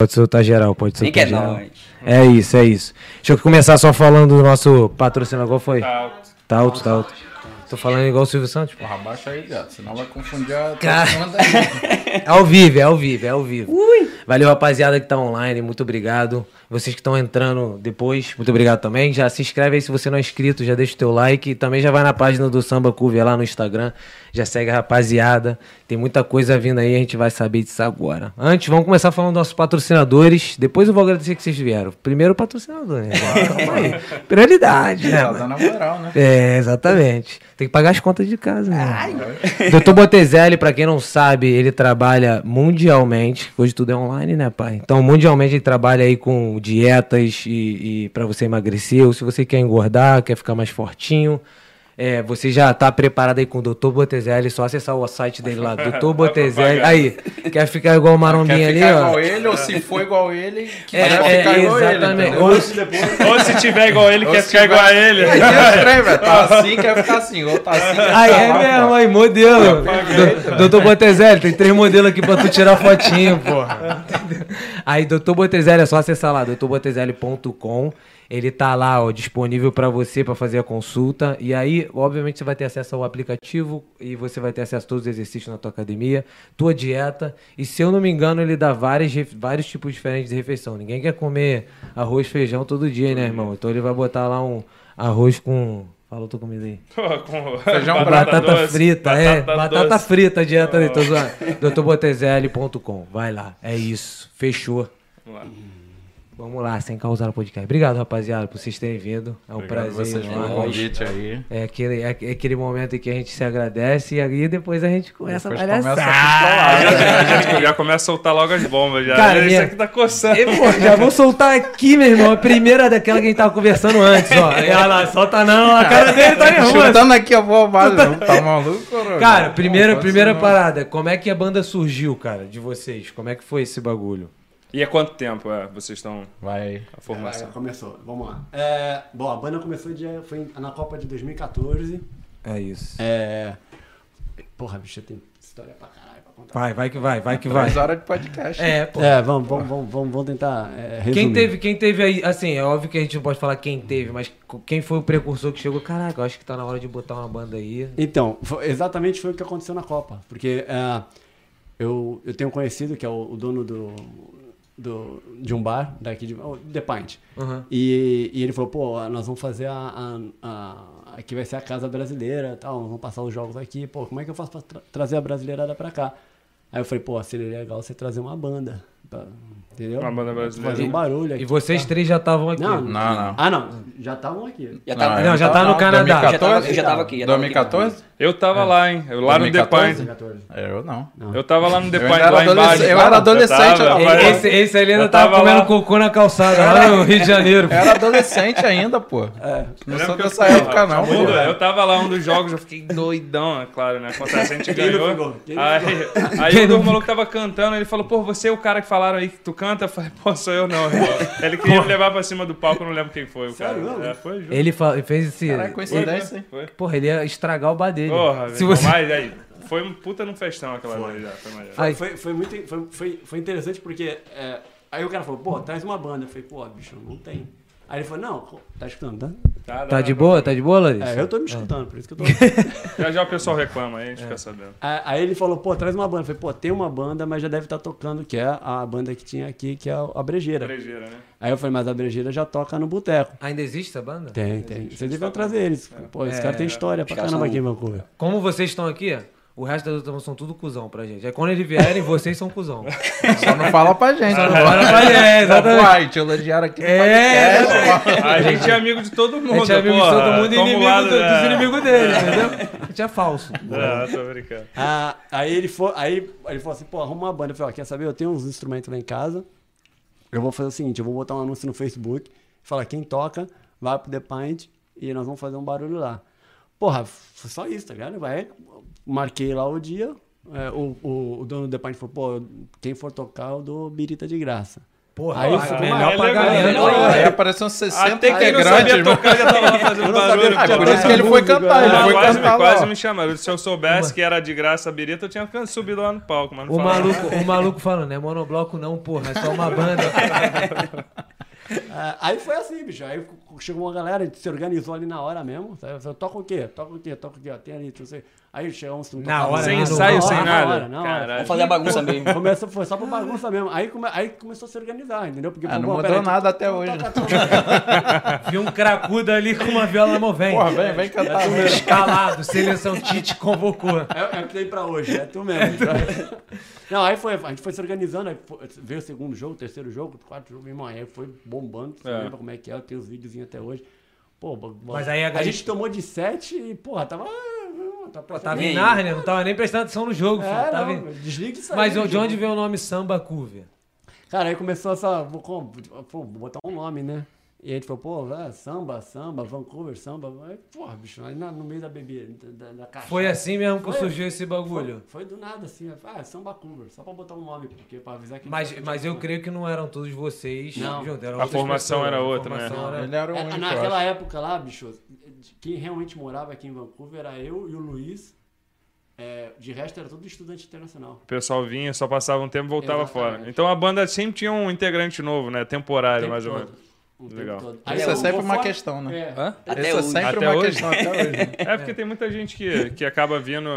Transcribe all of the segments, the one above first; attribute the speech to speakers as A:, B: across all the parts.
A: Pode soltar geral, pode soltar
B: Nem que é
A: geral.
B: nóis.
A: É isso, é isso. Deixa eu começar só falando do nosso patrocinador, qual foi? Tá alto, tá alto. Tô falando igual o Silvio Santos, pô.
C: Porra, abaixa aí, gato, senão vai confundir a
A: Cara.
C: turma daí.
A: É ao vivo, é ao vivo, é ao vivo. Valeu, rapaziada que tá online, muito obrigado. Vocês que estão entrando depois, muito obrigado também. Já se inscreve aí se você não é inscrito, já deixa o teu like. E também já vai na página do Samba Cover lá no Instagram. Já segue a rapaziada. Tem muita coisa vindo aí, a gente vai saber disso agora. Antes, vamos começar falando dos nossos patrocinadores. Depois eu vou agradecer que vocês vieram. Primeiro o patrocinador, né? Calma aí. Prioridade, né?
C: Tá
A: mano?
C: dando a moral, né?
A: É, exatamente. Tem que pagar as contas de casa, né? Doutor Botezelli, pra quem não sabe, ele trabalha mundialmente. Hoje tudo é online, né, pai? Então, mundialmente ele trabalha aí com dietas e, e para você emagrecer, ou se você quer engordar, quer ficar mais fortinho. É, você já tá preparado aí com o Doutor Botezelli, só acessar o site dele lá, Doutor Botezelli. Aí, quer ficar igual o Marombinha
C: Quer
A: ali,
C: ficar
A: ó?
C: igual ele, ou se for igual ele, que
A: É,
C: vai
A: é,
C: ficar igual ele.
A: exatamente.
C: entendeu?
A: Ou-
D: Ou se tiver igual ele,
C: Ou
D: quer
C: se
D: ficar igual a
C: vai-
D: ele.
C: É, tem os três, velho. Tá assim, quer ficar assim. Ou tá assim, quer
A: Aí é
C: ficar lá,
A: mesmo,
C: pô.
A: aí, modelo. Do- Doutor Botezelli, tem três modelos aqui pra tu tirar fotinho, porra. Entendeu? Aí, Doutor Botezelli, é só acessar lá, doutorbotezelli.com. Ele tá lá, ó, disponível pra você pra fazer a consulta. E aí, obviamente, você vai ter acesso ao aplicativo e você vai ter acesso a todos os exercícios na tua academia, tua dieta. E se eu não me engano, ele dá várias, ref- vários tipos diferentes de refeição. Ninguém quer comer arroz, feijão todo dia, né, irmão? Então ele vai botar lá um arroz com. Fala outra comida aí.
D: Pô, com-
C: Feijão
D: batata
A: Batata
D: doce,
A: frita, é.
D: batata
A: Batata
D: doce.
A: frita, a dieta dele. Tô zoando. DrBotezelli.com. Vai lá. É isso. Fechou.
D: Vamos lá.
A: Vamos lá, sem causar o podcast. Obrigado, rapaziada, por vocês terem vindo. É um
C: Obrigado
A: prazer.
C: vocês pelo
A: enorme.
C: convite aí.
A: É aquele, é aquele momento em que a gente se agradece e aí depois a gente começa
C: Depois
A: a palhaçar.
C: começa a
D: Ah, já, já- já começa a soltar logo as bombas. Já.
A: Cara,
D: Isso
A: minha-
D: aqui tá coçando.
A: E, pô, já vou soltar aqui, meu irmão. A primeira daquela que a gente tava conversando antes, ó. E Olha lá, solta não. A cara dele tá nervosa.
C: Chutando aqui a boa base, não. Tá maluco, coroa?
A: Cara, primeira,
C: Não,
A: primeira
C: pode ser
A: parada, como é que a banda surgiu, cara, de vocês? Como é que foi esse bagulho?
D: E há quanto tempo é, vocês estão
C: não. Vai.
D: a
E: Vai,
D: formação?
E: começou, vamos lá. É, bom, a banda começou dia, foi na Copa de 2014.
A: É isso.
E: É, porra, bicho, tem história pra caralho pra contar.
A: Vai, vai que vai, vai que vai.
C: Três horas de podcast.
A: É, pô.
E: É, vamos, vamos, vamos, vamos, vamos tentar é, resumir.
A: Quem teve, quem teve aí, assim, é óbvio que a gente não pode falar quem teve, mas co- quem foi o precursor que chegou, caraca, eu acho que tá na hora de botar uma banda aí.
E: Então, fo- exatamente foi o que aconteceu na Copa. Porque é, eu, eu tenho um conhecido que é o, o dono do, do, de um bar daqui de. oh, The Pint.
A: Aham.
E: E, e ele falou: pô, nós vamos fazer a. a, a- aqui vai ser a casa brasileira tal, vamos passar os jogos aqui. Pô, como é que eu faço pra tra- trazer a brasileirada pra cá? Aí eu falei: pô, seria legal você trazer uma banda. pra- entendeu?
D: Uma banda brasileira.
E: Fazer um barulho aqui.
A: E vocês três já estavam aqui.
E: Não,
C: Não, não.
E: Ah, não. Já estavam aqui.
B: Já tava,
A: Não, já tá no Canadá.
B: Já tava- eu já tava aqui, já tava aqui.
C: 2014?
D: Eu
C: É.
D: tava lá, hein? Eu lá no The
C: 2014?
D: Pint.
E: 14.
C: É, Eu não.
D: Eu tava lá no The
C: Eu
D: Pint,
C: ainda era
D: lá embaixo.
C: adolescente- eu era
D: Já
C: adolescente,
D: tava,
C: eu É.
D: vai
C: tava-
D: lá.
A: Esse, esse ali ainda
D: Eu
A: tava,
D: tava
A: comendo
D: lá.
A: cocô na calçada, lá no Rio de Janeiro.
C: Eu era adolescente ainda, pô.
A: É.
C: Não sou
D: Lembra que eu
C: dessa
D: fiquei-
C: época, não.
D: Muda,
C: pô.
D: eu tava lá um dos jogos, eu fiquei doidão, é claro, né? Contra a gente
E: não
D: ganhou. Ah,
E: ficou? Quem não
D: Aí, aí
A: Quem
D: o
A: não
D: meu maluco tava cantando, ele falou, pô, você é o cara que falaram aí que tu canta? Eu falei, pô, sou eu não, irmão. Ele queria me levar pra cima do palco, eu não lembro quem foi o cara.
E: Sério mesmo?
D: É, foi junto.
A: Ele fa- fez esse.
C: Caralho, é coincidência, hein?
D: Foi.
A: Porra, ele ia estragar o bar dele.
D: Porra,
A: Se
D: velho.
A: você...
D: Mas aí, foi um puta num festão aquela vez já, foi maneiro.
A: Aí,
E: Foi, foi muito foi, foi, foi interessante porque é, aí o cara falou, pô, traz uma banda. Eu falei, pô, bicho, não tem. Aí ele falou, não, co- tá escutando, tá?
A: tá
D: dá-
A: de boa? Tá de boa, Larissa?
E: É, eu tô me escutando, por isso que eu tô.
D: Já já o pessoal reclama aí, a gente
A: É.
D: fica sabendo.
E: aí aí ele falou, pô, traz uma banda. Eu falei, pô, tem uma banda, mas já deve estar tocando, que é a banda que tinha aqui, que é a
A: Tá.
E: Brejeira.
D: Brejeira, né?
E: Aí eu falei, mas a Brejeira já toca no boteco.
A: Ainda existe essa banda?
E: Tem, tem. É. Vocês deviam trazer eles. Pô, esse cara tem história pra
B: caras
E: caramba
B: são-
E: aqui em Vancouver.
A: Como vocês estão aqui, o resto da turma são tudo cuzão pra gente. Aí quando eles vierem, vocês são cuzão.
C: Só não fala pra gente. Só
A: Bora pra é, exatamente.
C: Vai, te elogiaram aqui. no
A: É,
D: A gente é amigo de todo
A: a
D: mundo,
A: gente é amigo de
D: porra.
A: todo mundo e
D: Toma o
A: inimigo
D: lado
A: do-
D: da-
A: dos inimigos dele, entendeu? A gente é falso.
D: Ah, tô brincando.
E: Ah, aí ele foi, aí ele falou assim, pô, arruma uma banda. Eu falei, ó, quer saber? Eu tenho uns instrumentos lá em casa. Eu vou fazer o seguinte, eu vou botar um anúncio no Facebook, falar quem toca, vai pro The Pint e nós vamos fazer um barulho lá. Porra, foi só isso, tá ligado? Vai, marquei lá o dia. é, o, o, o dono do The Pint falou, pô, quem for tocar, eu dou birita de graça.
A: Porra,
E: Aí
A: aí
E: ficou
A: melhor pra
D: mais-
A: galera.
D: Melhor
A: Porra,
D: ainda.
A: é.
C: Aí apareceu uns 60
D: Até que é ele não
C: integrantes,
D: sabia
C: irmão.
D: tocar, já tava lá fazendo
E: Eu não sabia
D: barulho.
E: que
C: Ah,
E: tinha
C: por isso que ele foi cantar, ele
E: Ah,
C: foi
D: né? quase,
C: cantar
D: me,
C: lá.
D: quase me chamaram. Se eu soubesse que era de graça a birita, eu tinha can- subido lá no palco, mas não
A: O
D: falava.
A: maluco, o maluco falando, é monobloco não, porra, é só uma banda.
E: Ah, aí foi assim, bicho. Aí chegou uma galera, a gente se organizou ali na hora mesmo. Sabe? Falou, toca o quê? Toca o quê? Toca o quê? Ó, Tem ali, não sei. Aí chegamos. não
A: Na
E: tocava
A: hora,
E: nada.
A: Sem
E: Na
A: ensaio,
E: hora,
A: sem
E: na
D: nada.
E: hora, na hora.
D: Caralho.
B: Vou fazer a bagunça mesmo.
E: Começou, foi só pra bagunça mesmo. Aí, come- aí começou a se organizar, entendeu? Porque,
C: Ah,
E: pô,
C: não
E: pô,
C: mudou
E: peraí,
C: nada
E: tu-
C: até
E: tu-
C: hoje,
E: tu-
C: né?
E: tu- tu-
A: Vi um cracudo ali com uma viola na mão, vem.
C: Porra, vem, vem
A: É,
C: cantar.
A: Escalado, seleção Tite convocou.
E: É, é o que tem pra hoje, é tu mesmo. Não, aí foi, a gente foi se organizando, aí foi- veio o segundo jogo, o terceiro jogo, o quarto jogo, meu irmão, aí foi bombando, você
D: É.
E: lembra como é que é, eu tenho os videozinhos até hoje. Pô, bo- bo-
A: Mas aí a
E: a,
A: galera-
E: gente tomou de sete e, porra, tava... Tá
A: Tava em
B: Sim.
A: Nárnia, não tava nem prestando atenção no jogo, filho.
E: É,
A: tava
E: não,
A: em-
E: desliga isso
A: tá
E: aí.
A: Mas de
E: gente.
A: onde veio o nome Samba Cover?
E: Cara, aí começou essa. Vou, com- pô, vou botar um nome, né? E a gente falou, pô, ah, samba, samba, Vancouver, samba. Aí, porra, bicho, aí na- no meio da bebida, da, da caixa.
A: Foi assim mesmo que
E: Foi.
A: surgiu esse bagulho.
E: Foi, foi do nada, assim. eu falei, Ah, samba Vancouver, só pra botar um nome, porque pra avisar que.
A: Mas, mas
E: tipo,
A: eu creio que não eram todos vocês.
E: Não.
A: juntos, eram
D: A
A: outras
D: formação
A: pessoas,
D: era
A: a
D: outra,
A: formação
D: né?
A: era- um
C: Ele era o
E: É,
C: único, eu
E: naquela
C: acho.
E: época lá, bicho, de- quem realmente morava aqui em Vancouver era eu e o Luiz. É, de resto era todo estudante internacional.
D: O pessoal vinha, só passava um tempo e voltava
E: Exatamente.
D: fora. Então a banda sempre tinha um integrante novo, né? Temporário,
E: O tempo
D: mais ou
E: todo.
D: menos.
E: O tempo
D: Legal.
E: todo. Aí
C: Isso é
E: eu
C: sempre
E: vou
C: uma
E: fora-
C: questão, né?
E: É.
B: Hã? Até
C: Isso é
B: hoje.
C: sempre
D: Até
C: uma
D: hoje?
C: questão até hoje. né?
D: É porque tem muita gente que, que acaba vindo,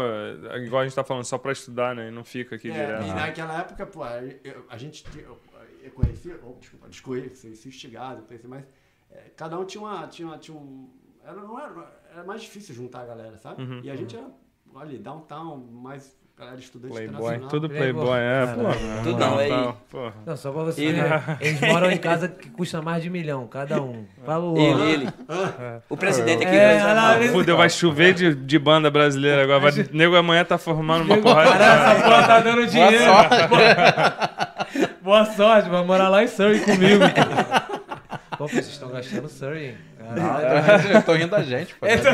D: eh, igual a gente tá falando, só pra estudar, né? E não fica aqui
E: É,
D: direto.
E: E naquela época, pô, eu- eu- a gente te- eu, eu conhecia, ou desculpa, desconheci, se instigado, conheci, mas é, cada um tinha uma. Tinha uma- tinha um, era, não era, era mais difícil juntar a galera, sabe? e a gente era, olha, downtown, mais galera estudante
C: Playboy,
E: internacional.
D: Tudo
A: Playboy.
D: playboy, é, pô.
B: Tudo não, é
D: Então, porra.
A: Não, só pra você.
B: Ele-
A: né? Eles moram em casa que custa mais de milhão, cada um. Falou.
B: Ele, ele. O presidente aqui.
A: É,
B: né?
A: olha lá, ele-
D: Fudeu, vai chover de, de banda brasileira agora. Vai, nego amanhã tá formando uma porrada.
A: Caralho, essa porra tá dando dinheiro.
C: Boa sorte.
A: Boa sorte, vai morar lá em Surrey comigo. Pô, vocês estão gastando Surrey, hein? Caralho.
C: Então, Eu tô rindo da gente, pô.
A: Então,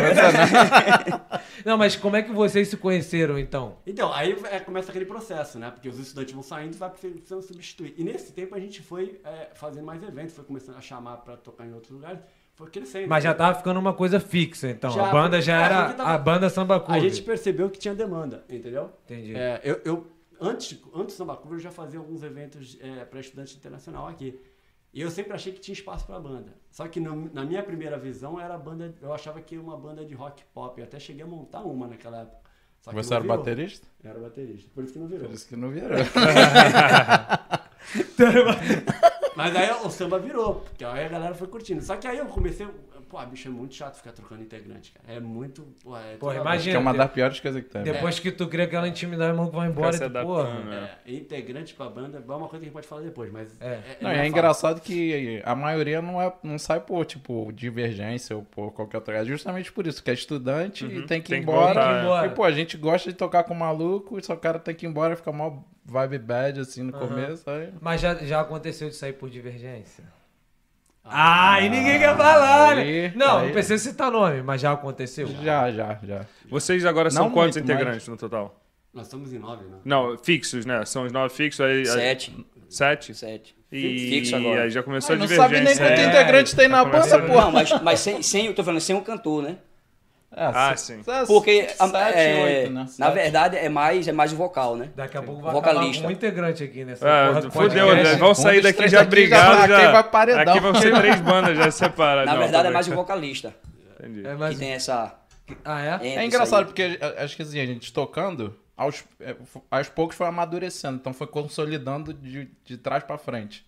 A: Não, mas como é que vocês se conheceram, então?
E: Então, aí é, começa aquele processo, né? Porque os estudantes vão saindo e vai precisando substituir. E nesse tempo a gente foi é, fazendo mais eventos, foi começando a chamar pra tocar em outros lugares, foi crescendo.
A: Mas já tava ficando uma coisa fixa, então.
E: Já,
A: a banda já
E: é,
A: era
E: porque tava-
A: a banda samba
E: A
A: cover.
E: gente percebeu que tinha demanda, entendeu?
A: Entendi.
E: É, eu, eu- antes, antes do Samba Cover, eu já fazia alguns eventos para estudante internacional aqui. E eu sempre achei que tinha espaço para banda. Só que no- na minha primeira visão era a banda, eu achava que era uma banda de rock pop. Eu até cheguei a montar uma naquela época. Só que
C: Você
E: não
C: era
E: virou.
C: baterista?
E: Eu Era baterista, por isso que não virou.
C: Por isso que não virou.
E: Mas aí o samba virou, porque aí a galera foi curtindo. Só que aí eu comecei, pô, bicho, é muito chato ficar trocando integrante, cara. É muito, pô, é
A: Porra,
E: toda-
A: imagina.
C: Que é uma das piores coisas que tem. né?
A: Depois que tu cria aquela intimidade, o maluco vai embora
D: se
A: e tu, porra.
D: adaptando, né?
E: É, integrante pra banda, é uma coisa que a gente pode falar depois, mas...
A: É.
E: minha
C: Não, e é
E: fala.
C: engraçado que a maioria não, é, não sai por, tipo, divergência ou por qualquer outra coisa. Justamente por isso, que é estudante e tem que ir
D: Uhum. tem que
C: embora.
D: voltar, é.
A: Tem que ir embora.
C: E, pô, a gente gosta de tocar com maluco, só o cara tem que ir embora, fica mó vibe bad, assim, no começo. Aí...
A: Mas já, já aconteceu de sair por divergência? Ah, e ninguém quer falar, né?
C: aí,
A: Não,
C: aí.
A: não precisa citar nome, mas já aconteceu.
C: Já, já, já.
D: Vocês agora são
C: Não
D: quantos
C: muito,
D: integrantes no total?
E: Nós estamos em nove, né?
D: Não, fixos, né? São os nove fixos aí. aí-
B: Sete.
D: Sete?
B: Sete.
D: E
B: Fixo agora.
D: aí já começou
C: Aí
D: a
C: Ah, não
D: divergência.
C: sabe nem quanto
D: né?
C: integrante tem na
D: começa
C: banda,
D: a-
C: porra.
B: Não, mas, mas sem, sem, eu tô falando, sem um cantor, né?
C: É, tá-
D: Ah, sim.
B: Porque a- é,
C: oito, né?
B: na verdade é mais é mais o vocal, né?
A: Daqui a pouco vai
B: Vocalista.
A: acabar com um integrante aqui nessa porra
D: É,
A: do
D: fudeu,
A: podcast.
D: André. Vão sair
C: dos
D: daqui
C: três
D: já
C: daqui, já
D: brigados.
C: vai-
D: Já,
C: quem vai paredão.
D: Aqui vão ser três bandas já separadas.
B: Na
D: Não,
B: verdade
D: tô
B: é mais o
D: brincando.
B: vocalista
D: Entendi.
A: É,
B: que
A: mas...
B: tem essa
A: Ah, é?
B: entre
C: É
B: isso
C: engraçado,
B: aí.
C: porque a- acho que assim, a gente tocando, aos, é, f- aos poucos foi amadurecendo, então foi consolidando de, de trás pra frente.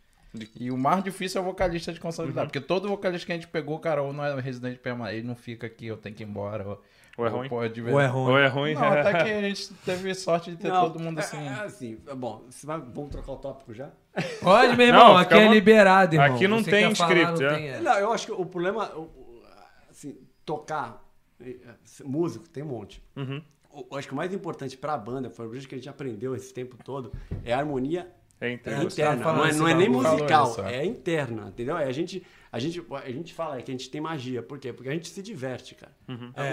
C: E o mais difícil é o vocalista de
D: Uhum.
C: consolidar, porque todo vocalista que a gente pegou, cara, ou não é residente permanente, ele não fica aqui, eu tenho que ir embora. Ou,
D: Ou é ruim.
C: pô, de vez-
A: Ou é ruim?
D: Ou é ruim?
C: Não, tá até que a gente teve sorte de ter
E: Não,
C: todo mundo
E: é-
C: assim.
E: É, assim, é bom, você vai, vamos trocar o tópico já?
A: Pode, meu irmão,
D: Não,
A: aqui
D: fica
A: é
D: à vo-
A: liberado, irmão.
D: Aqui não
A: Você
D: tem
A: quer falar,
D: script,
A: não
D: é.
A: tem, é.
E: Não, eu acho que o problema, o- o- assim, tocar eh, eh, músico tem um monte.
C: Uhum.
E: O- Eu acho que o mais importante pra banda, foi o que a gente aprendeu esse tempo todo, é a harmonia
D: É
E: É
D: inteiro.
A: você tava
E: interna,
A: falando
E: não é,
A: esse
E: não é nem
A: bagulho.
E: musical,
C: Falou isso, é.
E: é interna, entendeu? É, a, gente, a, gente, a gente fala que a gente tem magia, por quê? Porque a gente se diverte, cara.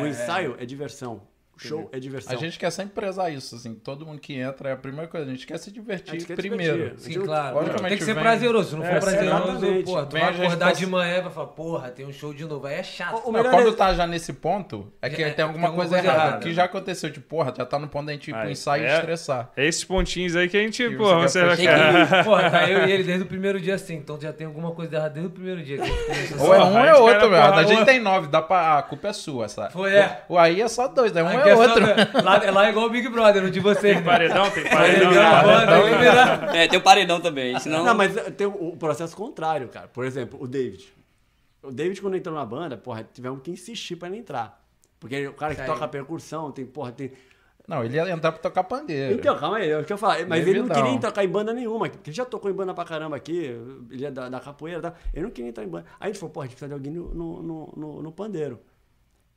E: O ensaio é diversão. O show é diversão.
C: Uhum. A gente quer sempre prezar isso, assim. Todo mundo que entra é a primeira coisa. A gente quer se
E: A gente
C: divertir
E: quer
C: primeiro.
E: divertir.
A: Sim, claro.
C: Logicamente
A: Tem que ser
C: vem-
A: prazeroso. Se não for
D: É,
A: prazeroso,
E: exatamente.
A: pô, tu
C: Vem a
A: vai
C: gente
A: acordar
C: tá-
A: de manhã e vai falar, porra, tem um show de novo. Aí é chato.
E: O
C: Não,
E: melhor
C: quando
E: é-
C: tá já nesse ponto, é que
A: É,
C: tem alguma
A: tem alguma
C: coisa,
A: coisa
C: errada.
A: errada.
C: Que já aconteceu, tipo, porra, já tá no ponto da gente ir pro
D: Aí,
C: ensaio e
D: é.
C: estressar.
D: É esses pontinhos aí que a gente,
C: E
D: pô,
C: você
D: você
C: quer
D: vai
B: Tem que-
D: ficar.
A: Porra, tá eu e ele desde o primeiro dia assim, então já tem alguma coisa errada desde o primeiro dia. que a gente começou. assim.
C: Ou é
D: Porra,
C: um ou
D: aí
C: é
D: os
C: outro,
D: cara,
C: meu.
D: porra,
C: A gente
D: ou-
C: tem nove, dá pra... a culpa é sua, sabe?
A: Foi, é.
C: O, o aí é só dois, né? Um
A: Aqui
C: é,
A: só-
C: outro.
A: lá, lá é igual o Big Brother, não de vocês. né?
D: Paredão, tem
A: Paredão,
D: paredão. né?
A: banda, tem que virar.
B: É, tem o paredão também, senão...
E: Não, mas eh, tem o o processo contrário, cara. Por exemplo, o David. O David, quando entrou na banda, porra, tivemos que insistir pra ele entrar. Porque o cara que
A: Isso aí.
E: toca percussão, tem, porra, tem.
C: Não, ele ia entrar pra tocar pandeiro.
E: Então, calma aí, é o que eu falei. Mas ele não
C: Davidão.
E: queria tocar em banda nenhuma, porque ele já tocou em banda pra caramba aqui, ele é da, da capoeira e tal. Ele não queria entrar em banda. Aí a gente falou, porra, a gente precisa de alguém no, no, no- no- no pandeiro.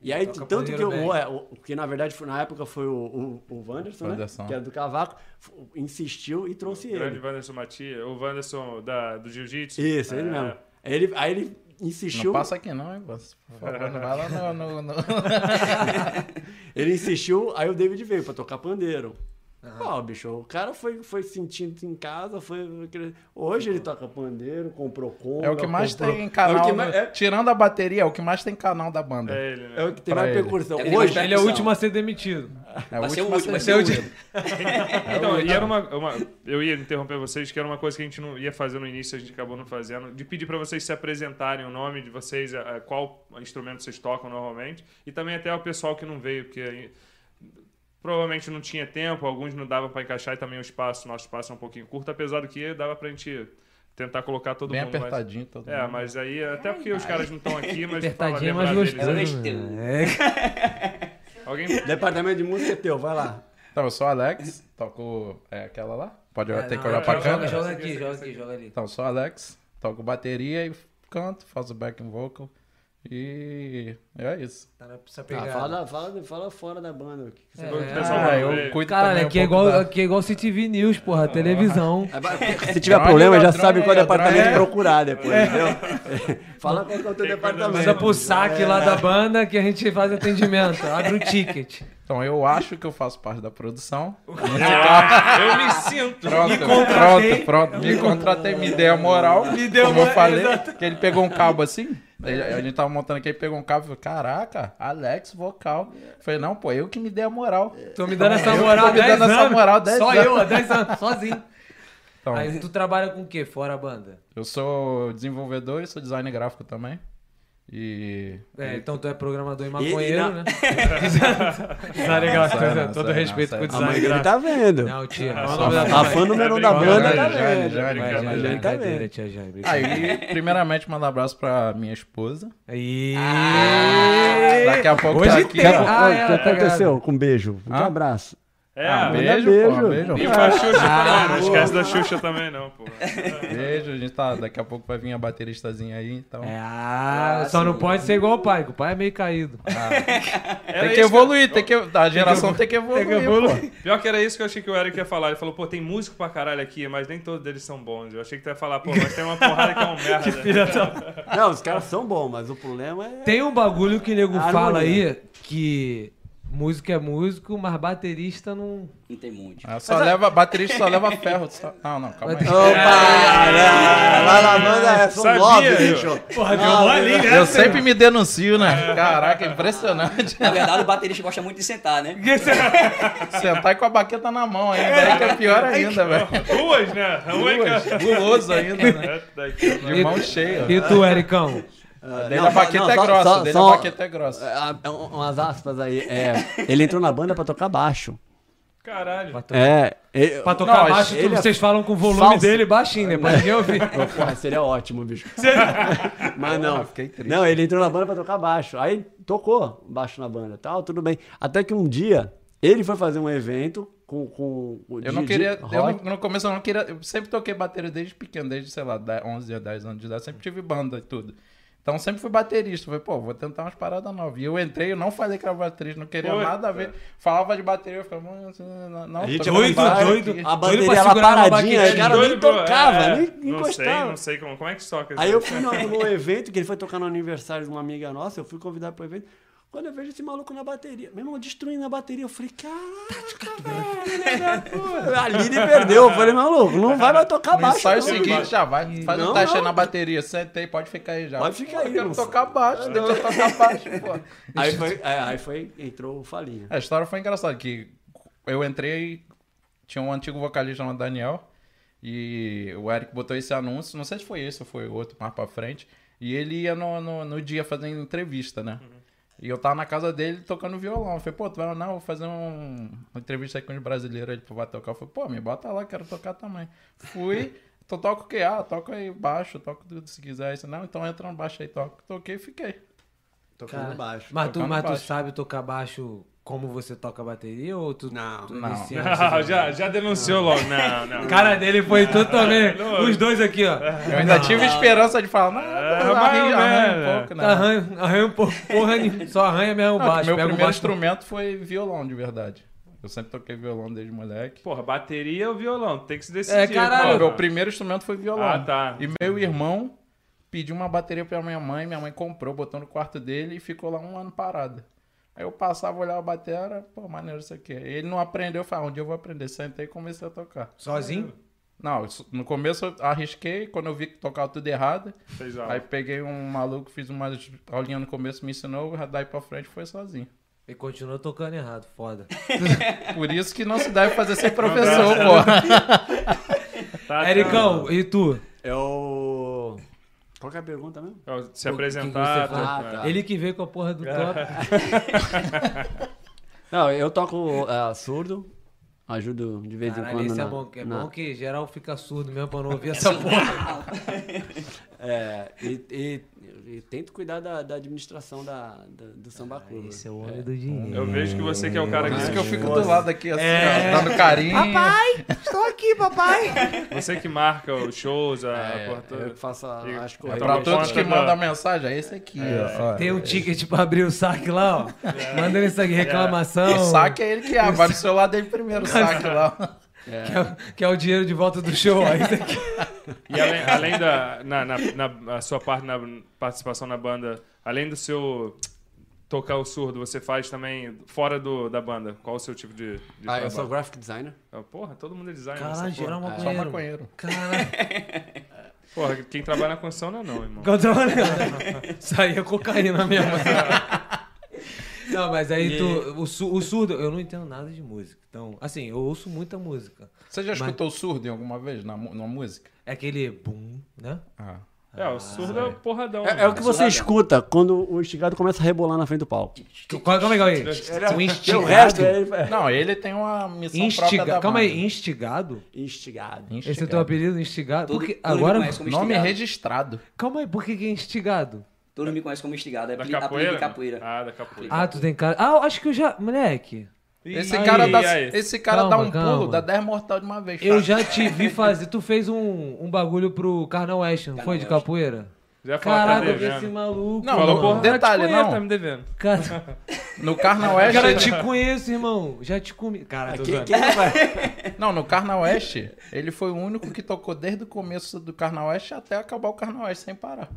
E: E aí,
A: Toca
E: tanto que
A: pandeiro
E: o,
A: bem.
E: é, o- que na verdade foi- na época foi o, o, o Wanderson, né?
C: Wanderson.
E: Que era do cavaco, f- insistiu e trouxe ele.
D: Grande Wanderson Matias, o Wanderson da, do Jiu-Jitsu.
E: Isso, ele
D: É.
E: mesmo. Aí ele, aí ele
C: Não
E: insistiu.
C: passa aqui não, hein, moço? Por favor, não vai lá no... no, no...
E: Ele insistiu, aí o David veio pra tocar pandeiro. Ó, bicho, o cara foi, foi sentindo em casa, foi. Hoje ele toca pandeiro, comprou compra.
C: É o que mais
E: comprou-
C: tem em
E: É o
C: canal.
E: que mais,
C: né?
E: é,
C: Tirando a bateria, é o que mais tem canal da banda.
D: É ele, né?
E: é o que tem
C: Pra
E: mais
C: ele.
E: percussão.
B: É o que tem mais
E: Hoje,
A: Ele é o último a ser demitido.
C: É
B: Vai ser o
C: último a
B: último, vai
A: ser o último.
E: É
D: Então, e era uma, uma- Eu ia interromper vocês, que era uma coisa que a gente não ia fazer no início, a gente acabou não fazendo, de pedir pra vocês se apresentarem o nome de vocês, a- a qual instrumento vocês tocam normalmente, e também até o pessoal que não veio, porque aí, provavelmente não tinha tempo, alguns não davam pra encaixar e também o espaço, nosso espaço é um pouquinho curto, apesar do que dava pra gente tentar colocar todo
C: Bem
D: mundo. mas-
C: apertadinho todo
D: É,
C: mundo.
D: mas aí, até porque os caras não estão aqui, mas.
A: Apertadinho,
D: fala,
A: mas
D: lembrar deles.
A: gostoso.
B: Ela
A: né? É,
D: Alguém.
E: Departamento de música é teu, vai lá.
C: Então, eu sou o Alex, toco é, aquela lá. Pode olhar,
A: É,
C: tem que
A: não,
C: olhar pra
A: joga-
C: câmera.
A: Joga aqui, joga aqui, joga ali.
C: Então, sou o Alex, toco bateria e canto, faço backing vocal. E é isso.
A: Tá nessa
E: Ah,
A: pegada.
E: fala, fala, fala fora da banda. o que que você-
A: É.
D: O pessoal
C: Ah,
D: vai ver.
C: eu cuido também
A: Caralho,
C: um
A: aqui é,
C: pouco
A: igual,
C: da- Ah.
A: aqui é igual CTV News, porra, televisão.
E: Se tiver
C: Droga,
E: problema, já
C: droga,
E: sabe qual
C: droga.
E: departamento
C: É.
E: procurar depois, entendeu? Fala qual que é o teu
D: Tem coisa
E: departamento.
A: Manda pro saque lá
C: É.
A: da banda que a gente faz atendimento. Abre o ticket.
C: Então, eu acho que eu faço parte da produção.
D: Eu me sinto.
C: Pronto, pronto, pronto. Me contratei, me deu a moral. Me deu como eu falei, que ele pegou um cabo assim. ele- A gente tava montando aqui, ele pegou um cabo e falou: Caraca, Alex, vocal. Eu Falei, não, pô, eu que me dei a moral.
A: Tô me dando essa
C: Eu
A: moral
C: tô
A: há
C: me
A: 10
C: dando
A: anos.
C: essa moral há 10
A: Só
C: anos.
A: eu, há 10 anos, sozinho.
C: Então,
A: Aí tu trabalha com o quê? Fora a banda?
C: eu sou desenvolvedor e sou design gráfico também. E.
A: É, então tu é programador e
E: E- e
A: maconheiro,
E: na-
A: né? Design gráfico,
C: Sai, não,
A: todo
C: sai, não,
A: respeito com
C: sai,
A: o
C: não.
A: design
E: A mãe dele
A: gráfico.
E: tá vendo.
A: Não, tia.
D: Ah,
A: não,
D: só-
A: não,
D: a
A: não,
E: A
A: não.
E: fã número um da
D: É Jane,
E: banda tá
C: Jane, Jane,
E: vendo.
A: Vai,
C: Jane,
A: Jane,
E: Jane tá
A: brincadeira,
E: vendo.
A: tia Jane. brincadeira.
C: Aí, primeiramente, mandar um abraço pra minha esposa.
A: Aí.
C: Daqui a pouco tá
A: Hoje
C: aqui.
A: tem.
C: ó.
A: Ah,
E: Oi,
A: é,
E: o
A: tá
E: que aconteceu? Com um beijo. Um
C: Ah.
E: abraço.
D: É,
C: Ah,
D: mano.
C: beijo,
E: Manda
C: porra,
E: beijo.
C: beijo. Um
D: E pra Xuxa também, não esquece da Xuxa também, não, pô.
C: Beijo, a gente tá. Daqui a pouco vai vir a bateristazinha aí, então.
A: É, ah, só não pode ser igual o pai, que o pai é meio caído.
C: Tem é que evoluir, tem que. A geração tem que evoluir. pô.
D: Pior que era isso que eu achei que o Eric ia falar. Ele falou, pô, tem músico pra caralho aqui, mas nem todos eles são bons. Eu achei que tu ia falar, pô, mas tem uma porrada que é um merda.
E: Não, os caras são bons, mas o problema é.
A: Tem um bagulho que o nego
E: Harmonia.
A: fala aí que músico é músico, mas baterista não.
B: Não tem muito.
C: Ah, só leva, baterista só leva ferro. só- Não, não, calma aí.
A: É.
E: Opa! Lá na banda é são
D: Sabia,
E: nove,
D: eu. né?
E: bicho.
A: Porra, deu uma ali,
C: Eu sempre me denuncio, né? Caraca, impressionante.
B: Na verdade, o baterista gosta muito de sentar, né?
C: Sentar com a baqueta na mão ainda. Aí que é pior ainda, velho.
D: Duas, né? Uma em cada-
C: Duas, Guloso ainda, né?
D: É, daqui, mano.
C: De mão cheia. né?
A: E tu, Ericão?
C: Dele a baqueta é grossa, dele a baqueta é grossa.
E: um, Umas aspas aí. É, ele entrou na banda pra tocar baixo.
D: Caralho.
E: É. ele-
A: Pra tocar
C: Não,
A: baixo, tu-
E: ele é
A: vocês falam com o volume
E: falso.
A: dele baixinho, né? Pra
C: É.
A: ninguém ouvir.
E: Porra, seria ótimo, bicho. Mas não.
C: fiquei triste.
E: Não, ele entrou na banda pra tocar baixo. Aí tocou baixo na banda tal, tudo bem. Até que um dia ele foi fazer um evento com. com o
C: Eu não
E: de-
C: queria.
E: de
C: Eu
E: rock.
C: não, no começo eu não queria. Eu sempre toquei bateria desde pequeno, desde, sei lá, 10, 11 ou 10 anos de idade. Sempre tive banda e tudo. Então sempre fui baterista. Falei, pô, vou tentar umas paradas novas. E eu entrei, eu não falei que era baterista, não queria
D: Foi.
C: nada a ver. Falava de bateria, eu ficava. "Mano, assim, Não, não,
E: A gente
C: tô
E: é muito
C: gravando
A: doido.
C: aqui."
E: A
A: Doido
E: bandeira
A: pra
E: era
A: segurar uma
E: paradinha,
A: baquetinha.
E: os caras nem
D: Doido, pô,
E: tocava,
D: é,
E: nem nem
D: Não sei,
E: encostava.
D: não sei como, como é que toca.
E: Aí eu fui no- num evento que ele foi tocar no aniversário de uma amiga nossa, eu fui convidado para o evento. Quando eu vejo esse maluco na bateria, meu irmão destruindo a bateria, eu falei, caraca, velho. A Lili perdeu. Eu falei, maluco, não vai mais tocar
C: No
E: baixo.
C: ensaio
E: não,
C: é seguinte,
E: mano.
C: já vai. Faz
E: Não,
C: um teste aí
E: não.
C: na bateria. Sentei, pode ficar aí já.
E: Pode ficar
C: Pô,
E: aí,
C: Eu quero
E: moço.
C: tocar baixo, deixa eu tocar baixo, pô.
E: Aí foi, é, aí foi, entrou o Falinha.
C: É, A história foi engraçada, que eu entrei, tinha um antigo vocalista chamado Daniel, e o Eric botou esse anúncio, não sei se foi esse ou foi outro, mais pra frente, e ele ia no, no, no dia fazendo entrevista, né?
D: Uhum.
C: E eu tava na casa dele tocando violão. Eu falei, pô, tu vai não, eu vou fazer um- uma entrevista aí com os brasileiros, ele vai tocar. Eu falei, pô, me bota lá, quero tocar também. Fui, tu toca o que? Ah, toca aí baixo, toco tudo se quiser. Eu disse, não, então entra no baixo aí, toca. Toquei e fiquei.
E: Tocando
A: Cara,
E: baixo.
A: Mas, tu,
C: Tocando
A: mas tu
C: baixo.
A: sabe tocar baixo como você toca bateria ou tu.
E: Não,
A: tu
C: não.
A: inicia no
D: Ah,
A: seu-
D: já, já denunciou logo. Não,
A: A
D: não.
A: cara dele foi totalmente.
D: não.
A: Os dois aqui, ó.
C: Eu ainda tive esperança de falar, não,
D: É,
C: arranha,
D: mas,
C: arranha
D: né,
C: um pouco, né?
A: Arranha, arranha um pouco, porra, nenhuma. só arranha mesmo o
C: Não,
A: baixo.
C: meu
A: pega o
C: primeiro
A: baixo.
C: instrumento foi violão, de verdade. Eu sempre toquei violão desde moleque.
D: Porra, bateria ou violão? Tem que se decidir.
A: É, caralho.
D: porra.
C: Não, meu primeiro instrumento foi violão.
D: tá. Ah, tá.
C: E meu irmão pediu uma bateria pra minha mãe, minha mãe comprou, botou no quarto dele e ficou lá um ano parada. Aí eu passava, olhava a bateria, pô, maneiro isso aqui. Ele não aprendeu, eu falei, um dia eu vou aprender. Sentei e comecei a tocar.
A: Sozinho?
C: Não, isso- no começo eu arrisquei, quando eu vi que tocava tudo errado,
D: Fez aula.
C: aí peguei um maluco, fiz umas aulinhas no começo, me ensinou, daí pra frente foi sozinho.
A: E continuou tocando errado, foda.
C: Por isso que não se deve fazer sem professor, pô.
D: Tá, tá.
A: Ericão, e tu?
E: É o. Qual que é a pergunta mesmo?
D: Ó,
A: O
D: Se
A: que que
D: apresentar.
A: você
D: tá-
E: faz?
D: é.
E: Ah, tá.
A: Ele que veio com a porra do top.
E: Não, eu toco é, surdo, ajudo de vez em
A: Caralho,
E: quando.
A: esse é
E: na-
A: bom. que- É
E: na-
A: bom que geral fica surdo mesmo pra não ouvir essa porra.
E: É, e, e- e tento cuidar da, da administração da, da- do samba clube.
A: Esse é o homem do dinheiro.
D: Eu vejo que você que é o cara
C: Por isso que eu
D: que.
C: fico do lado aqui, assim, ó, dando carinho.
A: Estou aqui, papai.
D: Você que marca os shows, a
A: Ah,
D: porra toda.
E: É, Eu que faço a-
D: E-
A: Tá
E: as
D: é
E: coisas.
C: Pra todos
D: Resposta
C: que
D: da-
C: mandam mensagem, é esse aqui, ó.
A: Tem um ticket pra abrir o saque lá, ó. Manda ele isso aqui, reclamação.
C: O saque é ele que abre, vai pro celular dele primeiro, o saque lá.
A: Que é, o- que é o dinheiro de volta do show, ó. Isso aqui.
D: E além, além da na, na, na- a sua parte na participação na banda, além do seu tocar o surdo, você faz também fora do, da banda? Qual o seu tipo de, de
E: Ah,
D: trabalho?
E: eu sou graphic designer.
D: Ah, Porra, todo mundo é designer. nessa
A: Caralho, geral
D: porra.
C: Só
A: maconheiro.
C: maconheiro.
A: Caralho.
D: porra, quem trabalha na construção não é não, irmão.
A: Quanto Isso aí é cocaína mesmo. Não, mas aí tu. O, su- o surdo, eu não entendo nada de música. Então, assim, eu ouço muita música.
C: Você já
A: Mas-
C: escutou o surdo em alguma vez na, mu- numa música?
A: É aquele boom, né?
C: Ah.
D: É, o surdo é o porradão.
E: É, é o que você
B: Surrada.
E: escuta quando o instigado começa a rebolar na frente do palco.
A: Tu- qual- Calma aí, calma aí. O
E: E o
A: instigado.
E: resto é
C: Não, ele tem uma missão própria
A: Instiga,
C: da
A: calma
C: banda.
A: aí, instigado?
E: instigado.
A: Esse é teu apelido, instigado?
B: Todo,
A: Porque
B: todo
A: agora.
B: me conhece como
C: Nome
B: instigado.
C: registrado.
A: Calma aí, por que que é instigado?
B: Todo me conhece como instigado. É
D: Da
B: apeli- apelido
D: capoeira?
B: de capoeira.
D: Ah, da capoeira.
A: Ah, tu tem cara. Ah, eu acho que eu já. Moleque,
C: Esse
D: Ih,
C: cara,
D: e
C: dá,
D: aí?
C: esse cara
A: Calma,
C: dá um
A: calma.
C: pulo, dá 10 mortal de uma vez.
A: eu
C: tá?
A: já te vi fazer. Tu fez um, um bagulho pro Carnal West, não
B: Carnal
A: foi? De
B: West.
A: capoeira?
D: Já falou tá
A: Caraca, eu vi esse
D: devendo.
A: maluco.
C: Não,
D: Falou,
A: mano.
D: porra,
C: Detalhe,
D: tá te conheço,
C: não.
D: tá me devendo.
A: Cara.
C: No Carna Oeste...
A: Cara, eu te conheço, irmão. Já te comi. Cara, tô
E: Quem,
A: zoando.
E: quem não vai?
C: Não, no Carna Oeste, ele foi o único que tocou desde o começo do Carna Oeste até acabar o Carna Oeste sem parar.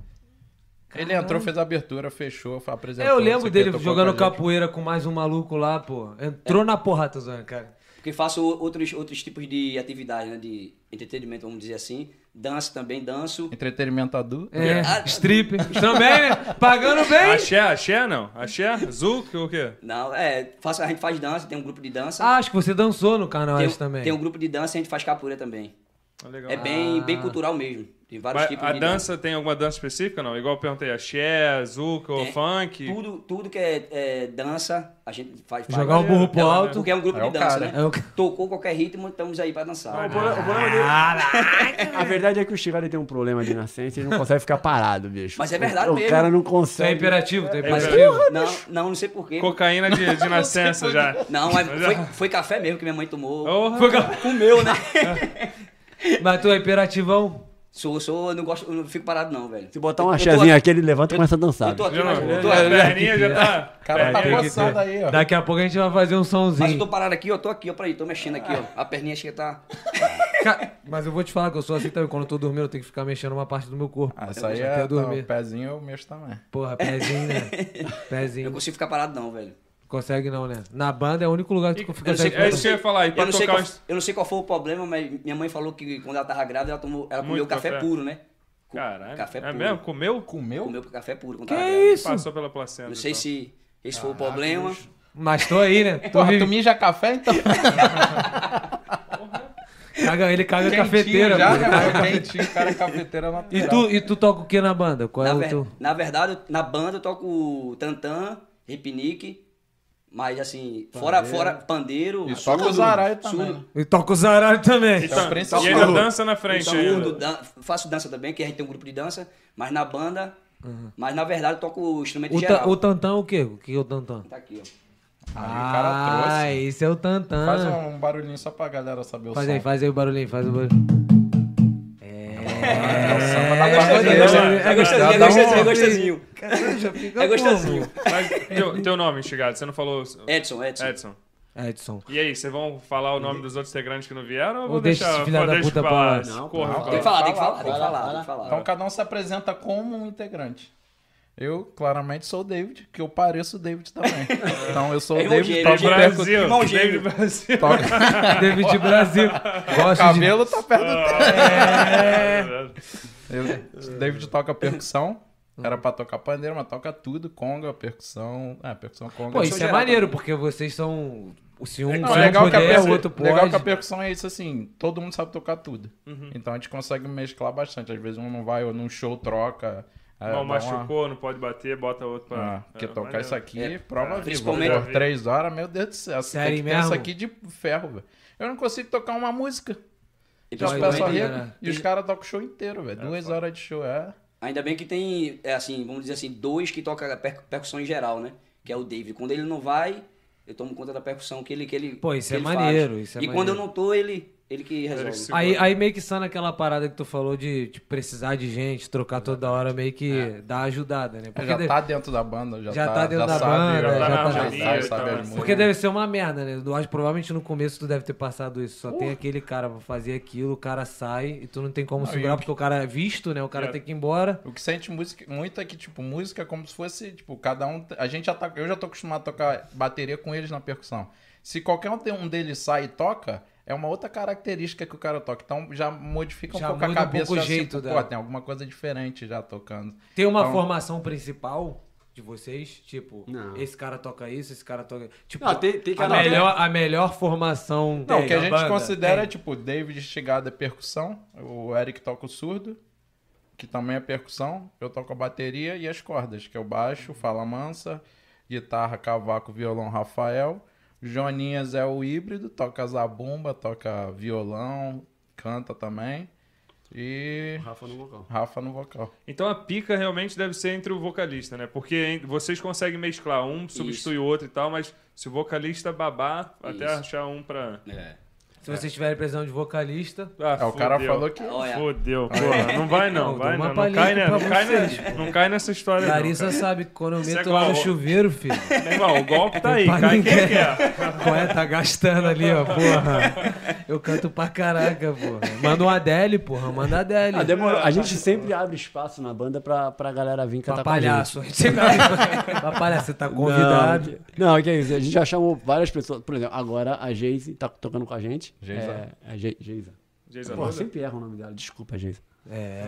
C: Ele entrou, fez a abertura, fechou, foi
A: É,
C: apresentou.
A: eu
C: não sei
A: lembro
C: o
A: dele
C: que, tocou
A: jogando
C: com a gente.
A: capoeira com mais um maluco lá, pô. Entrou na porra, tô zoando, cara.
B: Porque faço outros, outros tipos de atividade, né? De entretenimento, vamos dizer assim. Danço também, danço.
C: Entretenimento adulto.
A: É,
B: Ah,
A: strip. Também, né? Pagando bem.
D: Axé, axé não? Axé? Zuc ou o quê?
B: Não, é, faço, a gente faz dança, tem um grupo de dança.
A: Ah, acho que você dançou no Carnal
B: tem,
A: West também.
B: tem um grupo de dança e a gente faz capoeira também.
D: Ah, Legal.
B: É bem, bem cultural mesmo. Tem vários
D: Ah, Mas
B: tipos
D: a
B: de
D: dança tem alguma dança específica, não? Igual eu perguntei, axé, zuca ou
B: Tem.
D: funk?
B: Tudo, tudo que é, é dança, a gente faz. faz.
A: Jogar o burro pro
B: É,
A: alto.
B: Porque é um grupo
C: É o
B: de dança,
C: cara.
B: né?
A: É o ca-
B: Tocou qualquer ritmo, estamos aí pra dançar.
E: O problema- o problema dele- A verdade é que o Chigari tem um problema de nascença e ele não consegue ficar parado, bicho.
B: Mas é
E: O-
B: verdade
E: o,
B: mesmo.
E: cara não
A: Tu é
E: consegue.
A: imperativo, tu é
B: Mas,
A: imperativo.
D: Porra,
B: não, não, não sei porquê.
D: Cocaína de, de nascença já.
B: Não, mas foi, foi café mesmo que minha mãe tomou.
D: Porra.
B: Comeu, né?
A: Mas tu é imperativão.
B: sou, sou, eu não gosto, eu não fico parado não, velho.
E: Se botar um
B: Eu tô
E: axézinho
B: aqui-
E: aqui, é ele levanta e começa a dançar.
B: Eu tô aqui,
D: Já
B: mas,
D: não,
B: eu tô
D: a
B: aqui.
D: perninha já tá.
C: O
A: é,
C: cara tá
D: perninha aqui.
C: coçando aí, ó.
A: Daqui a pouco a gente vai fazer um
B: Mas eu
A: somzinho.
B: tô parado aqui, ó, tô aqui, ó, peraí, tô mexendo aqui, ó. A perninha acho que tá...
A: Ca- Mas eu vou te falar que eu sou assim também. Quando eu tô dormindo, eu tenho que ficar mexendo uma parte do meu corpo.
C: Ah, isso aí
A: Até
C: é.
A: eu
C: Tá,
A: dormir.
C: o pezinho eu mexo também.
A: Porra, pezinho, né?
B: Eu
A: Pezinho.
B: não consigo ficar parado, não, velho.
A: Consegue não, né? Na banda é o único lugar que tu
B: Eu não sei-
A: consegue.
D: É isso que eu ia falar, e pra
B: Eu não, sei
D: tocar
B: qual,
D: uns-
B: eu não sei qual foi o problema, mas minha mãe falou que quando ela tava grávida, ela, tomou, ela comeu
D: Muito
B: café,
D: café.
B: puro, né? Co-
D: Caralho.
B: Café
D: é
B: puro.
D: mesmo? Comeu?
C: Comeu?
B: Comeu café puro quando
A: Que
B: tava grávida.
A: isso?
D: Passou pela placenta.
B: Não sei
D: então.
B: se esse foi o problema.
A: Mas tô aí, né? Tô
C: Porra,
A: vivo.
C: tu mija café então?
A: Caga- ele caga
C: Quentinho
A: cafeteira.
C: já,
A: pô.
C: né? mano? Quentinho, cara, cafeteira natural.
A: E tu, e tu toca o que na banda? Qual
B: Na,
A: é o
B: ver-
A: teu?
B: na verdade, eu- na banda eu toco tantan, repinique, mas assim, fora, fora pandeiro,
C: E toca o zaralho também.
A: E toca o zaralho também.
D: Então,
B: Tá
C: principal-
D: e ainda dança na frente ainda.
B: surdo, dan- faço dança também, que a gente tem um grupo de dança, mas na banda, mas na verdade eu toco instrumento
A: O, ta,
B: geral.
A: o tantã é o quê? O que é o tantã?
B: Tá aqui, ó.
C: Aí o cara trouxe.
A: Ah, esse é o
C: Faz
A: tantã.
C: um barulhinho só pra galera saber o
A: Faz
C: som.
A: aí, faz aí o barulhinho, faz o barulhinho.
C: É o samba da
B: É
C: pagodeira.
B: gostosinho, é gostosinho, é gostosinho, é gostosinho. É gostosinho.
D: Mas, teu, teu nome, Chegado, você não falou.
B: Edson, Edson.
D: Edson.
A: É, Edson.
D: E aí, vocês vão falar o nome dos outros integrantes que não vieram ou
A: Ou
D: vou
A: deixa
D: deixar
A: esse filho
D: vou
A: da
D: deixar
A: puta pra
D: falar?
A: lá.
D: Não, Corre,
B: Tem que
D: fala.
B: falar, tem que falar, tem que
E: Vai lá, vai
B: falar, tem
E: lá.
B: que falar.
C: Então cada um se apresenta como um integrante. Eu, claramente, sou o David, que eu pareço o David também. então eu sou
B: É
C: o
B: irmão
C: David,
B: gêmeo,
C: toco
B: irmão
C: percu-
D: Tá Brasil.
B: Irmão
D: David
B: gêmeo.
D: Brasil.
C: toco-
A: David Brasil. Gosto de.
C: cabelo tá
D: Ah.
C: perto do tempo.
D: É.
C: Eu- David toca percussão. Era pra tocar pandeiro, mas toca tudo. Conga, percussão. É, percussão, conga.
A: Pô, isso é maneiro, porque vocês são. Se um,
D: É,
A: se
D: não,
A: um
C: Não, legal, que a
A: puder,
C: percu-
A: o outro pode.
C: legal que a percussão é isso assim, todo mundo sabe tocar tudo.
D: Uhum.
C: Então a gente consegue mesclar bastante. Às vezes um não vai, ou num show troca. é, dá
D: Mal
C: uma-
D: machucou, não pode bater, bota outro pra.
C: Ah, porque
D: É,
C: tocar
D: maneiro.
C: isso aqui, prova viva.
B: principalmente-
C: Por três horas, meu Deus do céu. Você
A: Sério
C: tem que ter
A: mesmo?
C: isso aqui de ferro, velho. Eu não consigo tocar uma música.
B: Então,
C: Os
A: Aí,
C: pessoal
A: aí,
C: rir,
A: né?
C: e os caras tocam o show inteiro, velho. Duas horas de show, é.
B: Ainda bem que tem, é assim, vamos dizer assim, dois que toca per- percussão em geral, né? Que é o David. Quando ele não vai, eu tomo conta da percussão que ele que ele
A: Pô, isso
B: que
A: é
B: ele
A: maneiro,
B: faz.
A: isso é
B: E quando
A: maneiro.
B: eu não tô, ele ele que resolve.
D: se-
A: Aí, aí meio que sana aquela parada que tu falou de, de precisar de gente, trocar toda hora, meio que dá ajudada, né? Porque,
C: É. já
A: de-
C: tá dentro da banda, já,
A: já
C: tá,
A: tá dentro da
C: sabe,
A: banda,
C: já,
D: já tá
C: tá,
D: na
C: já
D: harmonia
C: sabe,
D: e
C: sabe
D: tal,
C: as
D: assim.
C: músicas.
A: porque deve ser uma merda, né? Eu acho que provavelmente no começo tu deve ter passado isso. Só tem aquele cara pra fazer aquilo, o cara sai e tu não tem como segurar, porque o cara é visto, né? O cara
D: Já-
A: tem que ir embora.
C: O que sente música, muito é que, tipo, música é como se fosse, tipo, cada um. A gente já tá. Eu já tô acostumado a tocar bateria com eles na percussão. Se qualquer um, tem- um deles sai e toca, é uma outra característica que o cara toca. Então já modifica um
A: Já
C: pouco a
A: muda um
C: cabeça.
A: pouco o
C: já
A: jeito
C: sinto,
A: dela.
C: Pô, tem alguma coisa diferente já tocando.
A: Tem uma
C: Então-
A: formação principal de vocês? Tipo,
E: Não.
A: esse cara toca isso, esse cara toca. Tipo,
E: Não, tem- tem
A: a,
E: cara-
A: melhor, a melhor formação.
C: Não, o
A: da
C: que a gente
A: banda.
C: considera é, tipo, David Chegada é percussão, o Eric toca o surdo, que também é percussão, eu toco a bateria e as cordas, que é o
E: Uhum.
C: baixo, fala mansa, guitarra, cavaco, violão, Rafael. Joninhas é o híbrido, toca zabumba, toca violão, canta também. E
E: Rafa no vocal.
C: Rafa no vocal.
D: Então a pica realmente deve ser entre o vocalista, né? Porque en- vocês conseguem mesclar um, substitui o outro e tal, mas se o vocalista babar, até
B: Isso.
D: achar um pra.
B: É.
A: Se vocês tiverem precisão de vocalista.
D: Ah,
C: É, o cara
D: fudeu.
C: falou que
B: Olha,
D: Fodeu, porra. Não vai não,
A: Não, dou uma
D: vai não. Não
A: palhinha
D: cai,
A: aqui
D: né?
A: pra
D: não, cai
A: vocês,
D: ne- não cai nessa história. não,
A: Larissa
D: cara.
A: sabe que quando eu
D: Isso
A: meto
D: é
A: lá no
D: igual-
A: chuveiro, filho.
D: Meu irmão, o golpe tá aí,
A: Pra
D: cai
A: ninguém.
D: quem quer.
A: Qual é? Tá gastando ali, ó, porra. Eu canto pra caraca, porra. Manda um Adele, porra. Manda Adele.
E: Ah, demorou. A gente sempre abre espaço na banda pra, pra galera vir
A: Pra
E: cantar
A: Tá palhaço. pra palhaço, você tá
E: com a gente.
A: convidado.
E: Não, não, que é isso. A gente já chamou várias pessoas. Por exemplo, agora a Geise tá tocando com a gente.
C: Geisa.
E: É, a Ge- Geisa.
D: Jason
E: Pô, eu
D: Lula?
E: sempre erro o nome dela. Desculpa, Geisa.
A: É,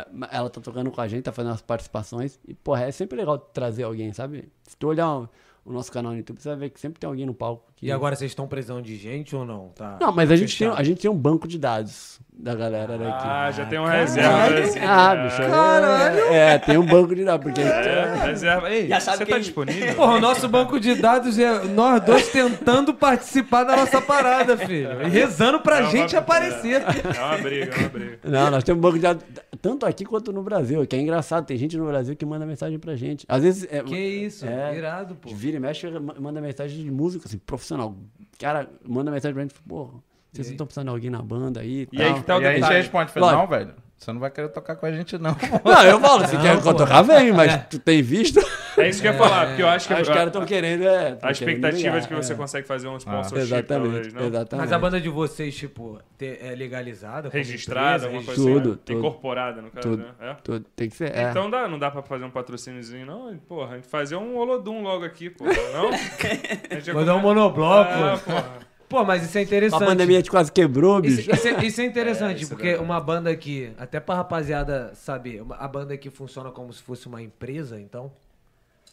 E: É, ma- ela tá tocando com a gente, tá fazendo as participações. E, porra, é sempre legal trazer alguém, sabe? Se tu olhar o, o nosso canal no YouTube, você vai ver que sempre tem alguém no palco. que-
A: e agora vocês estão precisando de gente ou não? Tá.
E: Não, mas a gente, tem,
A: fechado.
E: a gente tem um banco de dados da galera daqui.
A: né?
D: Ah, já tem uma reserva. assim.
E: Ah, bicho. é- É, tem um banco de dados, porque a gente-
D: É, reserva. Ei,
B: Já sabe
D: você tá
B: quem-
D: disponível?
A: Porra, o nosso banco de dados é nós dois tentando participar da nossa parada, filho. E rezando pra
D: Não,
A: gente
D: vai-
A: aparecer.
D: É uma briga, é uma briga.
E: Não, nós temos um banco de dados tanto aqui quanto no Brasil, que é engraçado. Tem gente no Brasil que manda mensagem pra gente. Às vezes. É,
A: Que isso,
E: É.
A: irado, pô.
E: Vira e mexe, ma- manda mensagem de música, assim, profissional. Cara, manda mensagem pra gente, pô, vocês não estão precisando de alguém na banda aí.
D: E aí que tá o
C: um- E é a gente
D: detalhe.
C: responde,
E: Lógico.
C: falou, não, velho. Você não vai querer tocar com a gente, não.
E: Não, eu falo, se
A: Não,
E: quer
A: pô.
E: tocar, vem, mas tu tem visto?
D: É isso que eu ia falar, porque eu acho que
E: Aí os
D: a-
E: caras estão querendo, é. tão
D: a expectativa
E: querendo
D: de que você consegue fazer um sponsorship,
E: é. Ah, Exatamente,
D: talvez, não?
E: exatamente.
A: Mas a banda de vocês, tipo, ter- é legalizada? como
D: Registrada,
A: empresa,
D: alguma coisa
A: registrada?
D: assim.
E: Tudo,
D: né?
E: tudo.
D: Incorporada, no caso,
E: Tudo.
D: né? É?
E: Tu- Tem que ser. É.
D: Então dá, não dá pra fazer um patrocíniozinho, não? E, Porra, a gente fazer um Olodum logo aqui, porra, não? A gente ia
A: Mandar um
D: comer-
A: monobloco.
D: Ah, porra.
A: Pô, mas isso é
E: a
A: interessante.
E: pandemia te quase quebrou, bicho.
A: Isso, isso é, isso é interessante,
D: É, isso
A: porque
D: dá.
A: uma banda que, até pra rapaziada saber, uma- a banda que funciona como se fosse uma empresa, então.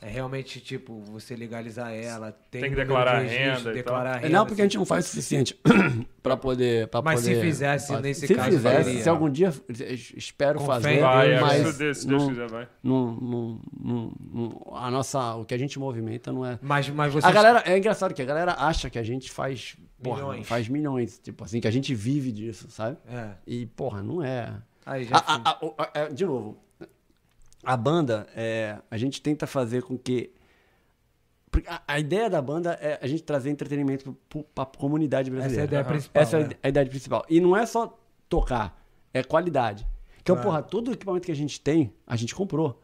A: É realmente, tipo, você legalizar ela, tem,
D: Tem que
A: número de
D: declarar
A: registro,
D: renda e
A: declarar
E: É,
A: renda.
E: Não, porque a gente não faz o suficiente pra poder. Pra
A: Mas se
E: poder-
A: fizesse,
E: pra-
A: nesse
E: se
A: caso,
E: Fizesse,
A: faria.
E: Se algum dia eh, espero
A: Com
E: fazer,
A: fé.
D: Vai, é,
E: mas
D: se Deus- se Deus
E: não,
D: quiser, vai.
E: não- não- não- não- a nossa, o que a gente movimenta não é.
A: Mas, mas você.
E: A galera é engraçado que a galera acha que a gente faz porra,
A: Milhões.
E: faz milhões, tipo assim, que a gente vive disso, sabe?
A: É.
E: E porra, não é.
A: Aí já.
E: A- a- a- o- a- é, de novo, a banda, é, a gente tenta fazer com que. porque A, a ideia da banda é a gente trazer entretenimento para a comunidade
A: essa é a
E: brasileira.
A: ideia principal.
E: Essa é a
A: né?
E: ide- a ideia principal. E não é só tocar, é qualidade. Então, porra, todo o equipamento que a gente tem, a gente comprou.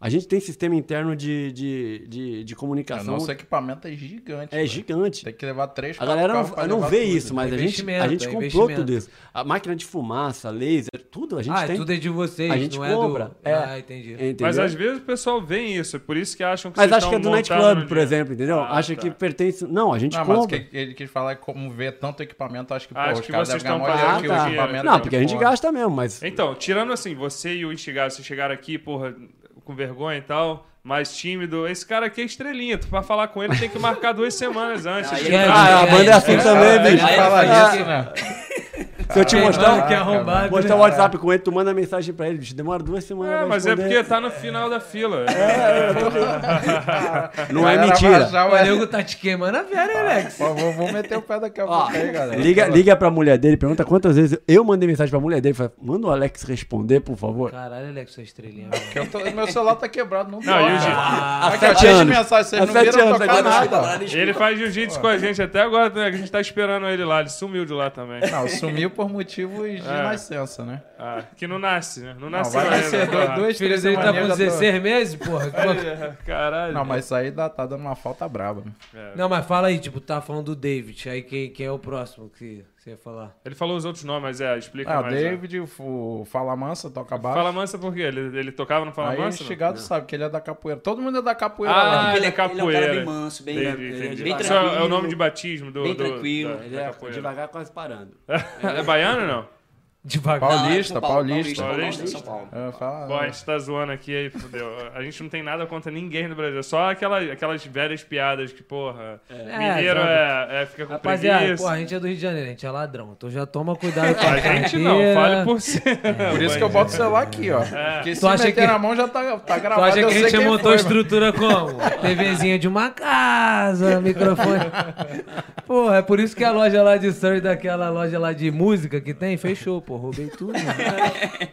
E: A gente tem sistema interno de, de, de, de
C: Cara,
E: comunicação.
C: nosso equipamento é gigante.
E: É
C: velho.
E: gigante.
C: Tem que levar três,
E: A
C: quatro
E: galera
C: carros pra
E: não, não
C: levar
E: vê
C: tudo.
E: isso, mas
A: É
E: a gente, a
A: investimento,
E: gente
A: é
E: comprou
A: investimento.
E: tudo isso. A máquina de fumaça, laser, tudo a gente
A: Ah,
E: tem.
A: tudo é de vocês,
E: A gente
A: não
E: compra.
A: é do.
E: É.
A: Ah, entendi.
E: Entendeu?
D: Mas às vezes o pessoal vê isso, é por isso que acham que
E: Mas
D: vocês
E: acho que é
D: estão
E: do
D: montando
E: nightclub,
D: no
E: por
D: dia.
E: exemplo, entendeu?
D: Ah,
E: acha
D: tá.
E: que pertence. Não, a gente
C: Não, mas o
E: compra.
C: que ele quis falar é como ver tanto equipamento, acho que,
D: Acho
C: pô, os
D: que
C: caras
D: vocês
C: devem ganhar
D: estão
C: maior
E: Ah,
D: pagando
C: que
D: o
E: tá.
D: equipamento,
E: Não, porque a gente
C: pô.
E: gasta mesmo, mas.
D: Então, tirando assim, você e o Instigar, você chegaram aqui, porra, com vergonha e tal, mais tímido, esse cara aqui é estrelinha, tu pra falar com ele tem que marcar duas semanas antes.
B: Aí
D: Ele
B: ele-
D: tá-
E: Ah, a banda é assim
A: É,
E: também,
A: é,
E: bicho.
A: é,
C: Fala
A: é,
C: isso, né?
E: Se eu te
A: Tem
E: mostrar,
A: banda que é
C: Caraca,
A: arrombado.
E: mostrar o
A: né?
E: WhatsApp com ele, tu manda mensagem pra ele, bicho. Demora duas semanas.
D: É,
E: pra
D: mas é
E: responder.
D: porque tá no final da
C: É,
D: fila.
E: Não é
C: Galera, vai
E: mentira.
C: já,
A: O
C: vai-
A: nego tá te queimando a velha, hein, Alex?
C: Pô, vou, vou meter o pé daqui a
E: Ó,
C: pouco aí, galera.
E: liga, liga pra mulher dele, pergunta quantas vezes eu- eu mandei mensagem pra mulher dele, falei, manda o Alex responder, por favor.
A: Caralho, Alex, sua estrelinha.
C: Que eu tô- meu celular tá quebrado, não,
D: Não, e o Gi-
E: Há
C: Aqui, ó,
E: sete
C: deixa de
E: anos.
C: mensagem, vocês
E: Há
C: não
E: sete
C: viram
E: anos,
C: tocar
E: agora
C: nada.
B: Agora eles-
C: tá.
D: Ele faz jiu-jitsu com a gente até agora, né? A gente tá esperando ele lá, ele sumiu de lá também.
C: Não, sumiu por motivos de
D: É.
C: nascença, né?
D: Ah, que não nasce, né? Não
C: Não,
D: nasce
C: vai nascer dois,
D: porra.
C: dois,
A: Filho
C: três
A: dele tá
C: semanas
A: com
C: já tô-
A: 16 meses, porra. Como- é
D: Caralho.
C: Não, mas isso aí dá, tá dando uma falta braba. né?
A: Não, mas fala aí, tipo, tá falando do David. Aí quem, quem é o próximo que você ia falar?
D: Ele falou os outros nomes, mas é, explica
C: Ah, o
D: mais.
C: David, o Fala Mansa, toca
D: né?
C: baixo.
D: Fala Mansa por quê? Ele, ele tocava no Fala
C: aí
D: Mansa? não?
C: Chigado sabe que ele é da capoeira. Todo mundo é da capoeira
D: Ah,
C: lá.
D: ele
B: ele
D: é
B: é- ele é um
D: capoeira.
B: cara bem manso, bem-
D: Entendi,
B: ele é
D: entendi.
B: bem
D: Isso é- é o
B: tranquilo.
D: nome de batismo do.
B: Bem
D: do-
B: tranquilo,
D: da-
B: ele
C: é
D: da é capoeira.
E: é quase parando.
D: É baiano ou não?
A: Devagar.
C: Paulista,
B: Não, é São Paulo,
C: paulista.
B: Paulista, São Paulo.
C: É, fala-
D: Bom, a gente tá zoando aqui, aí fudeu. A gente não tem nada contra ninguém no Brasil. Só aquela, aquelas velhas piadas que, porra, mineiro é, é, fica com
A: Rapaziada,
D: preguiça.
A: porra, a gente é do Rio de Janeiro, a gente é ladrão. Então já toma cuidado com
D: A gente não,
A: carteira.
D: fale por si.
E: É,
C: Por isso que eu boto o celular aqui, ó. Porque se
A: Tu acha
C: meter
A: que-
C: na mão já tá, tá
A: Tu
C: gravado.
A: acha que
C: eu
A: a
C: sei
A: gente é
C: quem
A: montou
C: foi,
A: a
C: mano.
A: estrutura como? TVzinha de uma casa, microfone. Porra, é por isso que a loja lá de Surrey, daquela loja lá de música que tem, fechou, pô. Roubei tudo. mano.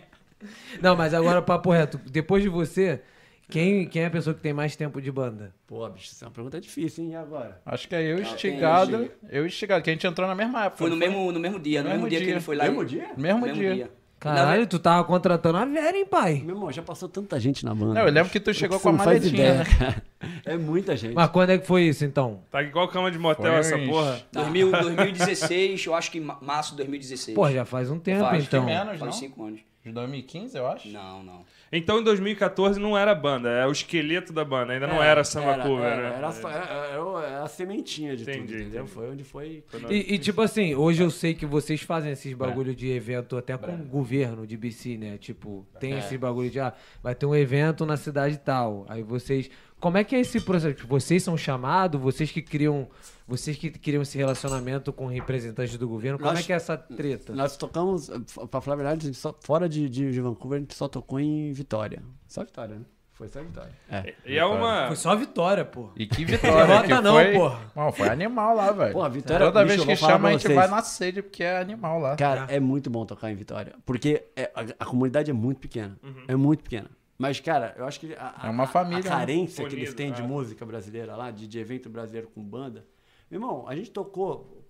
A: Não, mas agora, papo reto. Depois de você, quem, quem é a pessoa que tem mais tempo de banda?
E: Pô, bicho, essa é uma pergunta difícil, hein? E agora?
C: Acho que é eu
B: tem
C: estigado.
B: esse.
C: Eu estigado, que a gente entrou na mesma época.
B: Foi no
C: não
B: mesmo, no mesmo dia, no
C: Mesmo
B: mesmo dia que
C: dia.
B: ele foi lá.
E: Mesmo dia?
C: Mesmo dia.
A: Caralho, tu tava contratando a Vera, hein, pai?
E: Meu irmão, já passou tanta gente na banda.
C: Não, eu lembro
E: bicho.
C: que tu chegou
E: Você
C: com a
E: não faz
C: maletinha,
E: ideia,
C: né?
E: cara. É muita gente.
A: Mas quando é que foi isso, então?
D: Tá igual cama de motel
C: Foi
D: essa
A: um
C: uns-
D: porra.
B: 2000, 2016, eu acho que ma- março de 2016.
A: Porra, já faz um tempo,
B: Faz,
A: então.
C: menos. não?
B: Faz cinco anos.
C: De 2015, eu acho.
B: Não, não.
D: Então em 2014 não era banda, é o esqueleto da banda, ainda não era samba
E: É, era,
D: cover,
E: era,
D: né?
E: era, é, só- era- era- era a sementinha de
D: Entendi,
E: tudo, entendeu?
D: entendi.
E: Foi onde foi...
A: E, e, tipo assim, hoje eu sei que vocês fazem esses bagulho de evento até com o governo de BC, né? Tipo, tem
E: É.
A: esse bagulho de, ah, vai ter um evento na cidade tal. Aí vocês. Como é que é esse processo? Tipo, Vocês são chamados, vocês que criam. Vocês que criam esse relacionamento com representantes do governo, como
E: Nós-
A: é que é essa treta?
E: Nós tocamos, pra falar a verdade, a gente só- fora de, de, de Vancouver, a gente só tocou em Vitória. Só Vitória, né? Foi só Vitória. É.
D: E é uma.
A: Foi só a vitória, pô.
C: E que vitória.
A: Derrota
C: que
A: não,
C: foi...
A: porra.
C: Mano, foi animal lá, velho.
E: Pô, a Vitória-
C: Toda
E: bicho, eu
C: vez que
E: vou falar
C: chama, a
E: pra
C: gente
E: vocês.
C: vai na sede, porque é animal lá.
E: Cara, é muito bom tocar em Vitória. Porque é- a, a comunidade é muito pequena.
D: Uhum.
E: É muito pequena. Mas, cara, eu acho que a, a-
C: É uma
E: a-
C: família,
E: a carência
D: né?
E: que eles
D: Unido,
E: têm de
D: é.
E: música brasileira lá, de, de evento brasileiro com banda. Meu irmão, a gente tocou.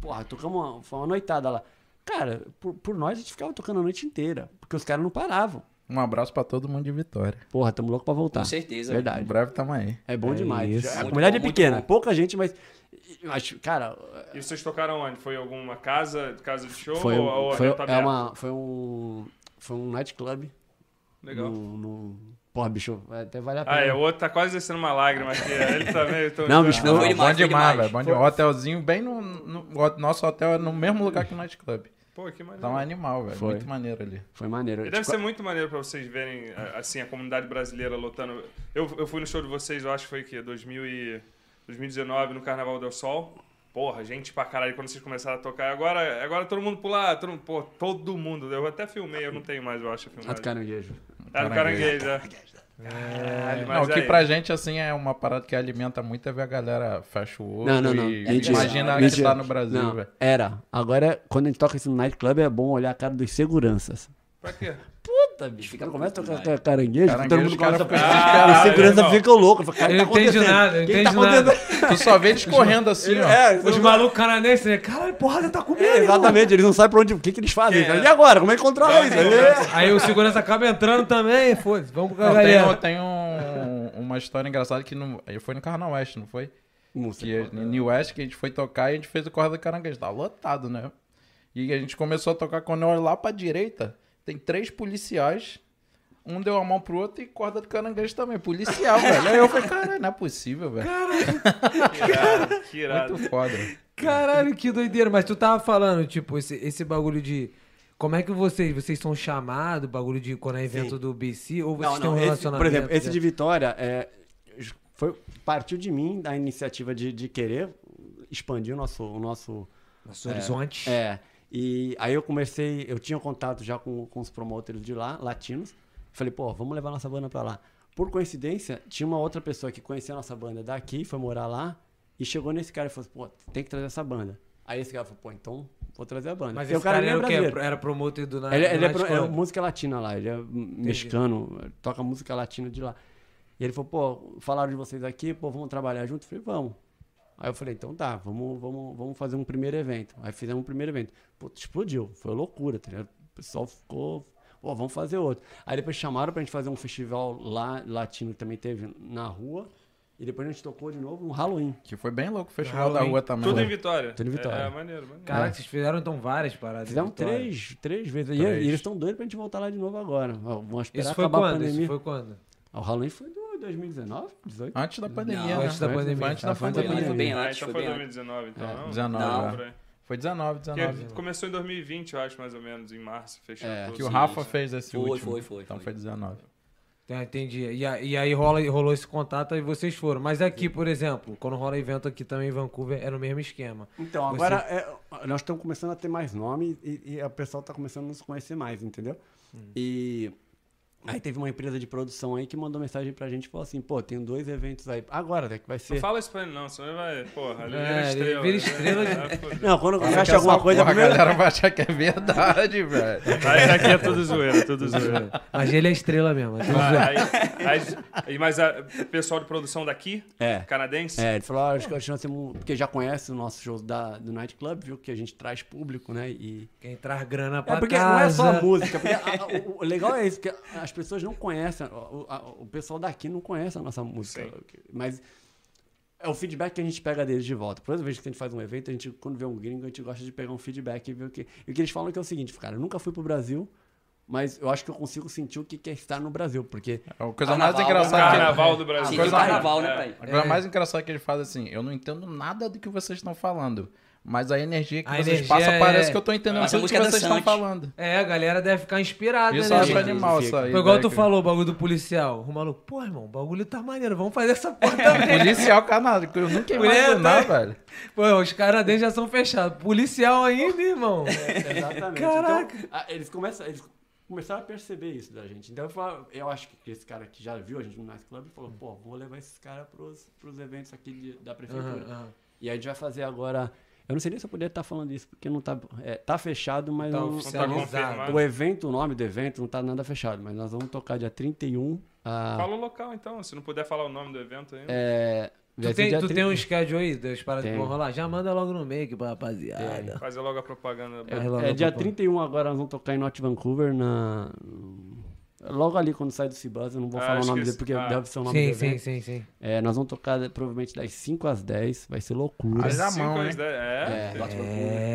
E: Porra, tocamos uma, foi uma noitada lá. Cara, por, por nós a gente ficava tocando a noite inteira, porque os caras não paravam.
C: Um abraço pra todo mundo de Vitória.
E: Porra, tamo louco pra voltar.
B: Com certeza.
C: Em
E: Verdade.
C: breve tamo aí.
E: É bom
A: É
E: demais.
A: isso.
E: A
B: Muito bom,
E: comunidade é
B: muito
E: pequena,
B: bom.
E: pouca gente, mas. Mas, cara,
D: E vocês tocaram onde? Foi alguma casa, casa de show
E: foi,
D: ou, ou
E: foi,
D: evento
E: é
D: aberto?
E: uma, foi um. Foi um nightclub.
D: Legal.
E: No, no... Porra, bicho, até vale a pena.
D: Ah, é, o outro tá quase descendo uma lágrima aqui. Ele tá meio... tô-
E: Não, bicho,
B: Não,
E: foi
B: foi
C: bom
B: demais, foi
C: demais,
B: demais.
C: velho. Bom demais. Hotelzinho bem no, no- o Nosso hotel é no mesmo lugar que o nightclub.
D: Pô, que maneiro.
C: Tá um animal, velho.
E: Foi.
C: Muito maneiro ali.
E: Foi maneiro.
C: Tipo,
D: E
E: Tipo,
D: deve ser muito maneiro pra vocês verem, a- assim, a comunidade brasileira lotando. Eu, eu fui no show de vocês, eu acho que foi que 2000 e 2019, no Carnaval do Sol. Porra, gente pra caralho, quando vocês começaram a tocar. Agora, agora todo mundo pular, todo, mundo- pô, todo mundo. Eu até filmei, eu não tenho mais, eu acho, a
E: Ah, do
D: filmagem.
E: caranguejo.
D: Ah, do caranguejo, é. Caralho,
C: né? É, Não, o
D: mas
C: que
D: aí-
C: pra gente, assim, é uma parada que alimenta muito é ver a galera fecha o olho
E: Não, não, não.
C: e
E: Mentira.
C: imagina que
E: Mentira.
C: tá no Brasil,
E: Não,
C: velho.
E: Era. Agora, quando a gente toca isso no nightclub, é bom olhar a cara dos seguranças.
D: Pra quê?
E: Puta, bicho.
B: Fica
E: Fica começa a
B: puto,
E: tocar caranguejo,
C: Caranguejo,
E: todo mundo
C: os caras
E: começa a
C: ficam-
E: pensar, Os
D: Ah,
E: seguranças
D: irmão.
E: ficam loucos. Fala, cara,
A: Ele
E: tá
A: não entende
E: acontecendo?
A: nada, ele
E: O que que
A: entende
E: tá
A: nada.
E: acontecendo?
C: Tu só vê eles correndo assim, ó.
E: É,
A: Os malucos canadenses, né? Caralho, porrada tá comendo.
E: É, exatamente, eles não sabem pra onde, o que, que eles fazem. cara. E agora? Como é que controla isso? É.
A: Aí o segurança acaba entrando também, foda-se, vamos com a
C: Não, tem,
A: galera.
C: um- tem um- uma história engraçada que não, aí foi no Carnal West, não foi?
E: Não
C: Que
E: sei.
C: a- em New West que a gente foi tocar e a gente fez o Corda do Caranguejo. Tá lotado, né? E a gente começou a tocar quando eu olho lá pra direita, tem três policiais. Um deu a mão pro outro e corda do caranguejo também. Policial, velho. Aí eu falei, caralho, não é possível, velho.
D: Que irado, que irado.
C: Muito foda.
A: Caralho, que doideira. Mas tu tava falando, tipo, esse, esse bagulho de. Como é que vocês. Vocês são chamados, bagulho de quando é evento do BC? Ou vocês
E: Não,
A: têm um
E: não, esse,
A: relacionamento?
E: por exemplo, esse
A: né?
E: de Vitória é, foi, partiu de mim, da iniciativa de, de querer expandir o nosso, o nosso
A: Nosso horizonte.
E: É. E aí eu comecei, eu tinha contato já com, com os promotores de lá, latinos. Falei, pô, vamos levar nossa banda pra lá. Por coincidência, tinha uma outra pessoa que conhecia a nossa banda daqui, foi morar lá, e chegou nesse cara e falou, assim, pô, tem que trazer essa banda. Aí esse cara falou, pô, então vou trazer a banda.
A: Mas
E: Porque
A: esse cara,
E: nem é
A: era o quê?
E: brasileiro.
A: Era promotor do nada.
E: Ele, ele é, pro- é música latina lá, ele é mexicano, toca música latina de lá. E ele falou, pô, falaram de vocês aqui, pô, vamos trabalhar junto? Eu falei, vamos. Aí eu falei, então tá, vamos, vamos, vamos fazer um primeiro evento. Aí fizemos um primeiro evento. Pô, explodiu, foi loucura, tá ligado? O pessoal ficou, pô, vamos fazer outro. Aí depois chamaram pra gente fazer um festival lá, latino que também teve na rua. E depois a gente tocou de novo no Halloween.
C: Que foi bem louco o Festival da
A: Halloween.
C: Rua também.
D: Tudo em
C: velho.
D: Vitória.
E: Tudo em Vitória.
D: É, é maneiro, maneiro.
A: Caraca, vocês fizeram então várias paradas.
E: Fizemos
A: em Vitória.
E: três, três vezes. E-
C: Três.
E: E eles estão doidos pra gente voltar lá de novo agora. Ó, Vamos esperar
A: Isso foi
E: acabar a
A: quando?
E: pandemia.
A: Isso foi quando?
E: Ah, O Halloween foi do 2019, 18?
C: Antes da pandemia,
B: Não,
C: né?
A: antes da
C: Foi-
A: pandemia.
C: Foi antes
A: Ah,
C: da
A: foi
B: Foi,
C: pandemia.
B: bem- foi bem
D: Ah,
B: antes,
D: então
B: foi
D: foi
B: bem antes.
D: 2019, então,
E: É,
D: não?
C: 19,
D: Não,
C: né?
D: por aí.
C: Foi 19,
D: Porque
C: 19.
D: começou em 2020, eu acho, mais ou menos, em março, fechou. tudo.
E: É,
D: assim,
C: Que o
D: Sim,
C: Rafa
D: sim.
C: fez esse
B: Foi,
C: último.
B: foi, foi,
C: Então
B: foi.
C: foi 19.
A: Tá, entendi. E, a- e aí rola, rolou esse contato e vocês foram. Mas aqui, por exemplo, quando rola evento aqui também em Vancouver, é no mesmo esquema.
E: Então,
A: Você-
E: agora é, nós estamos começando a ter mais nome e, e a pessoa está começando a nos conhecer mais, entendeu? E aí teve uma empresa de produção aí que mandou mensagem pra gente e falou assim, pô, tem dois eventos aí. Agora, né, que vai
D: Não
E: ser.
D: fala isso pra ele, não, senão ele vai. Porra, ele
A: É,
D: vira
A: ele
D: estrela.
A: vira estrela
D: né?
A: de-
D: Vai foder.
E: Não, quando
C: Fala que
E: fecha alguma
C: essa
E: coisa,
C: porra, a
E: primeiro...
C: galera vai achar que é verdade, velho.
D: Aí daqui é tudo zoeira, tudo zoeira.
A: Mas ele é estrela mesmo. é tudo zoeira.
D: Aí, aí- mas a- o pessoal de produção daqui,
E: É.
D: canadense,
E: É, ele falou, ah, acho que a chance é mu- porque já conhece o nosso show da, do nightclub, viu? Que a gente traz público, né? E,
A: Quem traz grana pra
E: É porque não é
A: casa.
E: só a música. Porque a- a- o, o legal é isso, que as pessoas não conhecem, o, a- o pessoal daqui não conhece a nossa música. Mas é o feedback que a gente pega deles de volta. Toda vez que a gente faz um evento, a gente, quando vê um gringo, a gente gosta de pegar um feedback e ver o que. E o que eles falam que é o seguinte, cara, eu nunca fui pro Brasil, mas eu acho que eu consigo sentir o que que é estar no Brasil, porque.
C: A coisa
B: Carnaval,
C: mais
D: o
C: engraçada. que-
D: carnaval do
B: Sim,
D: Brasil.
B: tem
C: coisa mais-
B: Ah, carnaval, né,
D: É.
B: pai?
C: A coisa mais engraçada que ele faz assim, eu não entendo nada do que vocês estão falando. Mas a energia que
A: A
C: vocês
A: energia
C: passam
A: é-
C: parece que eu tô entendendo
B: Mas a
C: tudo que
B: música é
C: vocês estão
B: dançante.
C: falando.
A: É, a galera deve ficar inspirada,
C: Isso eu
A: né?
C: acho é
A: mano?
C: animal isso aí. né,
A: Foi igual
C: velho,
A: tu
C: que-
A: falou, o bagulho do policial. O maluco, pô, irmão, o bagulho tá maneiro, vamos fazer essa porra também.
C: Policial canado, que eu nunca
A: Mulher,
C: imaginava,
A: tá-
C: velho.
A: Pô, os caras dentro já são fechados. Policial ainda, irmão.
E: É, Exatamente.
A: Caraca.
E: Então, a- eles, começam, eles começaram a perceber isso da gente. Então eu, falo- eu acho que esse cara que já viu a gente no Night Club falou, pô, vou levar esses caras pros, pros eventos aqui de- da prefeitura.
A: Aham, aham.
E: E a gente vai fazer agora. Eu não sei nem se eu poderia estar falando isso, porque não tá. É, tá fechado, mas
A: Tá
E: não-
A: oficializado.
D: confirmado.
E: o evento, o nome do evento, não tá nada fechado. Mas nós vamos tocar dia 31 a.
D: Fala o local então, se não puder falar o nome do evento aí.
E: ah, É,
A: Tu
E: Vai ser
A: tem,
E: dia
A: tu
E: 30.
A: tem um schedule aí das paradas que
E: Tenho.
A: vão rolar? Já manda logo no meio aqui pra rapaziada.
D: Fazer logo a propaganda.
A: Vai logo
E: É
A: no
E: dia
A: popão.
E: 31 agora, nós vamos tocar em North Vancouver, na... logo ali quando sai do Cibus, eu não vou
D: Ah,
E: falar o nome
D: esqueci.
E: dele, porque
D: Ah.
E: deve ser o nome
A: Sim,
E: do
A: sim,
E: evento.
A: sim, sim.
E: É, nós vamos tocar provavelmente das 5 às 10, vai ser loucura.
C: Mas a
D: Cinco
C: mão, né?
D: às dez- É.
A: É,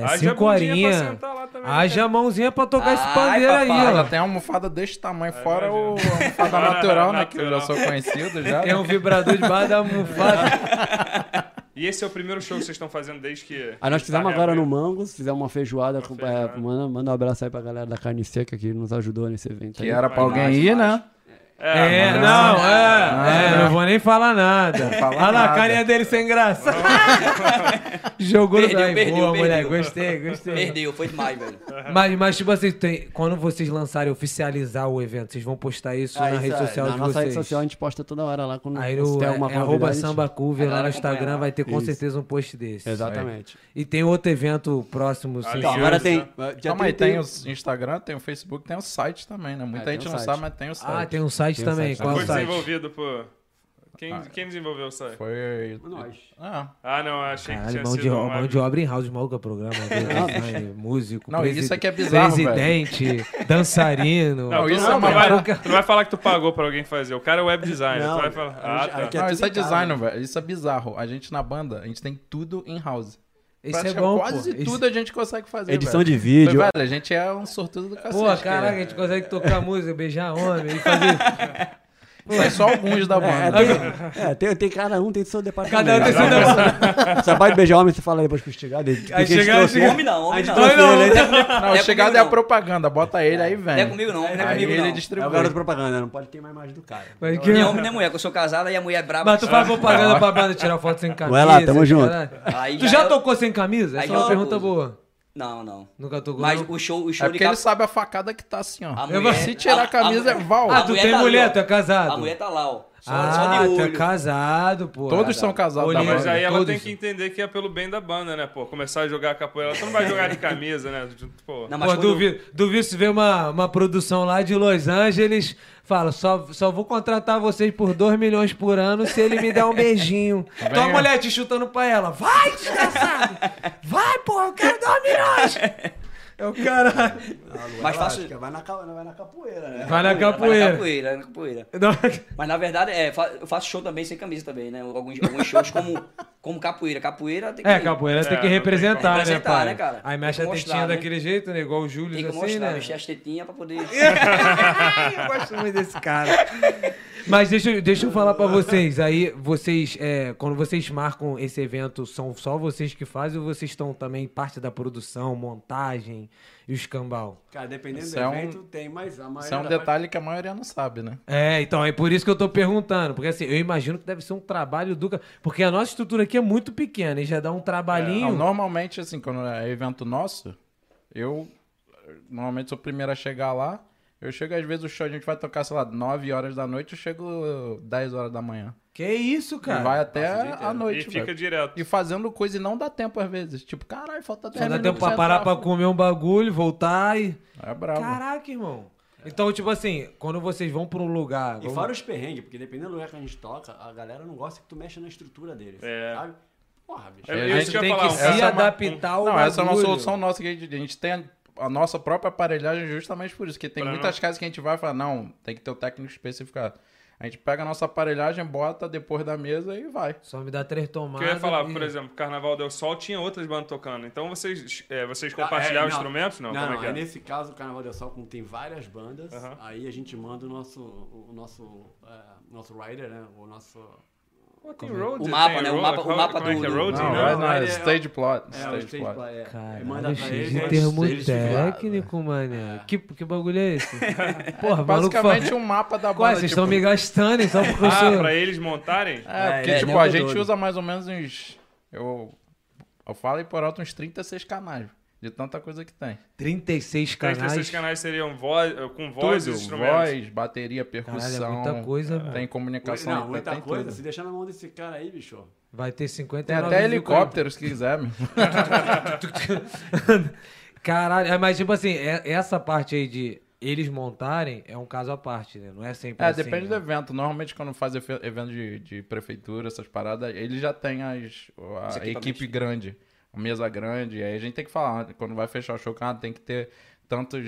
D: Haja
A: cinco
D: bundinha pra
A: horinhas.
D: sentar lá também, né?
A: Haja mãozinha pra tocar esse
B: Ai,
A: pandeiro aí,
B: papai.
C: Ela
A: ó.
C: tem uma almofada desse tamanho,
B: É,
C: fora o a
D: imagino.
C: almofada natural, né?
D: Natural.
C: Que eu já sou conhecido já. né?
A: Tem um vibrador debaixo da almofada.
D: E esse é o primeiro show que vocês estão fazendo desde que.
E: Aí Ah, nós
D: que
E: fizemos
D: tá
E: agora no
D: reabrindo.
E: Mangos, fizemos uma feijoada. com- é,
D: feijoada.
E: manda, manda um abraço aí pra galera da Carne Seca que nos ajudou nesse evento.
C: Que
E: aí.
C: era pra alguém ir, né?
D: É,
A: É, não, é, é, não vou nem falar nada.
C: falar
A: Olha lá a
C: nada.
A: carinha dele sem graça. Jogou no
B: Perdeu,
A: daí.
B: perdeu,
A: Boa, mulher,
B: perdeu.
A: gostei, gostei.
B: Perdeu, foi demais, velho.
A: Mas, mas, tipo assim, tem- quando vocês lançarem, oficializar o evento, vocês vão postar isso
E: Ah,
A: na
E: isso
A: rede
E: é,
A: social
E: na
A: de
E: nossa
A: vocês?
E: rede social a gente posta toda hora lá quando
A: Aí
E: se
A: no
E: tem
A: é,
E: alguma
A: é arroba
E: novidade.
A: samba cover lá no
B: A galera acompanha
A: Instagram,
B: lá.
A: vai ter com
E: Isso.
A: certamente um post desse.
E: Exatamente.
A: E tem outro evento próximo, sim. Ah,
E: Então, agora tem.
D: Tá.
E: dia
C: Calma aí, tem
E: 31.
C: o Instagram, tem o Facebook, tem o site também, né? Muita
E: É, tem
C: gente
E: o
C: não
E: site.
C: sabe, mas tem o site.
A: Ah, tem um site
E: Tem um
A: também.
E: site.
A: Qual
D: Foi
A: o site?
D: desenvolvido por. Quem,
A: Ah, é.
D: quem desenvolveu o site?
C: Foi...
E: Nós.
C: Ah,
D: Ah, não, achei que
A: Caralho,
D: tinha
A: mão
D: sido.
A: de,
D: um
A: mão de obra em house, mal que é o programa. né? Músico,
C: Não, isso é que é bizarro,
A: presidente, dançarino.
D: Não,
C: Não, isso
D: tu,
C: é
D: não,
C: uma
D: vai,
A: parada-
D: tu vai falar que tu pagou pra alguém fazer. O cara é web designer.
E: Não,
D: tu vai falar.
E: a gente- a
D: Ah,
E: gente-
D: tá.
C: não,
E: tudo
C: isso é
E: em casa,
C: design, velho. Isso é bizarro. A gente na banda, a gente tem tudo in house.
A: Isso é
C: Praticamente
A: bom,
C: Quase
A: pô.
C: tudo a gente consegue fazer,
E: Edição
C: velho.
E: de vídeo.
C: Velho, a gente é um sortudo do cacete. é
A: Pô,
C: cara.
A: caraca, a gente consegue tocar música, beijar homem e fazer...
C: Sai só alguns da
E: É,
C: banda.
E: tem, é, tem, tem cada um, tem seu departamento.
A: Cada um tem seu
E: departamento. Você vai beijar homem, você fala depois que o estigado.
A: Aí chega- chega-
B: Homem não, homem não. é
E: Não,
B: Não
E: não,
C: Não,
B: é
C: o chegado
B: comigo,
C: é a
B: não.
C: propaganda. Bota ele, aí vem.
B: é comigo não, não é
C: Aí
B: comigo
C: ele
B: não.
E: É
C: distribui.
E: o garoto propaganda, não pode ter mais imagem do cara.
A: Mas, é que...
B: Nem homem nem mulher, que eu sou casada e a mulher é braba.
A: Mas tu faz propaganda pra banda tirar foto sem camisa.
E: Vai lá, tamo
A: caralho.
E: junto.
B: Aí
A: Tu já
B: eu-
A: tocou sem camisa?
B: Aí
A: Essa é
B: já é
A: uma
B: outra
A: pergunta
B: coisa.
A: boa.
B: Não, não.
A: Nunca tocou,
B: Mas
A: não?
B: o show, o show
C: É
B: de
C: porque ele sabe a facada que tá assim, ó.
B: A
A: Eu
B: mulher-
A: vou-
C: Se tirar a camisa, é Val.
B: a
A: Ah, tu tem
B: tá ali,
A: mulher,
B: ó.
A: tu é casado.
B: A mulher tá lá, ó. Só,
A: Ah,
B: só de
A: tu é
B: olho.
A: casado, pô.
C: Todos são casados
A: Olha,
C: da
D: Mas
A: Olha,
D: aí
C: banda.
D: ela
A: todos.
D: tem que entender que é pelo bem da banda, né, pô? Começar a jogar capoeira. Tu não vai jogar de camisa, né? Pô.
B: Não, Ah, mas
A: Pô,
B: quando-
A: duvido, duvido se vê uma, uma produção lá de Los Angeles, fala, só, só vou contratar vocês por 2 milhões por ano se ele me der um beijinho.
B: Tá
A: Tua
C: Venha.
A: mulher te chutando pra ela, vai, desgraçado! Vai, porra, eu quero 2 milhões! É o cara.
B: Mas faço...
E: Vai na, ca- vai na capoeira, né?
A: Vai na
B: Vai na
A: capoeira.
B: é capoeira, vai na capoeira.
A: Não,
B: Mas na verdade, é, fa- eu faço show também sem camisa também, né? Alguns, alguns shows como, como capoeira. Capoeira tem que...
A: É, capoeira tem que
D: É, não tem como
A: representar, né,
B: representar,
A: pai?
B: né, cara?
A: Aí
B: Tem
A: mexe
B: que
A: a
B: mostrar,
A: tetinha
B: né?
A: daquele jeito, né? Igual o Júlio,
B: Tem que
A: assim,
B: mostrar,
A: né?
B: mexer as tetinhas pra poder...
A: eu gosto muito desse cara. Mas deixa, eu- deixa eu falar pra vocês. Aí, vocês, é, quando vocês marcam esse evento, são só vocês que fazem ou vocês estão também parte da produção, montagem e o escambau?
E: Cara, dependendo
C: Isso
E: do
C: é um-
E: evento, tem, mas a maioria.
C: Isso é um
E: da-
C: detalhe que a maioria não sabe, né?
A: É, então é por isso que eu tô perguntando. Porque assim, eu imagino que deve ser um trabalho do. ca- Porque a nossa estrutura aqui é muito pequena e já dá um
C: Não,
A: trabalhinho.
C: normalmente, assim, quando é evento nosso, eu normalmente sou o primeiro a chegar lá. Eu chego, às vezes, o show a gente vai tocar, sei lá, 9 horas da noite, eu chego 10 horas da manhã.
A: Que isso,
C: e
A: cara?
C: vai até a
D: e
C: noite,
D: fica
C: velho.
D: direto.
C: E fazendo coisa e não dá tempo, às vezes. Tipo, caralho, falta 10
A: Só dá
C: minutos.
A: tempo pra
C: você
A: parar
C: entrar.
A: pra comer um bagulho, voltar e.
C: É brabo.
A: Caraca, irmão. Então, tipo assim, quando vocês vão pra um lugar.
E: E
A: vamos-
E: fora os perrengues, porque dependendo do lugar que a gente toca, a galera não gosta que tu mexa na estrutura deles.
D: É.
E: Sabe? Porra, bicho.
D: É,
C: A
D: eu
C: gente
D: isso que eu
A: tem
D: ia falar,
A: que
D: um
A: se
D: cara-
C: essa é uma-
A: adaptar ao
C: Não, essa é uma
A: bagulho.
C: solução nossa que a gente, a gente tem a, a nossa própria aparelhagem justamente por isso. Que tem
D: Pra
C: muitas casas que a gente vai e fala, não, tem que ter o técnico especificado. A gente pega a nossa aparelhagem, bota depois da mesa e vai.
A: Só me dá três tomadas.
D: Porque eu ia falar,
A: e-
D: por exemplo, Carnaval del Sol tinha outras bandas tocando. Então vocês, é, vocês compartilharam
E: É, não.
D: instrumentos? Não,
E: não
D: como é que
E: aí
D: é?
E: nesse caso, o Carnaval do Sol, como tem várias bandas,
D: Aham.
E: aí a gente manda o nosso, o nosso, é, nosso rider, né? O nosso...
D: Pô, tem road,
B: O mapa,
D: tem
B: né? O
D: road,
B: mapa- o
D: como
B: mapa
D: é que é
B: do-
D: road,
C: Não,
E: Não,
C: vai
E: não,
C: na
E: ele é-
C: stage plot.
E: É, o
C: stage
E: stage
C: plot.
E: play, é. Aí
A: Caralho,
E: manda pra
A: cheio
E: eles,
A: de
E: eles-
A: termo
E: eles-
A: técnico, mané. Que, que bagulho é esse? Porra, maluco
C: Basicamente
A: fala-
C: um mapa da
A: Ué,
C: banda.
A: vocês Ah,
C: tipo-
A: estão me gastando, hein? Só porque eu
D: Ah,
A: sou...
D: pra eles montarem?
C: É, porque
E: É, é,
C: tipo,
E: né,
C: a
E: o
C: gente
E: doido.
C: usa mais ou menos uns... Eu, eu falo aí por alto uns 36 canais. De tanta coisa que tem.
A: 36
D: Três desses
A: canais.
D: canais seriam voz, eh, com voz e
C: Tudo,
D: os instrumentos.
C: voz, bateria, percussão.
A: é muita coisa,
C: Tem comunicação.
E: Não,
C: tem-
E: muita
C: tem
E: coisa.
C: um
E: assim,
C: tudo.
E: Se deixar na mão desse cara aí, bicho.
A: Vai ter 59
C: Tem até
A: mil
C: helicóptero, se quiser, meu.
A: Caralho, é, mas tipo assim, é- essa parte aí de eles montarem é um caso à parte, né? Não é sempre
C: É,
A: assim,
C: depende
A: né?
C: do evento. Normalmente, quando faz efe- evento de, de prefeitura, essas paradas, ele já tem as,
B: Os
C: a
B: equipamentos.
C: equipe grande, a mesa grande. Aí a gente tem que falar, quando vai fechar o show, cara, tem que ter tantas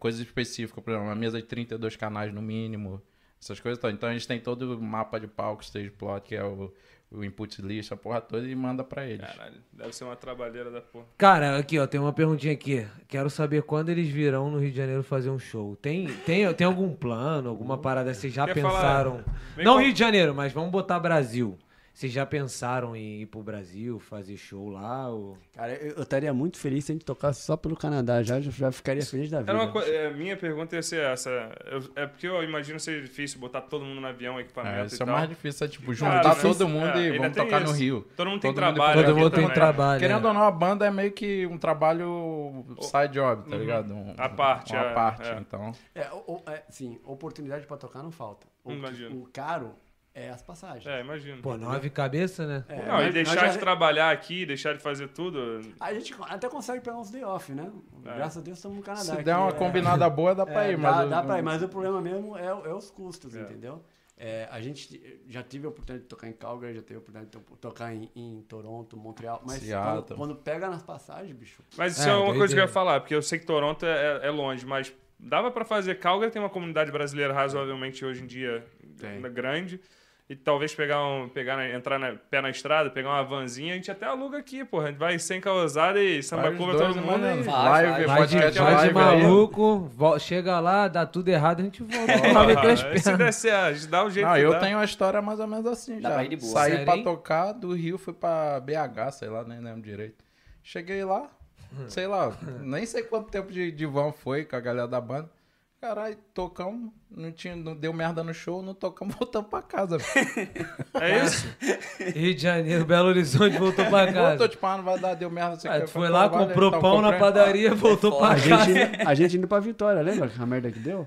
C: coisas específicas. Por exemplo, uma mesa de 32 canais no mínimo. Essas coisas. Então, então a gente tem todo o mapa de palco, stage plot, que é o, o input list, a porra toda, e manda pra eles.
D: Caralho, deve ser uma trabalheira da porra.
A: Cara, aqui, ó, tem uma perguntinha aqui. Quero saber quando eles virão no Rio de Janeiro fazer um show. Tem, tem, tem algum plano, alguma parada? Vocês já
D: Quer
A: pensaram?
D: falar- Vem
A: Não
D: com-
A: Rio de Janeiro, mas vamos botar Brasil. Vocês já pensaram em ir pro Brasil, fazer show lá? Ou...
E: Cara, eu, eu estaria muito feliz se a gente tocasse só pelo Canadá. Já, já ficaria feliz da vida.
D: Era uma co- é, minha pergunta ia ser essa. Eu- é porque eu imagino ser difícil botar todo mundo no avião, equipamento
C: É,
D: e
C: isso é
D: tal.
C: o mais difícil, é tipo,
D: Cara,
C: juntar
D: difícil.
C: todo mundo
D: É,
C: e
D: ainda
C: vamos
D: tem
C: tocar no
D: isso.
C: Rio.
D: Todo mundo tem
C: por
D: trabalho né?
C: aqui
A: Todo mundo tem
D: também.
A: trabalho.
C: Querendo
A: né?
C: ou não, a banda é meio que um trabalho side job, tá ligado? Um,
D: A Uhum. parte,
C: Uma
D: é,
C: parte,
D: é.
C: então.
E: É, o- o- é, sim, oportunidade pra tocar não falta. O, que-
D: Imagino.
E: o caro é as passagens.
D: É, imagino.
A: Pô, nove cabeça, né?
E: É,
D: Não,
E: nós-
D: e
E: nós
D: deixar
E: já-
D: de trabalhar aqui, deixar de fazer tudo.
E: A gente co- até consegue pegar uns day off, né? Graças a Deus estamos no Canadá.
C: Se
E: aqui,
C: der uma
E: é.
C: combinada boa, dá pra
E: É,
C: ir,
E: dá,
C: mas.
E: dá pra ir, mas o problema mesmo é, o- é os custos, entendeu? É, a gente já tive a oportunidade de tocar em Calgary, já teve a oportunidade de to- tocar em, em Toronto, Montreal, mas quando,
C: Seattle.
E: quando pega nas passagens, bicho.
D: Mas isso
A: É,
D: é, uma coisa que eu
A: doideira.
D: ia falar, porque eu sei que Toronto é, é longe, mas dava pra fazer. Calgary tem uma comunidade brasileira razoavelmente hoje em dia
E: Tem.
D: grande. E talvez pegar um. Pegar na- entrar na, pé na estrada, pegar uma vanzinha, a gente até aluga aqui, porra. A gente vai sem causada e samba
C: Vai os
D: curva
C: dois, né,
D: todo mundo.
C: mano,
D: e-
B: Vai,
C: Live,
A: Vai de,
C: podcast,
A: vai de
C: live. aí.
A: maluco, vol- chega lá, dá tudo errado, a gente volta. pra ver pelas
D: Porra, se
A: pernas.
D: der certo, dá o jeito né?
C: Não,
D: que
C: eu
D: dá.
C: tenho uma história mais ou menos assim
B: Dá
C: já.
B: pra ir de boa.
C: Saí
A: Sério,
C: pra
A: hein?
C: tocar, do Rio fui pra BH, sei lá, nem lembro direito. Cheguei lá,
A: Hum.
C: sei lá, nem sei quanto tempo de, de vão foi com a galera da banda. Caralho, tocamos, não, tinha, não deu merda no show, não tocamos, voltamos pra casa.
D: É isso?
A: Rio de Janeiro, Belo Horizonte, voltou pra
C: Voltou,
A: casa.
C: tipo, ah, não vai tá dar, deu merda. Você
A: Ah, tu foi lá, comprou pão na padaria, voltou pra
E: É A
A: casa.
E: gente, a gente indo pra Vitória, lembra a merda que deu?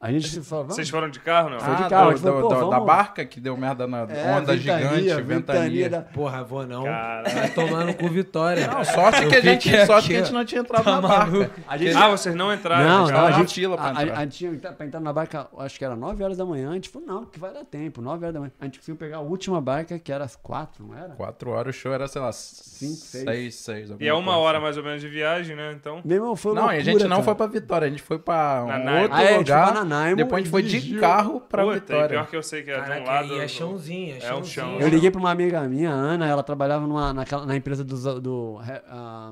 E: A gente se falou, vamos.
D: Vocês foram de carro, não?
E: Foi de
C: Ah,
E: carro, a
C: do,
E: gente falou,
C: do-
E: pô,
C: do- da
E: vamos-
C: barca que deu merda na
E: É,
C: onda
E: ventania,
C: gigante, ventania.
E: da-
A: Porra, vou não.
D: Caralho.
A: Vai tomar no cu Vitória.
C: Não, sorte,
A: Eu
C: que a, gente,
A: fiquei
C: sorte que a
A: aqui,
C: gente
A: ó.
C: não é tinha entrado
A: Tá
C: na barca.
A: maluco?
E: A gente-
D: Ah, vocês não entraram.
E: Não,
D: de
E: não,
D: carro.
E: a
C: na
E: gente,
C: fila pra
E: a, a-
C: entrar.
E: a gente tinha pra entrar na barca, acho que era 9 horas da manhã, a gente falou, não, que vai dar tempo, 9 horas da manhã. A gente conseguiu pegar a última barca, que era às 4, não era?
C: Quatro horas, o show era, sei lá,
E: Cinco, seis.
C: seis, seis. assim.
D: E é uma hora mais ou menos de viagem, né? Então.
E: Meu irmão, foi
C: Não,
E: loucura,
C: e a gente não
E: cara.
C: foi pra Vitória, a gente foi pra um
D: Nanaimo.
C: outro
E: Ah, é, a gente foi pra
C: lugar.
E: Nanaimo,
C: depois a gente foi de
E: dirigiu.
C: carro pra
D: Puta, e
C: Vitória.
D: pior que eu sei que é de um
A: Caraca,
D: lado.
A: e é chãozinho, é
D: É um
A: chãozinho.
D: chão.
E: Eu liguei pra uma amiga minha, a Ana, ela trabalhava numa, naquela- na empresa dos- do, ah,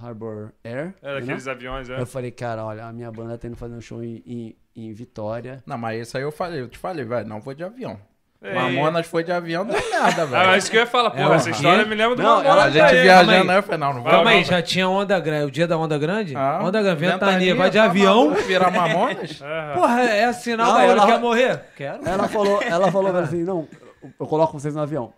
E: Harbor Air.
D: É
E: né?
D: daqueles aviões, é.
E: Eu falei, cara, olha, a minha banda tá indo fazer um show em, em- em Vitória.
C: Não, mas isso aí eu falei, eu te falei, velho, não vou de avião.
D: Ei.
C: Mamonas foi de avião, não é nada, velho.
D: É. Ah, isso que eu ia falar, pô,
A: uma-
D: essa história me lembra do
E: Não,
D: Mamonas
E: ela-
C: a gente
D: aí,
C: viajando,
A: calma aí.
C: aí eu falei, não, não
A: Calma aí,
C: vai.
A: já tinha onda grande. O dia da onda grande?
C: Ah, tá
A: onda grande, ventania, vai de avião.
C: maluco, Virar Mamonas?
A: Porra, é sinal
E: Não,
A: da hora.
E: ela-
A: Quer morrer? Quero.
E: Ela falou, ela falou pra mim assim, não, eu- eu coloco vocês no avião.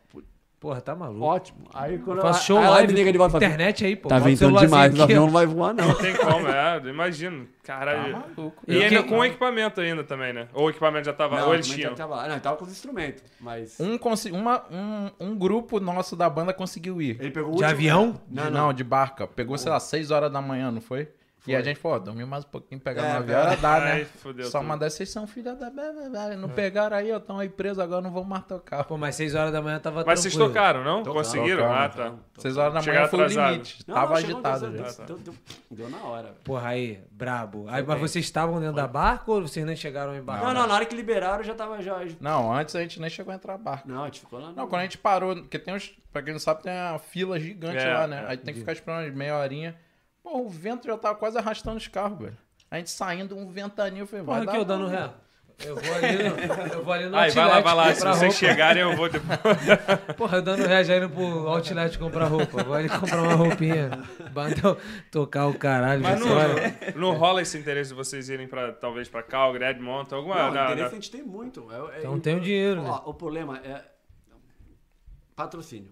A: Porra, tá maluco.
E: Ótimo. Aí quando
A: Faço show
E: aí
A: live,
E: me liga de volta e fala assim,
A: internet aí, pô.
E: Tá
A: Bota o
E: ventando
A: celularzinho
E: demais, o
A: aqui, ó.
E: avião não vai voar, não.
D: Não tem como, é, eu imagino. Caralho.
A: Eu
D: E ainda
A: que-
D: com equipamento ainda também, né? Ou o equipamento já tava. ou eles
E: mas
D: tinham.
E: Tava, lá. não, tava com os instrumentos,
A: Hum?
E: mas.
C: Um, consi- uma- um, um grupo nosso da banda conseguiu ir.
E: Ele pegou o
A: De
E: último- né?
A: avião?
C: Não, não, de barca. Pegou, sei lá, 6 horas da manhã, não foi? E a gente, pô, dormiu mais um pouquinho, pegar
E: É,
C: 9 horas, dá, né?
D: Ai, fudeu
C: Só
D: tudo.
C: mandar, vocês são filha da... bé, bé, bé, Não pegaram aí, ó, tão aí preso, agora não vão mais tocar.
A: Pô, mas 6 horas da manhã tava
D: Mas vocês
A: tranquilo.
D: tocaram, não? Conseguiram?
C: Tocaram.
D: Ah, tá.
C: 6 horas da manhã
D: Chegaram
C: foi o
D: atrasados.
C: limite.
E: Não,
C: Tava
E: não, chegou,
C: agitado né?
E: Deu,
C: já.
E: deu, deu, deu- deu na hora, velho.
A: Porra, aí, brabo. Aí, mas vocês estavam dentro da barca ou vocês nem chegaram em barco?
E: Não, não, na hora que liberaram já tava já.
C: Não, antes a gente nem chegou a entrar a barca.
E: Não, a gente ficou lá.
C: Não,
A: é
C: quando a gente parou, porque tem uns. Pra quem não sabe, tem uma fila gigante
D: É,
C: lá, né?
D: é.
C: Aí tem que ficar esperando umas meia horinha. Pô, o vento já tava quase arrastando os carros, velho. A gente saindo, um ventaninho, eu falei, vai
A: Porra, aqui
C: dar
A: eu dando
C: ruim.
A: ré. Eu vou ali no, eu vou ali no
D: Ai, vai lá,
A: outlet
D: vai lá. Se
A: comprar
D: vocês
A: roupa.
D: chegarem, eu vou depois.
A: Porra, eu dando ré já indo pro outlet comprar roupa. Vou ali comprar uma roupinha. Bateu, tocar o caralho.
D: Mas não, é.
A: você olha.
D: não rola esse interesse de vocês irem pra, talvez pra Calgary, Edmonton, alguma.
E: Não,
D: na-
E: interesse a
D: na-
E: gente tem muito. É, é-
A: né? Então tem o dinheiro, né?
E: Ó, o problema é patrocínio,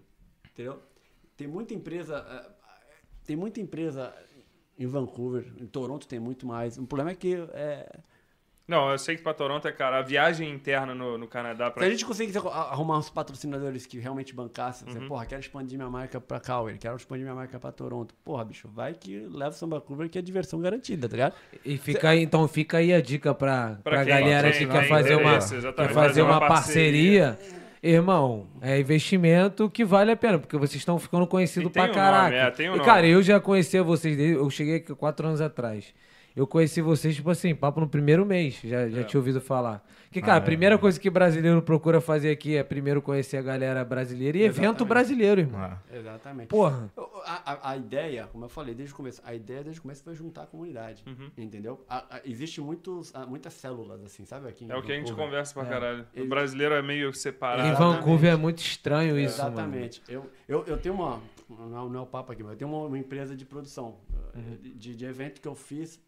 E: entendeu? Tem muita empresa, eh, tem muita empresa em Vancouver, em Toronto tem muito mais. O problema é que eh,
D: Não, eu sei que pra Toronto é caro. A viagem interna no, no Canadá pra.
E: Se a gente conseguisse a- arrumar uns patrocinadores que realmente bancassem,
D: Uhum.
E: você, porra, quero expandir minha marca pra Cowher, quero expandir minha marca pra Toronto. Porra, bicho, vai que leva o Samba Vancouver que é diversão garantida, tá ligado?
A: E fica aí, então fica aí a dica pra, pra,
D: quem
A: galera
D: tem-
A: que quer
D: tem
A: fazer uma,
D: interesse,
A: quer
D: exatamente,
A: fazer uma parceria. Irmão, é investimento que vale a pena, porque vocês estão ficando
D: E
A: conhecidos
D: tem
A: pra
D: o
A: caraca.
D: nome, é, tem o
A: e,
D: nome.
A: cara, eu já conhecia vocês, desde- eu cheguei aqui quatro anos atrás. Eu conheci vocês, tipo assim, papo no primeiro mês, já,
D: É.
A: já tinha ouvido falar. Porque,
D: Ah,
A: cara, a primeira coisa que brasileiro procura fazer aqui é primeiro conhecer a galera brasileira e evento brasileiro, irmão.
D: É.
E: Exatamente.
A: Porra.
E: A, a- a ideia, como eu falei desde o começo, a ideia desde o começo foi juntar a comunidade,
D: Uhum.
E: entendeu? A, a- existe muitos, a- muitas células, assim, sabe? Aqui em
D: É o que a gente
E: Vancouver.
D: conversa pra caralho. O brasileiro é meio
A: Em
D: separado.
A: Vancouver é muito estranho isso, mano.
E: Exatamente. Eu, eu, eu tenho uma. Não é, o- não é o papo aqui, mas eu tenho uma, uma empresa de produção, eh,
D: Uhum.
E: de, de evento que eu fiz,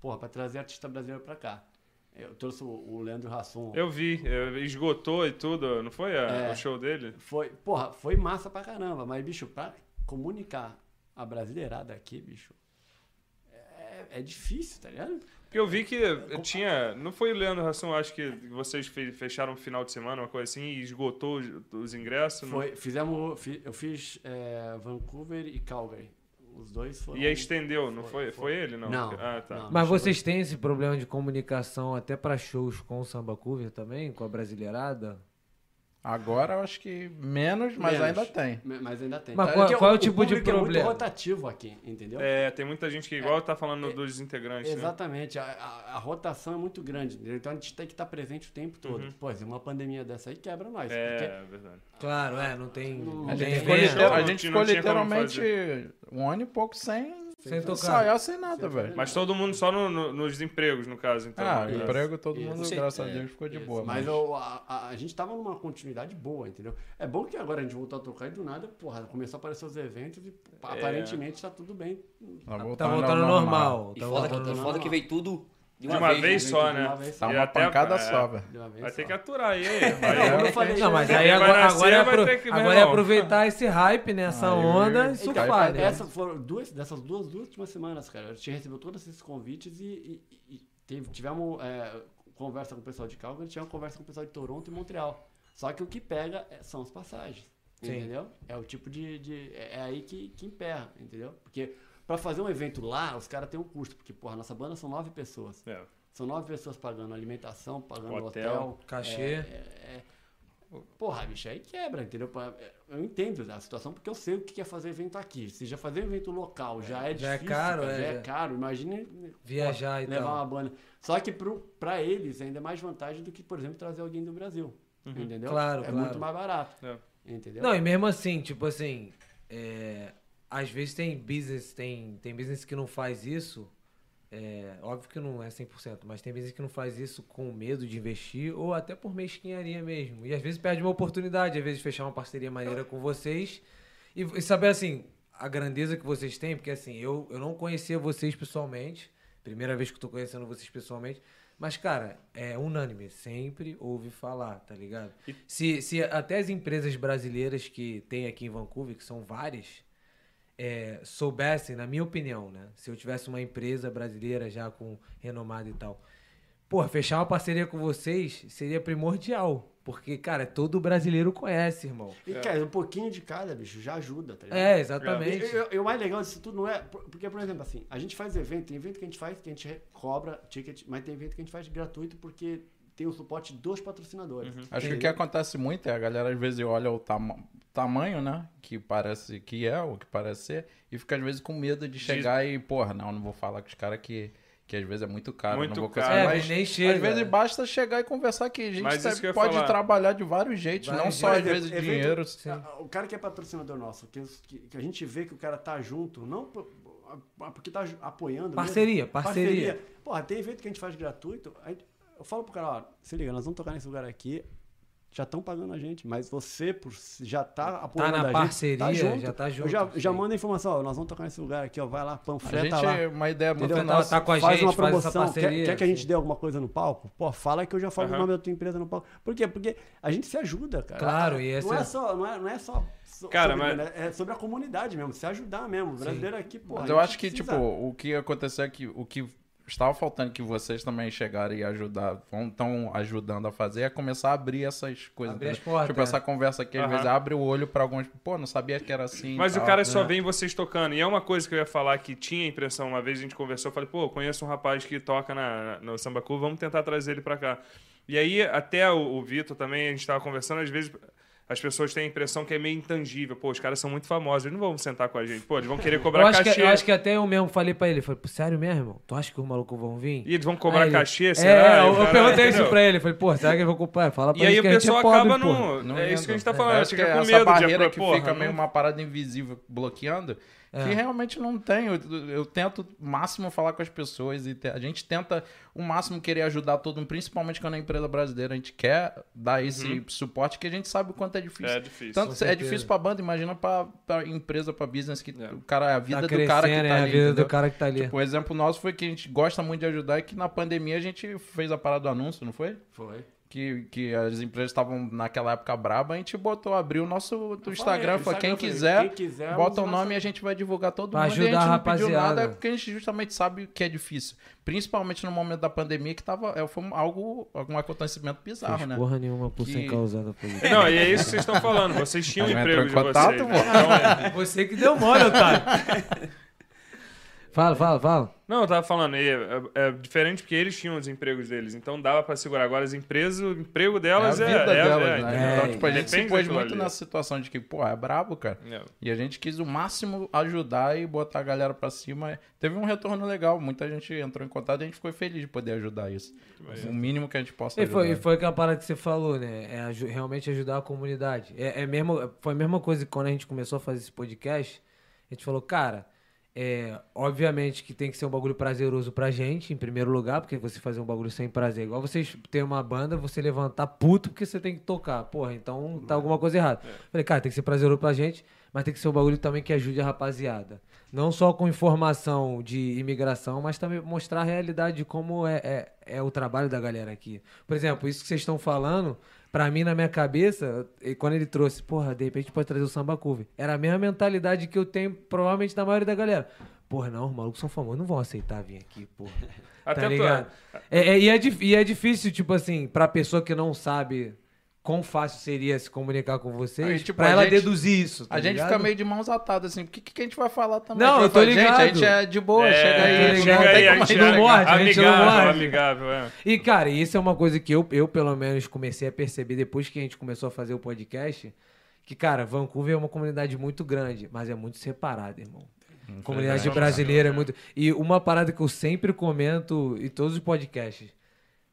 E: porra, pra trazer artista brasileiro pra cá. Eu trouxe o, o Leandro Rassum.
D: Eu vi, é, esgotou e tudo, não foi a-
E: É.
D: o show dele?
E: Foi, porra, foi massa pra caramba, mas, bicho, pra comunicar a brasileirada aqui, bicho, é, é difícil, tá ligado?
D: Porque eu vi que tinha. Não foi o Leandro Rassum, acho que vocês fe- fecharam o final de semana, uma coisa assim, e esgotou os, os ingressos. não?
E: Foi, fizemos, fi- eu fiz eh, Vancouver e Calgary. Os dois foram.
D: E aí estendeu, não foi? Foi,
E: Foi,
D: ele, não?
E: Não,
D: Ah, tá.
E: não.
A: Mas vocês têm esse problema de comunicação até pra shows com o Samba Cover também, com a brasileirada?
C: Agora eu acho que menos, mas
E: Menos.
C: ainda tem.
E: Ma- Mas ainda tem.
A: Mas
E: É
A: qual-
E: que
A: qual é o tipo de
E: público É
A: problema?
E: muito rotativo aqui, entendeu?
D: É, tem muita gente que igual tá falando dos integrantes, né?
E: é, Exatamente, a, a- a rotação é muito grande, entendeu? Então a gente tem que estar presente o tempo todo. Pô, se uma pandemia dessa aí quebra nós.
D: Uhum. É, verdade.
A: Claro, é, não tem.
E: Não
A: não
E: tem
A: tem
E: jeito.
C: Ficou
A: evento,
C: literal- a
D: Não
C: gente
D: tinha-
C: ficou
D: não tinha como
C: literalmente um ano e pouco sem
A: sem tocar.
C: ensaiar, sem nada, velho.
D: Mas todo mundo só no- no- nos empregos, no caso, então.
C: Ah,
D: Graças-
C: emprego todo
E: Isso.
C: mundo,
E: Sim,
C: graças a
E: é,
C: Deus, ficou de
E: Isso,
C: boa.
E: Mas
C: Mas
E: eu- a, a- a gente tava numa continuidade boa, entendeu? É bom que agora a gente voltou a tocar e do nada, porra, começou a aparecer os eventos e pô,
D: É.
E: aparentemente tá tudo bem.
C: Tá voltando,
A: Tá
C: ao
A: voltando ao normal.
B: E
A: Tá
B: foda,
A: voltando
B: que,
A: ao
E: não,
B: foda
E: não.
B: que veio tudo de uma,
D: De uma
B: vez.
D: vez
E: né?
D: só,
E: De
D: né?
E: uma vez só.
C: Tá
D: E
C: uma
D: até-
C: pancada
D: é,
C: só, velho.
E: De uma vez
D: Vai
E: só.
D: ter que aturar aí, hein?
E: Não,
D: Vai-
E: como eu falei,
A: Não, mas
E: já-
A: aí
D: Vai
A: agora,
D: nascer,
A: agora, é,
D: vai
A: apro-
D: ter que- meu
A: agora é
D: irmão.
A: aproveitar esse hype, né? Essa
C: Aí,
A: onda e
C: então,
A: surfar, né?
E: Essa foram duas, dessas duas, duas últimas semanas, cara. A gente recebeu todos esses convites e, e- e teve- tivemos é, conversa com o pessoal de Calgary, tivemos conversa com o pessoal de Toronto e Montreal. Só que o que pega é- são as passagens,
A: Sim.
E: entendeu? É o tipo de... de- é é aí que, que emperra, entendeu? Porque pra fazer um evento lá, os caras têm um custo. Porque, porra, nossa banda são nove pessoas.
D: É.
E: São nove pessoas pagando alimentação, pagando
D: Hotel,
E: hotel,
A: cachê.
E: é, é, é. Porra, bicho, aí quebra, entendeu? Pô, é, Eu entendo a situação porque eu sei o que é fazer evento aqui. Se já fazer evento local já é
A: já
E: difícil,
A: é caro,
E: cara,
A: é,
E: já é
A: já. tá.
E: caro. Imagina né,
A: Viajar e
E: levar
A: tal.
E: uma banda. Só que pro, pra eles ainda é mais vantagem do que, por exemplo, trazer alguém do Brasil. Entendeu?
A: Claro,
E: é
A: claro.
E: muito mais barato.
D: É.
E: Entendeu?
A: Não, e mesmo assim, tipo assim, é, às vezes tem business, tem, tem business que não faz isso. é, óbvio que não é 100%, mas tem business que não faz isso com medo de investir ou até por mesquinharia mesmo. E às vezes perde uma oportunidade, às vezes fechar uma parceria maneira com vocês. E, e saber assim, a grandeza que vocês têm, porque assim, eu, eu não conhecia vocês pessoalmente, primeira vez que eu tô conhecendo vocês pessoalmente, mas cara, é unânime, sempre ouvi falar, tá ligado? Se, se até as empresas brasileiras que tem aqui em Vancouver, que são várias, é, soubessem, na minha opinião, né? Se eu tivesse uma empresa brasileira já com renomada e tal, porra, fechar uma parceria com vocês seria primordial. Porque, cara, todo brasileiro conhece, irmão.
E: E, cara, um pouquinho de cada, bicho, já ajuda, tá ligado?
A: É, exatamente.
E: E, e- e o mais legal disso tudo não é. por- Porque, por exemplo, assim, a gente faz evento, tem evento que a gente faz, que a gente re- cobra ticket, mas tem evento que a gente faz gratuito porque tem o suporte dos patrocinadores.
C: Acho que o que acontece muito é a galera às vezes olha o tama- tamanho, né? Que parece que é, o que parece ser, e fica às vezes com medo de chegar e, porra, não, não vou falar com os caras que, que às vezes é muito caro,
D: Muito
C: não vou
D: caro.
C: conseguir.
A: É,
C: mas
A: nem chega,
C: Às vezes
A: né?
C: basta chegar e conversar que a gente
D: Mas
C: sabe-
D: isso que eu ia
C: pode
D: falar.
C: trabalhar de vários jeitos, não
A: Vários
C: só às
A: jeitos. é
C: vezes
E: Evento-
C: dinheiro.
E: Ah, O cara que é patrocinador nosso, que, os- que- que a gente vê que o cara tá junto, não por- ah, porque tá ju- apoiando. mesmo.
A: Parceria, parceria.
E: Porra, tem evento que a gente faz gratuito. a gente- eu falo pro cara, ó, se liga, nós vamos tocar nesse lugar aqui. Já estão pagando a gente, mas você por, si- já tá apoiando
A: na
E: a gente,
A: parceria,
E: junto.
A: já tá junto,
E: Eu já, já
A: sim.
E: manda informação, ó, nós vamos tocar nesse lugar aqui, ó, vai lá,
C: A
E: panfleta
C: gente
E: lá.
C: é uma ideia muito
E: Entendeu?
A: Tá,
C: nossa.
A: tá com a
E: faz
A: gente,
E: uma
A: faz essa
E: promoção.
A: parceria.
E: quer, quer que a gente dê alguma coisa no palco? Pô, fala que eu já falo o nome da tua empresa no palco. Por quê? Porque a gente se ajuda, cara.
A: Claro, e
E: não
A: essa-
E: é só, não é, não é só so-
D: Cara,
E: sobre,
D: mas-
E: né? é sobre a comunidade mesmo, se ajudar mesmo. O brasileiro aqui, pô.
C: Mas
E: a
C: eu
E: gente
C: acho que,
E: precisa.
C: tipo, o que aconteceu é que o que estava faltando que vocês também chegarem e ajudar, estão ajudando a fazer, é começar a abrir essas coisas.
A: Abrir as
C: entendeu?
A: portas,
C: tipo,
A: é.
C: essa conversa aqui, às
D: Aham.
C: vezes abre o olho pra alguns, pô, não sabia que era assim. e
D: Mas o
C: tal.
D: cara é só vem vocês tocando. E é uma coisa que eu ia falar que tinha a impressão. Uma vez a gente conversou, eu falei, pô, eu conheço um rapaz que toca na, na- no Sambacu, vamos tentar trazer ele pra cá. E aí, até o, o Vitor também, a gente tava conversando, às vezes as pessoas têm a impressão que é meio intangível. Pô, os caras são muito famosos, eles não vão sentar com a gente. Pô, eles vão querer
A: Eu
D: cobrar
A: acho, que, é-
D: cachê.
A: eu acho que até eu mesmo falei pra ele, falei, "Pô, sério mesmo, irmão? Tu acha que os malucos vão vir?
D: E eles vão cobrar
A: Aí ele,
D: cachê,
A: É,
D: será?
A: eu,
D: E o
A: eu
D: cara-
A: perguntei isso
D: entendeu?
A: pra ele, falei, pô, será que eles vão culpar? Fala pra
D: E aí
A: ele
D: o
A: que a gente
D: pessoal
A: é pobre,
D: acaba
A: pô.
D: no.
C: Não
D: é isso que a gente tá
C: lembro.
D: falando,
C: Acho que
D: fica
C: é
D: com
C: essa
D: medo de
C: barreira
D: apro-
C: que
D: porra,
C: fica
D: não- É.
C: meio uma parada invisível bloqueando, que realmente não tem. Eu, eu tento o máximo falar com as pessoas e te- a gente tenta o máximo querer ajudar todo mundo, principalmente quando é empresa brasileira. A gente quer dar esse suporte que a gente sabe o quanto é difícil.
D: Uhum. É difícil.
C: Tanto
A: Com
C: se- é
A: certeza.
C: difícil pra banda, imagina pra, pra empresa, pra business, que
D: É.
C: o cara, a vida
A: Tá
C: do cara que
A: crescendo,
C: tá
A: é, a
C: ali,
A: vida
C: entendeu?
A: do cara que tá ali.
C: Tipo, o exemplo nosso foi que a gente gosta muito de ajudar e que na pandemia a gente fez a parada do anúncio, não foi?
E: Foi.
C: que, que as empresas estavam naquela época braba, a gente botou, abriu o nosso do Instagram,
E: falei,
C: falou, quem,
E: Instagram, falei,
C: quiser,
E: quem quiser,
C: bota o
E: usa
C: nome
E: nossa-
C: e a gente vai divulgar todo
A: Pra
C: mundo. e a gente
A: ajudar a
C: não pediu
A: rapaziada.
C: nada, é porque a gente justamente sabe que é difícil. Principalmente no momento da pandemia, que tava, é, foi um- algo, algum acontecimento bizarro,
A: Fez
C: né?
A: porra nenhuma por
C: Que-
A: sem causada por
D: Não, e é isso que vocês estão falando. Vocês tinham o
C: Não
D: emprego
C: entrou
D: de
C: em contato, pô.
D: vocês. né? Então, é-
A: Você que deu mole, otário. fala, fala, fala.
D: Não, eu tava falando, é, é- é diferente porque eles tinham os empregos deles, então dava pra segurar. Agora as empresas, o emprego delas
C: é
D: é.
C: a vida
D: é-
C: delas,
D: é,
C: né?
D: entendeu?
C: então, tipo, a gente se
D: Depende
C: pôs
D: daquilo
C: muito
D: ali.
C: nessa situação de que, pô, é brabo, cara.
D: É.
C: E a gente quis o máximo ajudar e botar a galera pra cima. Teve um retorno legal, muita gente entrou em contato e a gente ficou feliz de poder ajudar isso. O mínimo que a gente possa
A: E
C: ajudar.
A: foi, e foi aquela parada que você falou, né? É aju- realmente ajudar a comunidade. É, é mesmo, foi a mesma coisa que quando a gente começou a fazer esse podcast, a gente falou, cara, é, obviamente que tem que ser um bagulho prazeroso pra gente, em primeiro lugar, porque você fazer um bagulho sem prazer. Igual vocês terem uma banda, você levantar puto porque você tem que tocar. Porra, então tá alguma coisa errada. Falei, cara, tem que ser prazeroso pra gente, mas tem que ser um bagulho também que ajude a rapaziada. Não só com informação de imigração, mas também mostrar a realidade de como é, é, é o trabalho da galera aqui. Por exemplo, isso que vocês estão falando, pra mim, na minha cabeça, e quando ele trouxe, porra, de repente pode trazer o samba cover. Era a mesma mentalidade que eu tenho, provavelmente, da maioria da galera. Porra, não, os malucos são famosos, não vão aceitar vir aqui, porra.
D: Até
A: tá
D: tu-
A: ligado? É, é- e, é, dif- e é difícil, tipo assim, pra pessoa que não sabe quão fácil seria se comunicar com vocês,
C: Aí, tipo,
A: pra
C: a
A: ela
C: gente-
A: deduzir isso. tá
C: A gente
A: ligado?
C: fica meio de mãos atadas, assim. O que, que a gente vai falar também?
A: Não,
C: A gente
A: eu tô
C: fala, Gente, a
A: ligado.
C: gente é de boa,
D: É,
C: chega aí.
A: tá
C: não
A: ligado.
C: tem
A: Aí,
C: como
A: a gente
C: ajudar.
A: não morde, a gente não
D: Amigável,
A: morde.
D: amigável, é.
A: E, cara, isso é uma coisa que eu, eu, pelo menos, comecei a perceber depois que a gente começou a fazer o podcast. Que, cara, Vancouver é uma comunidade muito grande, mas é muito separada, irmão. comunidade
D: verdade.
A: brasileira é muito. E uma parada que eu sempre comento em todos os podcasts.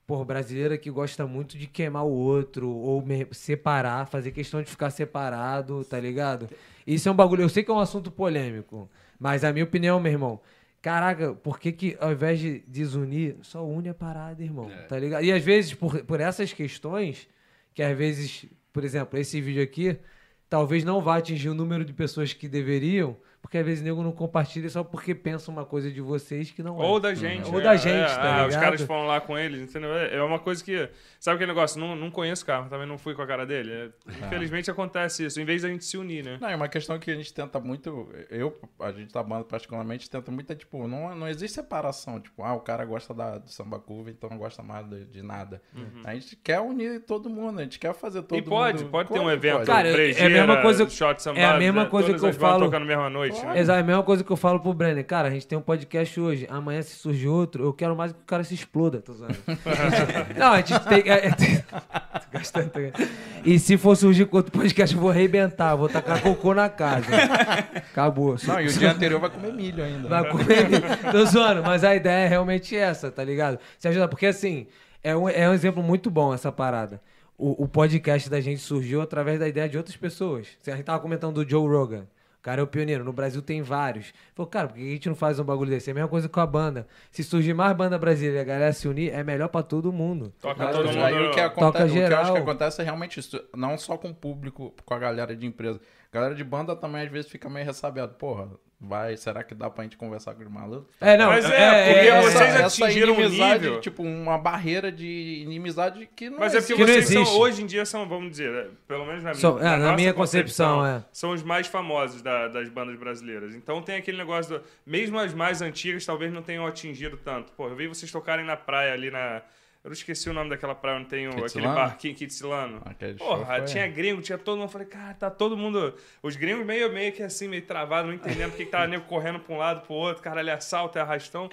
A: Porra, brasileira que gosta muito de queimar o outro, ou me- separar, fazer questão de ficar separado, tá ligado? Isso é um bagulho. Eu sei que é um assunto polêmico, mas é a minha opinião, meu irmão. Caraca, por que, que ao invés de desunir, só une a parada, irmão? Tá ligado? E às vezes, por, por essas questões, que às vezes, por exemplo, esse vídeo aqui, talvez não vá atingir o número de pessoas que deveriam, porque às vezes o nego não compartilha só porque pensa uma coisa de vocês que não é.
D: Ou da gente.
A: Ou
D: é,
A: da gente,
D: é,
A: tá
D: ah, Os
A: ligado?
D: caras falam lá com eles, entendeu? É é uma coisa que. Sabe aquele negócio? Não, não conheço o carro, também não fui com a cara dele. É,
A: Ah.
D: Infelizmente acontece isso, em vez da gente se unir, né?
C: Não, é uma questão que a gente tenta muito. Eu, a gente da banda particularmente, tenta muito, é tipo, não, não existe separação. Tipo, ah, o cara gosta da, do samba curva, então não gosta mais de, de nada. A gente quer unir todo mundo, a gente quer fazer todo
D: Uhum. e pode,
C: mundo.
D: pode ter um
C: Claro que
D: evento.
C: pode.
A: Cara, é a
D: brejeira,
A: mesma coisa-
D: shot samba,
A: é a mesma coisa
D: todas
A: que eu
D: as bandas
A: falo.
D: Tocando mesmo à noite, né?
A: Exato, é a mesma coisa que eu falo pro Brenner. Cara, a gente tem um podcast hoje, amanhã se surge outro, eu quero mais que o cara se exploda. Tô zoando. Não, a gente tem. é, é, tem- tô gastando, tô gastando. E se for surgir com outro podcast, eu vou arrebentar, vou tacar cocô na casa. Acabou.
C: Não, e o dia anterior vai comer milho ainda.
A: Vai comer. Tô zoando, mas a ideia é realmente essa, tá ligado? Se ajudar, porque assim, é um, é um exemplo muito bom essa parada. O, o podcast da gente surgiu através da ideia de outras pessoas. A gente tava comentando do Joe Rogan. O cara é o pioneiro, no Brasil tem vários. Falou, cara, por que a gente não faz um bagulho desse? É a mesma coisa com a banda. Se surgir mais banda brasileira e a galera se unir, é melhor pra todo mundo. é
D: Toca
C: Mas
D: todo
C: aí
D: mundo. é
C: o que
A: Toca
C: acontece, o que eu acho
A: geral.
C: que acontece é realmente isso, não só com o público, com a galera de empresa. A galera de banda também às vezes fica meio ressabiado, porra. Vai, será que dá pra gente conversar com os malucos?
A: É, não.
D: Mas é, porque
C: Essa-
D: vocês
C: essa
D: atingiram um
C: inimizade,
D: nível.
C: tipo, uma barreira de inimizade que não
D: Mas é porque
A: Que não
D: vocês são,
A: existe.
D: hoje em dia são, vamos dizer, é, pelo menos na,
A: São- é, na
D: nossa
A: minha concepção, é.
D: São os mais famosos da- das bandas brasileiras. Então tem aquele negócio, do- mesmo as mais antigas talvez não tenham atingido tanto. Pô, eu vi vocês tocarem na praia ali na... Eu esqueci o nome daquela praia onde tem o- aquele
C: Kitsilano? Ah,
D: barquinho Kitsilano.
C: Aquele show
D: Porra,
C: foi-
D: tinha gringo, tinha todo mundo. Eu Falei, cara, tá todo mundo... Os gringos meio, meio que assim, meio travado, não entendendo porque que tava nego correndo pra um lado, pro outro. Caralho, assalto, é arrastão.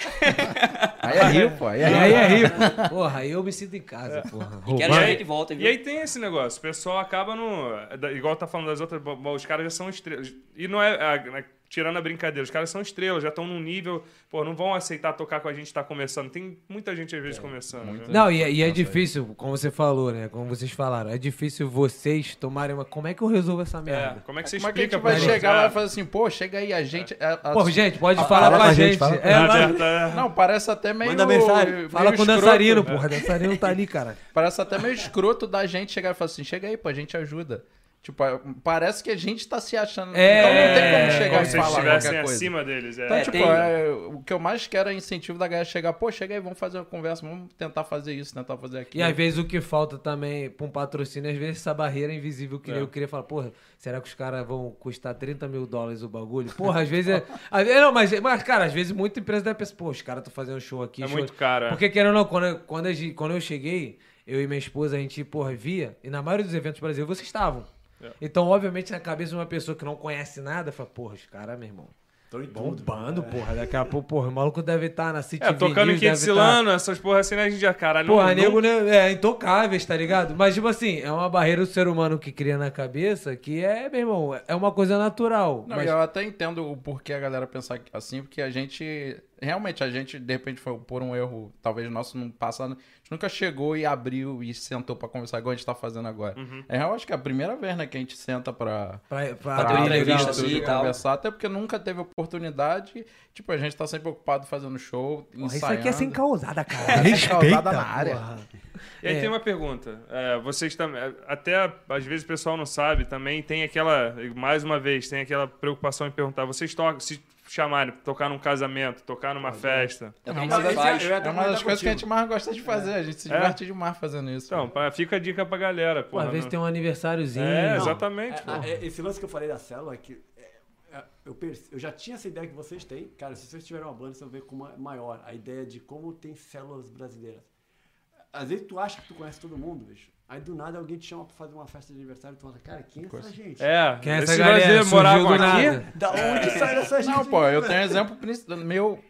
C: Aí é rio, pô. Aí é
A: E
C: rio.
A: aí é rico. Porra, aí eu me sinto em
D: É.
A: casa, porra.
B: Quero
A: Roubando.
B: já de volta, viu? É
D: E aí tem esse negócio, o pessoal acaba no. da- Igual tá falando das outras, bo- bo- os caras já são estrelas. E não é. a- na- tirando a brincadeira, os caras são estrelas, já estão num nível. Pô, não vão aceitar tocar com a gente tá começando. Tem muita gente às vezes começando. né?
A: Não, e, e é difícil, como você falou, né? Como vocês falaram, é difícil vocês tomarem uma. Como é que eu resolvo essa
D: É,
A: merda?
D: como é que você
C: Como é que a
D: explica
C: gente
D: pra
C: vai
D: eles?
C: chegar lá
D: Ah,
C: e falar assim, pô, chega aí, a gente... a- a-
A: Pô, gente, pode falar com a gente.
E: fala com
A: É,
D: na
A: lá-
D: certa, é.
C: Não, parece até meio...
E: Manda mensagem,
C: meio
A: Fala com o
C: escroto.
A: dançarino, porra. O dançarino tá ali, cara.
C: Parece até meio escroto da gente chegar e falar assim, chega aí, pô, a gente ajuda. Tipo, parece que a gente tá se achando...
A: É,
C: então não tem como
A: é,
C: chegar
D: Como
C: e
D: se eles
C: falar
D: estivessem
C: qualquer coisa.
D: acima deles. É.
C: Então,
B: É,
C: tipo,
B: tem-
C: é, o que eu mais quero é incentivo da galera chegar, pô, chega aí, vamos fazer uma conversa, vamos tentar fazer isso, tentar fazer aquilo.
A: E às vezes o que falta também pra um patrocínio, às vezes essa barreira invisível que
D: É.
A: eu queria falar, porra, será que os caras vão custar 30 mil dólares o bagulho? Porra, às vezes é. às vezes- não, mas, mas, cara, às vezes muita empresa deve pensar, pô, os caras estão fazendo show aqui.
D: É
A: show-
D: muito caro, é.
A: Porque querendo ou não, quando eu, quando, a gente- quando eu cheguei, eu e minha esposa, a gente, porra, via, e na maioria dos eventos brasileiros vocês estavam.
D: É.
A: Então, obviamente, na cabeça de uma pessoa que não conhece nada, fala, porra, os caras, meu irmão. Bombando, porra. Daqui a pouco, porra, o maluco deve estar na City
D: É, tocando
A: Vinil,
D: em
A: deve tá-
D: Kitsilano, essas porra assim, né, a gente já, caralho, não-
A: Porra, nego
D: não,
A: né, é intocáveis, tá ligado? Mas, tipo assim, é uma barreira do ser humano que cria na cabeça que é, meu irmão, é uma coisa natural.
C: Não,
A: mas
C: Eu até entendo o porquê a galera pensar que- assim, porque a gente. Realmente, a gente, de repente, foi por um erro, talvez nosso no passado. A gente nunca chegou e abriu e sentou pra conversar igual a gente tá fazendo agora.
D: Uhum.
C: É, eu acho que é a primeira vez, né, que a gente senta pra.
A: pra, pra
C: pra
A: abrir
C: ter
A: legal,
C: entrevista,
B: assim,
C: tudo,
B: e tal.
C: conversar, até porque nunca teve oportunidade. Tipo, a gente tá sempre ocupado fazendo show,
A: porra,
D: um
C: ensaiando.
A: isso aqui é sem causada, cara.
E: Respeita.
C: na área.
A: Porra.
D: E aí tem uma pergunta. É, vocês também. Até às vezes o pessoal não sabe, também tem aquela. Mais uma vez, tem aquela preocupação em perguntar. Vocês tocam, se chamarem, pra tocar num casamento, tocar numa festa.
B: É o que a
C: Não,
B: gente
C: mas
B: faz.
E: eu ia-
C: É uma das coisas que a gente mais gosta de fazer. A gente se
D: É.
C: diverte demais fazendo isso.
D: Então, pra- fica a dica pra galera.
A: Pô,
D: Porra,
A: às vezes
D: não-
A: tem um aniversáriozinho.
D: É,
A: Não.
D: exatamente. pô.
E: É, é, esse lance que eu falei da célula é que é, é, eu, perce- eu já tinha essa ideia que vocês têm. Cara, se vocês tiverem uma banda, vocês vão ver como é maior. A ideia de como tem células brasileiras. Às vezes tu acha que tu conhece todo mundo, bicho. Aí do nada alguém te chama pra fazer uma festa de aniversário e tu fala, cara, quem é essa gente?
D: É,
A: Quem é essa
D: esses
A: galera?
D: brasileiros
A: Surgiu
D: moravam
A: do
D: aqui.
A: nada.
E: Da onde sai essa gente?
C: É. Não, pô, eu tenho exemplo princi- meu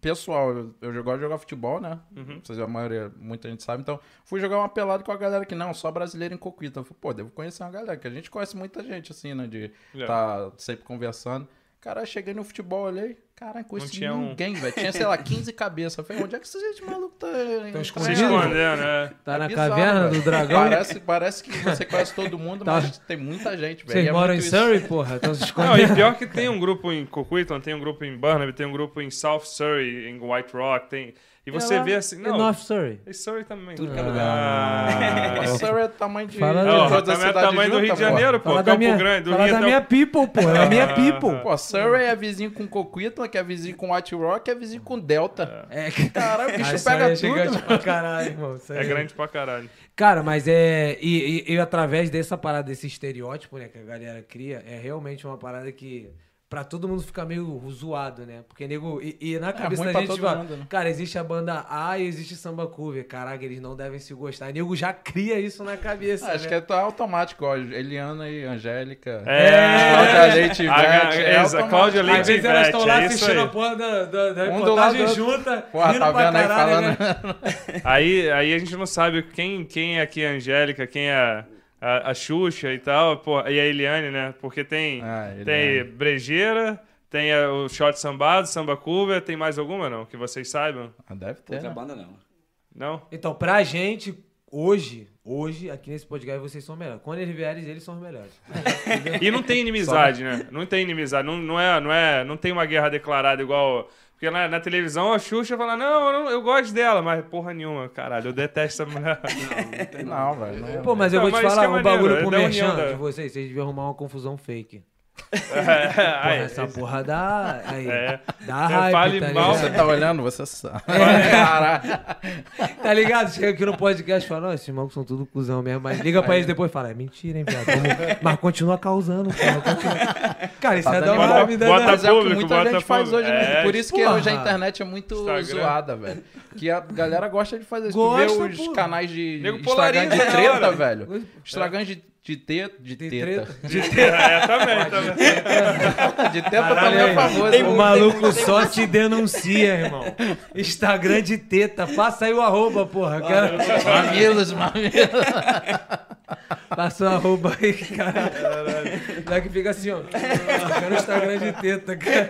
C: pessoal. Eu, eu gosto de jogar futebol, né?
D: Uhum.
C: Vocês, a maioria, muita gente sabe. Então, fui jogar uma pelada com a galera que não, só brasileiro em Coquita. Eu falei, pô, devo conhecer uma galera, que a gente conhece muita gente, assim, né? De
D: É.
C: tá sempre conversando. Cara, cheguei no futebol, olhei. Caraca, conheci
D: tinha um.
C: ninguém, velho. Tinha, sei lá, 15 cabeças. Eu falei, onde é que esse gente maluco tá? Tá
D: Se
A: escondido?
D: escondendo, é.
A: Tá na
C: bizarro,
A: caverna
C: velho.
A: do dragão.
C: Parece, parece que você conhece todo mundo,
A: Tá.
C: mas tem muita gente, velho.
A: Vocês
C: E é
A: moram em
C: muito isso.
A: Surrey, porra? Então se
D: Não, e
A: escondendo.
D: pior que tem um grupo em Coquitlam, tem um grupo em Burnaby, tem um grupo em South Surrey, em White Rock, tem. E você
A: É lá.
D: vê assim.
A: E
D: Não,
A: North Surrey.
D: e Surrey também.
B: Tudo que é
D: Ah.
A: lugar.
C: Mas Surrey é o tamanho de,
A: Fala-
C: de
A: Não,
D: Ó,
C: toda a
D: também é o
C: cidade
D: tamanho do
C: junta,
D: Rio de
C: pô.
D: Janeiro, né? pô.
A: Fala da
D: Campo
A: minha,
D: Grande, do
A: fala
D: Rio
A: da
D: até o Ah.
A: minha people, pô. É a minha people.
C: Pô, Surrey é vizinho com Coquitlam, que é vizinho com White Rock, que é vizinho com Delta.
A: É, que-
C: Caralho, o
A: Ah,
C: bicho
A: isso aí
C: pega
A: é
C: tudo.
A: gigante
C: mano.
A: pra caralho, irmão. Isso aí
D: É grande pra caralho.
A: Cara, mas é. E, e- e através dessa parada, desse estereótipo, né, que a galera cria, é realmente uma parada que. Pra todo mundo fica meio zoado, né? Porque, nego. E, e na cabeça
C: É ruim
A: da
C: pra
A: gente,
C: todo
A: tipo,
C: mundo, né?
A: cara, existe a banda A e existe samba cover. Caraca, eles não devem se gostar. E nego já cria isso na cabeça.
C: Acho
A: né?
C: que é tá automático, ó. Eliana e Angélica.
D: É.
C: Cláudia Leite e
D: A-
C: Ivete. É
D: exa-
C: automático.
D: Cláudia Leite
A: Às vezes elas estão lá
D: Ivete, é isso
A: assistindo
D: aí.
A: a porra da, da, da
C: Um do
A: reportagem
C: lado do outro.
A: junta.
C: Porra,
A: rindo
C: tá
A: pra
C: vendo aí
A: caralho,
C: falando.
A: né?
D: Aí, aí a gente não sabe quem, quem é aqui a Angélica, quem é a, a Xuxa e tal, pô, e a Eliane, né? Porque tem,
C: Ah, Eliane.
D: tem Brejeira, tem é, o Shot Sambado, Samba Cover, tem mais alguma não? Que vocês saibam?
C: Ah, deve ter.
A: É.
B: Outra
C: Né?
B: banda não.
D: Não?
A: Então, pra gente, hoje, hoje, aqui nesse podcast, vocês são melhores. Quando eles vierem, eles são os melhores.
D: E não tem inimizade, né? Não tem inimizade, não, não, é, não, é, não tem uma guerra declarada igual... Porque na, na televisão a Xuxa fala, não, eu, não- eu gosto dela, mas porra nenhuma, caralho, eu detesto essa mulher.
C: Não, velho. não.
A: Pô, mas eu
D: Não,
A: vou te
D: mas isso
A: falar
D: que é
A: um
D: maneiro,
A: bagulho
D: é
A: pro
D: da união
A: Merchan
D: da-
A: de vocês. Vocês deviam arrumar uma confusão fake.
D: É,
A: Porra,
D: aí,
A: essa porra dá. Aí,
D: É.
A: Dá
D: Você
A: hype,
D: fale
A: tá
D: mal, né?
A: ligado?
D: você
C: Você tá olhando, você sabe.
A: É. Tá ligado? Chega aqui no podcast e fala, "Não, esses malucos são tudo cuzão mesmo. Mas liga pra eles depois e fala, é mentira, hein, viado. Vamos- Mas continua causando, porra. continua." Cara, isso é da
C: dando-
A: uma me dando-
D: Bota-
C: Mas é o que
D: público,
C: muita
D: bota
C: gente faz
D: público.
C: hoje, né?
D: É,
C: Por isso que
A: porra.
C: hoje a internet é muito
D: Instagram.
C: zoada, velho. Que a galera gosta de fazer isso. tu
A: Gosta,
C: vê os
A: porra.
C: canais de Instagram
D: Nego
C: de
D: polariza na hora.
C: treta, velho. Instagram de, de, te,
A: De
C: de, teta.
A: treta.
D: De teta. É, também, também.
C: De teta também é famoso.
D: um-
B: Tem
A: o
B: muito,
A: um maluco
B: tem muito, tem
A: só se denuncia, irmão. Instagram de teta. Passa aí o arroba, porra. Quero...
C: Mamilos, mamilos.
A: Passa o arroba aí, cara. Daí que fica assim, ó. Quero Instagram de teta, cara.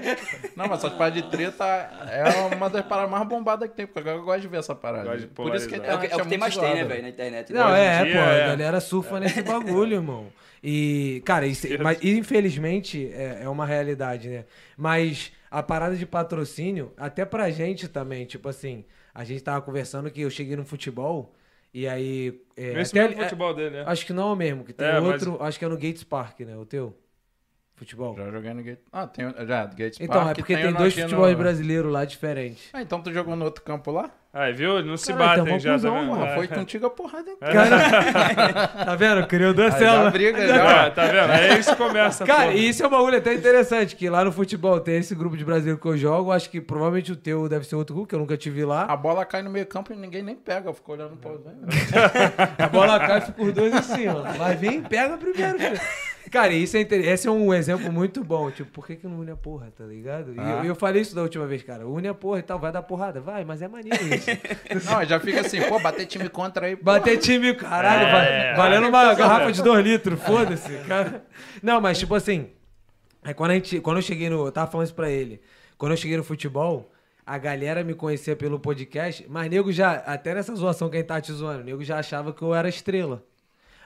C: Não, mas essas paradas de treta é uma das paradas mais bombadas que tem, porque eu gosto de ver essa parada.
D: Gosto de
C: Por isso que a
D: polarizar.
B: É o que, é o que
C: internet
B: tem
C: muito
B: mais tem, né,
C: zoada.
B: velho, na internet. né?
A: Não,
D: Hoje em
A: é,
D: dia,
A: pô,
D: é.
A: a galera surfa nesse bagulho, irmão. E, cara, isso, mas, infelizmente é, é uma realidade, né? Mas a parada de patrocínio, até pra gente também, tipo assim, a gente tava conversando que eu cheguei no futebol e aí. É,
D: Esse
A: até-
D: mesmo futebol dele,
A: é,
D: né?
A: acho que não é o mesmo, que tem
D: É, mas-
A: outro, acho que é no Gates Park, né? O teu? Futebol.
C: Já joguei no Gate. Ah, tem. Já, Gates
A: Então,
C: Park,
A: é porque tem
C: no-
A: dois
C: aqui no-
A: futebols brasileiros lá diferentes.
C: Ah, então tu jogou no outro campo lá?
D: Aí, viu? Não se
A: Caralho,
D: batem
A: tá mó
D: já,
A: cuzão,
D: tá vendo?
C: Porra,
D: É.
C: foi contigo a porrada, então. hein?
A: Tá vendo? Criou duas
C: Aí
A: células.
C: já briga,
D: Tá,
C: já.
D: tá vendo? É isso que começa,
A: Cara,
D: porra.
A: e isso é um bagulho até interessante, que lá no futebol tem esse grupo de brasileiro que eu jogo, acho que provavelmente o teu deve ser outro grupo, que eu nunca tive lá.
C: A bola cai no meio campo e ninguém nem pega. Eu fico olhando pro né? velho. Ah,
A: A bola cai fica por dois assim, ó. Vai vir, pega primeiro. filho. Cara, e isso é inter... esse é um exemplo muito bom. Tipo, por que, que não une a porra, tá ligado? E
C: Ah.
A: eu, eu falei isso da última vez, cara. Une a porra e tal, vai dar porrada. Vai, mas é maneiro isso.
C: Não, aí já fica assim, pô, bater time contra aí. Porra.
A: Bater time, caralho,
D: É,
A: va-
D: é,
A: valendo
D: é.
A: uma garrafa de 2 litros, foda-se, cara. Não, mas tipo assim, aí quando, a gente, quando eu cheguei no. Eu tava falando isso pra ele. Quando eu cheguei no futebol, a galera me conhecia pelo podcast, mas nego já, até nessa zoação que a gente tá te zoando, nego já achava que eu era estrela.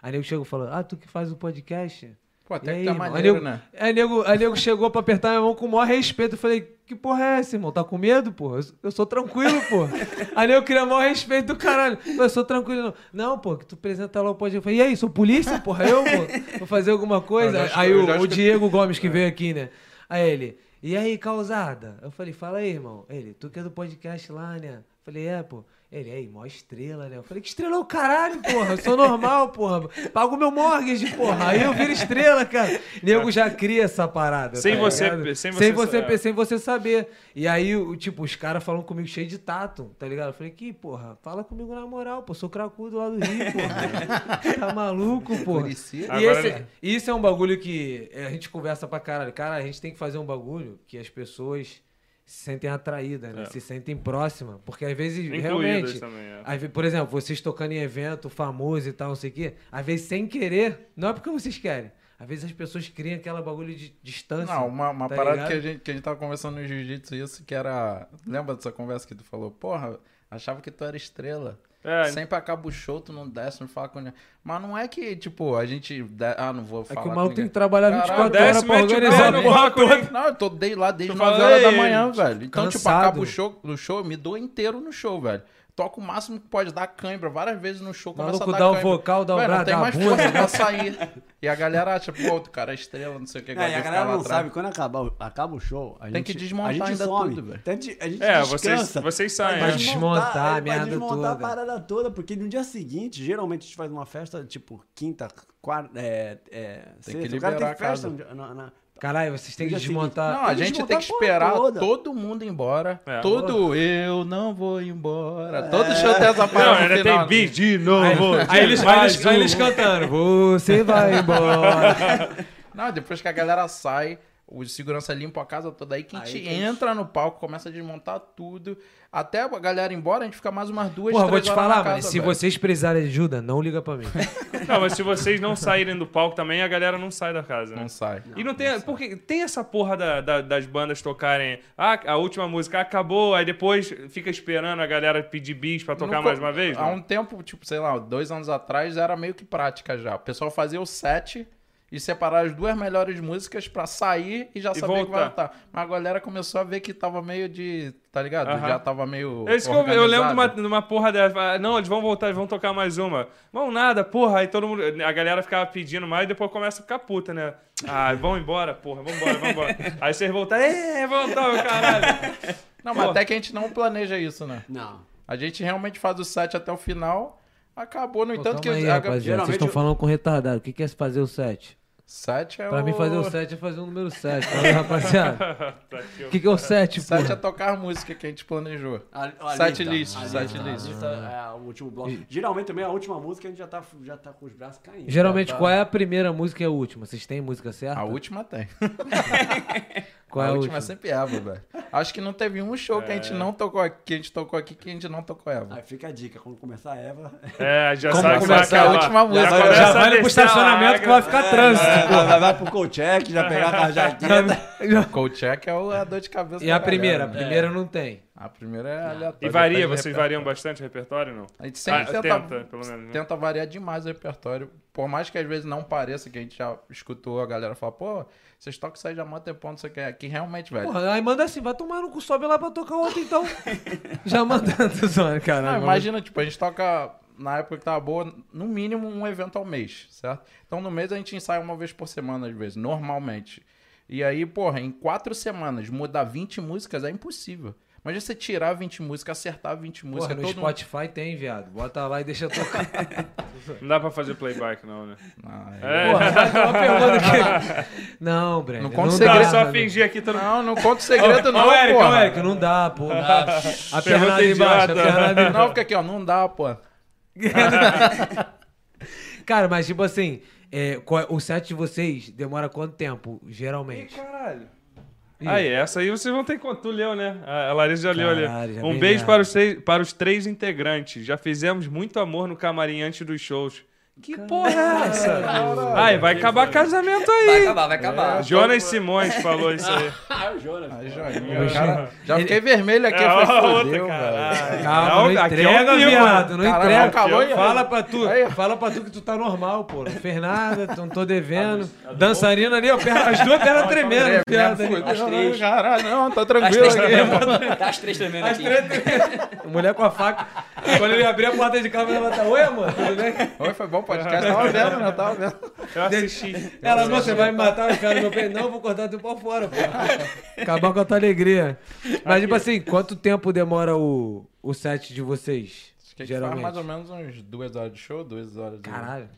A: Aí nego chegou e falou: Ah, tu que faz o podcast?
C: Pô, até
A: E
C: que tá
A: irmão? Aí
C: maneiro,
A: nego-
C: né?
A: Aí nego, aí nego chegou pra apertar minha mão com o maior respeito. Eu falei, que porra é essa, irmão? Tá com medo, porra? Eu, sou- eu sou tranquilo, porra. aí nego queria o maior respeito do caralho. Eu, falei, eu sou tranquilo, não. Não, pô, que tu apresenta lá o podcast. Eu falei, e aí, sou polícia, porra? Eu, pô, vou fazer alguma coisa?
C: Eu já
A: aí
C: escu-
A: o,
C: eu já
A: o
C: escutei.
A: Diego Gomes que veio aqui, né? Aí ele, e aí, causada? Eu falei, fala aí, irmão. Ele, tu que é do podcast lá, né? Eu falei, é, pô. Ele, aí, mó estrela, né? Eu falei, que estrela é o caralho, porra. Eu sou normal, porra. Pago meu mortgage, porra. Aí eu viro estrela, cara. Nego já cria essa parada.
D: Sem
A: tá
D: você-
A: ligado?
D: sem você
A: sem você,
D: saber.
A: sem você saber. E aí, o- tipo, os caras falam comigo cheio de tato, tá ligado? Eu falei, que, porra, fala comigo na moral, pô. Sou cracudo lá do Rio, porra. tá maluco, porra.
C: Curicica.
A: E
D: Agora-
A: esse- isso é um bagulho que é, a gente conversa pra caralho. Cara, a gente tem que fazer um bagulho que as pessoas se sentem atraídas, né?
D: É.
A: Se sentem próximas. Porque às vezes,
D: Incluídas
A: realmente...
D: também, é.
A: às ve- por exemplo, vocês tocando em evento famoso e tal, não sei o quê. Às vezes, sem querer, não é porque vocês querem. Às vezes as pessoas criam aquela bagulho de distância.
C: Não, uma, uma
A: tá
C: parada
A: ligado?
C: que a, gente, que a gente tava conversando no jiu-jitsu, isso que era. Lembra dessa conversa que tu falou? Porra, achava que tu era estrela.
D: É.
C: Sempre acaba o show, tu não desce, não fala com ninguém. Mas não é que, tipo, a gente. dá- Ah, não vou
A: É
C: falar.
A: que o
C: com
A: maluco tem
C: ninguém.
A: que trabalhar
C: Caralho,
A: 24 horas
D: desce,
A: pra
D: mete o
A: organizar. né? a
D: dedo no
A: porra
D: barco,
A: toda.
D: hein?
C: Não, eu tô dei lá desde
D: Tu
C: 9
D: fala,
C: horas da
D: "Ei,
C: manhã, velho. Então, tipo,
A: cansado.
C: acaba o show, no show, eu me dou inteiro no show, velho. Toco o máximo que pode dar cãibra. Várias vezes no show começa
A: Maluco
C: a dar
A: dá o
C: cãibra.
A: vocal, dá o
C: Velho,
A: brado,
C: Não tem
A: dá a
C: mais
A: bunda, né?
C: força
A: dá-
C: pra sair. E a galera acha, pô, outro cara é estrela, não sei o que.
E: É,
C: gosta
E: e
C: de
E: a
C: ficar
E: galera
C: lá
E: não
C: atrás.
E: sabe, quando acaba, o- acaba o show, a
C: Tem
E: gente,
C: que desmontar
E: a gente
C: ainda
E: some,
C: tudo, velho.
E: A gente, a gente
D: É, vocês-
E: descansa.
D: vocês
E: Vai
D: saem,
A: né? Desmontar a
E: aí vai
A: merda
E: desmontar a
A: toda.
E: parada toda, porque no dia seguinte, geralmente a gente faz uma festa, tipo, quinta, quarta, é, é, sexta.
C: que
E: o cara
C: liberar
E: tem
C: a
E: festa
C: casa.
E: no dia- na- na-
A: Caralho, vocês têm que
E: Dia seguinte.
A: desmontar.
C: Não, a
E: é. Tem que
C: gente tem
E: desmontar
C: que
E: a porra
C: esperar
E: toda.
C: todo mundo ir embora.
D: É.
C: Todo eu não vou embora.
E: É.
C: Todo show tem essa
D: Não,
C: parada. no
D: ainda
C: final. né?
D: tem beat de novo.
A: Aí eles, aí eles- aí eles cantando, você vai embora.
C: Não, depois que a galera sai, o segurança limpa a casa toda. Aí que a gente entra no palco, começa a desmontar tudo. Até a galera ir embora, a gente fica mais umas duas,
A: Porra, vou
C: três
A: te
C: horas na
A: falar,
C: casa,
A: mano, se
C: velho.
A: vocês precisarem de ajuda, não liga pra mim.
D: Não, mas se vocês não saírem do palco também, a galera não sai da casa, né?
C: Não sai.
D: E não tem. Porque tem essa porra da- da- das bandas tocarem. Ah, a última música acabou, aí depois fica esperando a galera pedir bis pra tocar
C: Nunca-
D: mais uma vez?
C: Há
D: não?
C: um tempo, tipo, sei lá, dois anos atrás, era meio que prática já. O pessoal fazia o set e separar as duas melhores músicas pra sair e já saber que vai
D: voltar.
C: voltar. Mas a galera começou a ver que tava meio de. Tá ligado?
D: Aham.
C: Já tava meio.
A: tipo,
D: É isso que eu, eu lembro de uma,
C: organizado.
D: de uma porra dessa. Ah, Não, eles vão voltar, eles vão tocar mais uma. Vão nada, porra. Aí todo mundo. A galera ficava pedindo mais e depois começa a ficar puta, né? Ah, vão embora, porra, vão embora, vão embora. Aí vocês voltaram, é, voltar, meu caralho.
C: Não, mas até que a gente não planeja isso, né?
E: Não.
C: A gente realmente faz o site até o final. Acabou, no
A: Pô, calma
C: entanto que.
A: aí,
C: a-
A: rapaziada. Vocês
E: geralmente
A: estão
E: eu-
A: falando com retardado. O que que é fazer o 7?
C: Site é
A: Pra
C: o...
A: mim, fazer o 7 é fazer o número 7. rapaziada.
D: Tá aqui, ó.
A: O que que é o 7, pô?
C: Site é tocar a música que a gente planejou.
A: Ah,
E: A, tá.
C: Site list, site list.
E: lista é o último bloco. Geralmente também a última música a gente já tá, já tá com os braços caindo.
A: Geralmente,
E: Já tá-
A: qual é a primeira música e a última? Vocês têm música certa?
C: A última tem.
A: tá. Qual é
C: a última é sempre Eva, velho. Acho que não teve um show que a
D: É.
C: gente não tocou aqui, que a gente tocou aqui, que a gente não tocou Eva.
E: Aí fica a dica, quando começar a Eva.
D: É, já
A: Como
D: sabe que vai
A: começar a
D: acabar.
C: última música,
D: Já,
C: né?
D: começa
C: Já
D: a
A: vai pro
D: descer a
A: estacionamento que vai
D: lagra.
A: ficar trânsito.
E: vai, vai pro co-check, já pegar a jaqueta.
C: Cold check é o- a dor de cabeça.
A: E
C: da
A: a
C: galera,
A: primeira? Ah. A
C: né?
A: primeira não tem.
C: A primeira é aleatória.
D: E varia,
C: depende do
D: vocês
C: repertório.
D: variam bastante o repertório não?
C: A gente sempre
D: Ah,
C: tenta,
D: tenta, pelo menos, né?
C: tenta variar demais o repertório. Por mais que às vezes não pareça que a gente já escutou a galera falar, pô, vocês tocam isso aí já há mó tempão, não sei o É que. Que realmente, velho.
A: Porra, aí manda assim, vai tomar no cu, sobe lá pra tocar outra então. Já mandando, Zona,
C: Não,
A: caralho.
C: imagina, tipo, a gente toca na época que tava boa, no mínimo um evento ao mês, certo? Então no mês a gente ensaia uma vez por semana, às vezes, normalmente. E aí, porra, em quatro semanas mudar 20 músicas é impossível. Imagina você tirar 20 músicas, acertar 20
A: Porra,
C: músicas.
A: no
C: todo mundo-
A: Spotify tem, viado. Bota lá e deixa tocar.
D: Não dá pra fazer playback não, né?
C: Ah, é.
D: É,
A: Porra, vai ter uma pergunta aqui. Não, Breno.
C: Não conta
A: dá,
D: dá,
C: segredo,
D: só
A: né?
D: fingir aqui todo
C: Não, não conta o segredo, não,
D: Ô, Eric, ô,
C: porra.
D: Eric.
A: Moleque, não dá, pô. A
D: Pergunta
A: pernada embaixo, a
D: idiota.
A: pernada embaixo.
C: Não, fica aqui, ó. Não dá, pô.
A: Cara, mas tipo assim, é, qual- o set de vocês demora quanto tempo, geralmente?
D: Caralho. Aí, essa aí vocês vão ter que. con- Tu leu, né? A a Larissa já leu
A: Caralho,
D: ali.
A: já
D: Um
A: vi
D: beijo
A: mesmo.
D: para os, três, para os três integrantes. Já fizemos muito amor no camarim antes dos shows. Que porra é essa? Ai, vai acabar casamento
B: Vai
D: aí.
B: acabar, vai acabar.
D: Jonas Simões falou isso aí.
E: Ah, o Jonas.
C: Aí, joinha. O cara- já fiquei vermelho aqui.
D: É,
C: eu falei,
D: outra,
C: fodeu, velho.
A: Calma, não,
D: Não, aqui é
A: entrega,
D: ao vivo.
A: viado, não
C: Caralho,
A: entrega.
C: acabou aí, ó.
A: fala, pra tu,
C: Aí, ó.
A: fala pra tu que tu tá normal, pô. Não fez nada, tu não tô devendo.
D: Tá
A: Dançarina ali, ó, perna- as duas pernas tremendo, viado. ali.
B: As três.
C: Caralho, não, tá
B: As
C: tranquilo
B: três
C: aqui.
B: tremendo. Tá as três tremendo
A: As
B: aqui.
A: três tremendo. Mulher com a faca. Quando ele abrir a porta de casa, ela tá, ué, mano, tudo bem?
C: Oi, foi bom o podcast. Tava vendo, né? Tava vendo.
D: Eu assisti.
A: Ela, não, você vai me matar, os caras no meu peito. Não, eu vou cortar teu pau fora, pô. Acabar com a tua alegria. Mas, tipo assim, quanto tempo demora o, o set de vocês?
C: Acho que a gente faz
A: geralmente.
C: mais ou menos uns duas horas de show, duas horas de.
A: Caralho.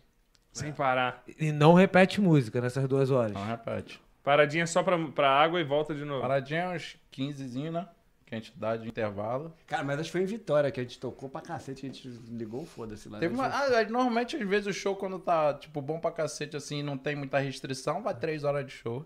D: Sem parar.
A: E não repete música nessas duas horas.
C: Não, Então, repete.
D: Paradinha só pra, pra água e volta de novo.
C: Paradinha é uns 15zinho, né? Que a gente dá de intervalo.
E: Cara, mas acho que foi em Vitória que a gente tocou pra cacete, a gente ligou, foda-se lá.
C: Teve
E: né?
C: uma- ah, normalmente, às vezes, o show, quando tá, tipo, bom pra cacete, assim, não tem muita restrição, vai três horas de show.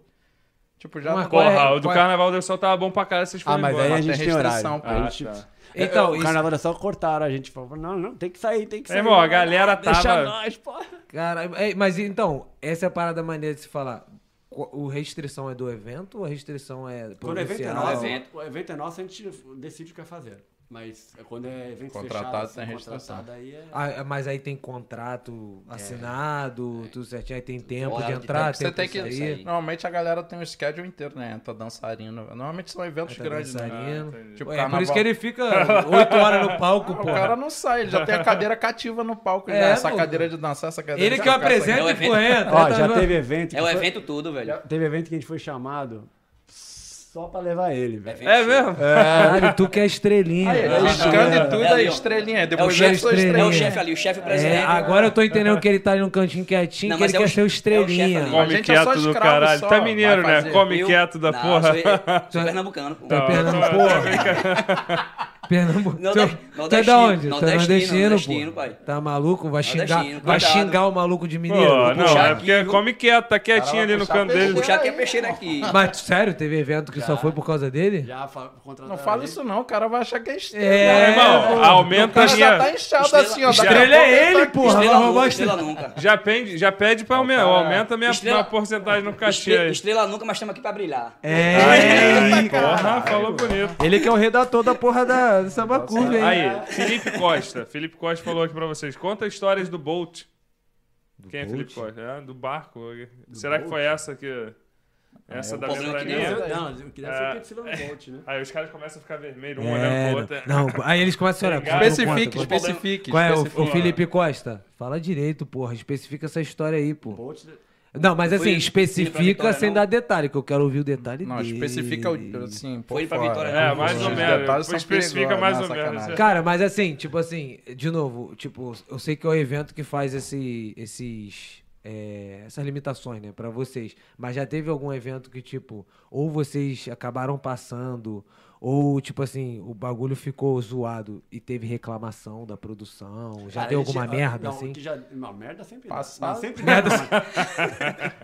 C: Tipo, já
A: Uma
C: não-
A: qual é-
D: Porra, o do
A: qual é-
D: Carnaval do Sol tava bom pra caralho, vocês
E: Ah,
D: foram
E: mas
D: embora.
E: aí a
C: Mas
E: gente
C: tem
E: tem horário.
C: restrição, pô.
E: A
D: Ah,
E: gente-
D: tá.
A: Então,
E: É, o
A: isso-
E: carnaval da só cortaram, a gente falou, não, não, tem que sair, tem que
D: É,
E: sair.
D: irmão, a galera
E: Deixa
D: tava-
E: nós, pô.
A: Caralho, é, mas então, essa é a parada maneira de se falar. Qu- O restrição é do evento ou a restrição é
E: Quando o evento é
A: provincial?
E: nosso,
B: evento.
E: o evento é nosso, a gente decide o que vai fazer. Mas quando é evento
C: Contratado
E: fechado,
C: sem restrição.
E: contratado, aí é...
A: Ah, mas aí tem contrato
C: É.
A: assinado, tudo certinho, aí tem tempo
B: Hora
A: de
B: de
A: entrar, tempo,
B: tempo
C: Você tem
A: de
C: que.
A: sair.
B: sair.
C: Normalmente a galera tem um schedule inteiro, né? Tá dançarino. Normalmente são eventos
A: Tá
C: grandes, né?
A: dançarino.
D: entendi.
C: Tipo,
A: é,
C: carnaval.
A: por isso que ele fica 8 horas no palco,
C: Ah,
A: pô.
C: o cara não sai, ele já tem a cadeira cativa no palco.
A: É,
C: já. Essa
A: pô.
C: cadeira de dançar, essa cadeira
A: Ele
C: de
A: que eu
C: tocar, essa
A: apresento
B: é o
A: e
B: evento.
A: pô, entra.
E: Ó,
A: tá
E: Ah, já
A: vendo?
E: teve evento. que
B: É o
E: foi-
B: evento todo, velho.
E: Teve evento que a gente foi chamado só pra levar ele, velho.
B: Evento
D: É
B: show.
D: mesmo?
A: Caralho, tu que é estrelinha.
C: Aí,
A: cara.
C: ele escanda e tudo,
B: É
C: aí
B: ali, ó.
C: estrelinha.
B: É o
C: Depois
B: chefe,
C: eu sou
A: estrelinha.
B: é o
C: estrelinha.
B: chefe ali, o chefe
A: É,
B: presidente.
A: agora eu tô entendendo que ele tá ali no cantinho quietinho,
B: Não,
A: que
B: mas
A: ele
B: é o
A: quer
B: che-
A: ser o
B: é o chefe
A: estrelinha.
B: ali.
D: Come
C: gente é só
D: quieto do
C: escravo
D: caralho.
C: só,
D: tá mineiro,
C: vai
D: né?
C: fazer.
D: Come
B: Eu-
D: quieto da
B: Não,
D: porra.
B: Sou, eu sou pernambucano, pô.
A: Tu é Pernambuco. Pernambuco.
B: Não,
A: Tu-
B: nor-
A: Tu é
B: nordestino,
A: da onde? Tu é
B: nordestino,
A: nordestino,
B: nordestino,
A: pô.
B: pai.
A: Tá maluco? Vai xingar,
B: Nordestino,
A: vai
B: cuidado.
A: xingar o maluco de
D: Pô,
A: mineiro? Vou
D: não,
A: puxar
D: é
A: aqui.
D: porque come quieto, tá quietinho ali no
C: Cara,
D: canto
C: vai
D: dele.
B: Puxar aqui é peixeira aqui.
A: Mas sério, teve evento que só foi por causa dele?
E: Já fa- contrataram
C: Não fala
E: ele.
C: isso não, o cara vai achar que é estrela.
A: É,
D: irmão, aumenta
C: O cara
D: a
C: já
D: minha-
C: tá inchado
B: Estrela-
C: assim, ó. daqui a
A: Estrela
C: pouco
A: é
C: tá
A: ele,
C: aqui.
A: porra. Vai
B: estrela
A: roubar
B: nunca,
A: a
B: estrela
A: estrela.
B: nunca.
D: Já pede, já pede pra aumentar.
C: cara-
D: Aumenta a minha,
B: Estrela-
D: minha porcentagem no cachê
B: Estre-
D: aí.
B: Estrela nunca, mas estamos aqui pra brilhar.
A: É,
D: Aí, porra, falou bonito.
A: ele que é o redator da porra da do Samba Curva, hein?
D: Aí, Felipe Costa. Felipe Costa falou aqui pra vocês. Conta histórias do Bolt. Quem é Felipe
E: Bolt?
D: Costa? É, do barco. Será que foi essa que. Essa
C: é o
D: da
B: problema que
D: ventania?
B: deu-
E: Não, o que deve
D: É.
E: ser que Silvano Bolt, né?
D: Aí os caras começam a ficar vermelhos, um olhando pro
A: É,
D: outro.
A: não, não, aí eles começam a olhar.
D: Obrigado.
A: pô, não
C: Especifique,
A: conta, pô.
C: especifique.
A: Qual é
C: especifique.
A: o, o Felipe Costa? Fala direito, porra. Especifica essa história aí, pô.
E: Bolt,
A: Não, mas
B: Foi
A: assim,
B: ele-
A: especifica
B: ele pra vitória,
A: sem
B: não?
A: dar detalhe, que eu quero ouvir o detalhe
C: Não,
A: dele.
C: especifica o- assim, por
B: Foi pra
C: fora.
B: Vitória,
D: É, mais
C: Os
D: ou
C: detalhes
D: menos.
C: são
D: Especifica
C: perigosos,
D: mais
C: né,
D: ou menos.
C: sacanagem.
D: é.
A: Cara, mas assim, tipo assim, de novo, tipo, eu sei que é o evento que faz esse, esses, é, essas limitações, né, pra vocês. Mas já teve algum evento que, tipo, ou vocês acabaram passando, ou, tipo assim, o bagulho ficou zoado e teve reclamação da produção? Já
E: Cara,
A: deu
E: ele
A: alguma
E: tinha-
A: merda,
E: não,
A: assim?
E: que já- não, merda sempre dá.
C: Passado.
E: Não, sempre merda.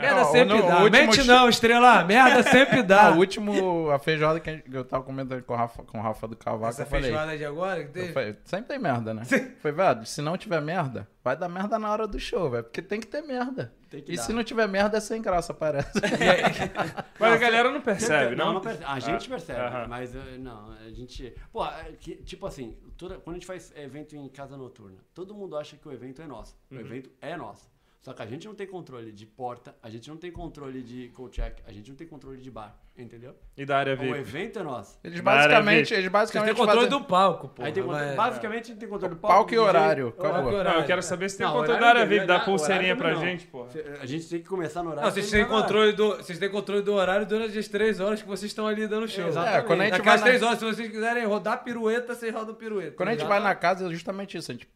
A: Merda
C: Não,
A: sempre
C: no- o
A: dá.
C: último
A: Mente
C: sh-
A: não, estrela. Merda sempre dá.
C: Ah, o último, a feijoada que a gente- eu tava comentando com o Rafa, com o Rafa do Cavaco,
A: Essa
C: eu falei.
A: feijoada de agora que
C: eu
A: teve.
C: falei, sempre tem merda, né? Foi, velho, se não tiver merda, vai dar merda na hora do show, velho. Porque tem que ter merda.
E: Tem que
C: e
E: dar.
C: se não tiver merda, é sem graça, parece.
D: Mas a galera não percebe, não? Ah,
E: não, percebe. A gente percebe,
D: aham.
E: mas eh, não, a gente. Pô, eh, que- tipo assim, toda- quando a gente faz evento em casa noturna, todo mundo acha que o evento é nosso.
D: Uhum.
E: O evento é nosso. Só que a gente não tem controle de porta, a gente não tem controle de co-check, a gente não tem controle de bar, entendeu?
D: E da área
E: O
D: VIP.
E: evento é nosso.
C: Eles
D: Maravilha.
C: basicamente, eles
A: Vocês
C: basicamente
A: têm controle
C: fazem
A: do palco, pô.
E: Aí tem controle-
A: mas-
E: basicamente a gente tem controle do
C: palco e
E: do DJ.
C: horário.
A: Palco e
C: Acabou.
A: horário.
D: Não, eu quero saber se tem
E: Não,
D: controle
E: horário
D: da área
E: ninguém
D: VIP.
E: dá,
D: Dá pulseirinha pra
E: horário não.
D: gente, porra.
E: A gente tem que começar no horário.
A: Não, vocês
E: tem
A: têm
E: que dar horário.
A: controle do, vocês têm controle do horário durante as três horas que vocês estão ali dando show.
E: Exatamente.
C: É, quando a gente
A: Naquelas
C: vai na-
A: três horas, se vocês quiserem rodar pirueta, vocês rodam pirueta.
C: Quando a gente
A: Exato.
C: vai na casa, é justamente isso. A gente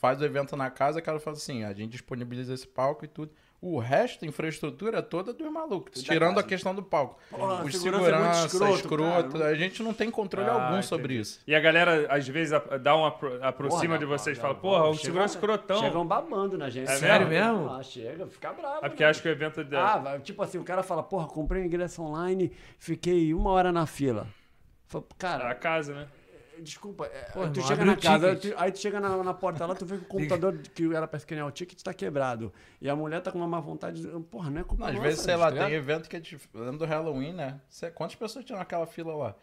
C: faz o evento na casa, o cara fala assim, a gente disponibiliza esse palco e tudo. O resto, a infraestrutura é toda dos malucos,
B: da
C: tirando a
B: casa.
C: questão do palco.
E: Porra,
C: Os
E: segurança é muito
C: segurança,
E: escroto,
C: escroto,
E: cara.
C: a gente não tem controle
D: Ah,
C: algum
D: entendi.
C: sobre isso.
D: E a galera, às vezes, a- dá uma, apro- aproxima
E: Porra,
D: de
E: não,
D: vocês e
E: não,
D: fala,
E: não. um
D: porra, o
E: Chegam-
D: segurança escrotão.
E: Chegam babando na gente.
D: É Sério
A: mesmo? mesmo?
E: Ah, chega, fica bravo.
D: É porque
E: né?
D: acho que o evento é da...
E: Ah, vai, tipo assim, o cara fala, porra, comprei um ingresso online, fiquei uma hora na fila. Fala,
D: da
E: cara,
D: casa, né?
E: desculpa, é,
A: Porra,
E: tu
A: irmão,
E: chega
A: abre
E: na
A: o
E: casa,
A: ticket.
E: tu- aí tu chega na, na porta lá, tu vê que o computador que era pra escanear o ticket tá quebrado. E a mulher tá com uma má vontade, porra, não é culpa
C: Às
E: nossa,
C: vezes, sei
E: bicho,
C: lá,
E: tá
C: tem
E: ligado?
C: evento que é dif- Lembra do Halloween, né? Cê- quantas pessoas tinham naquela fila lá?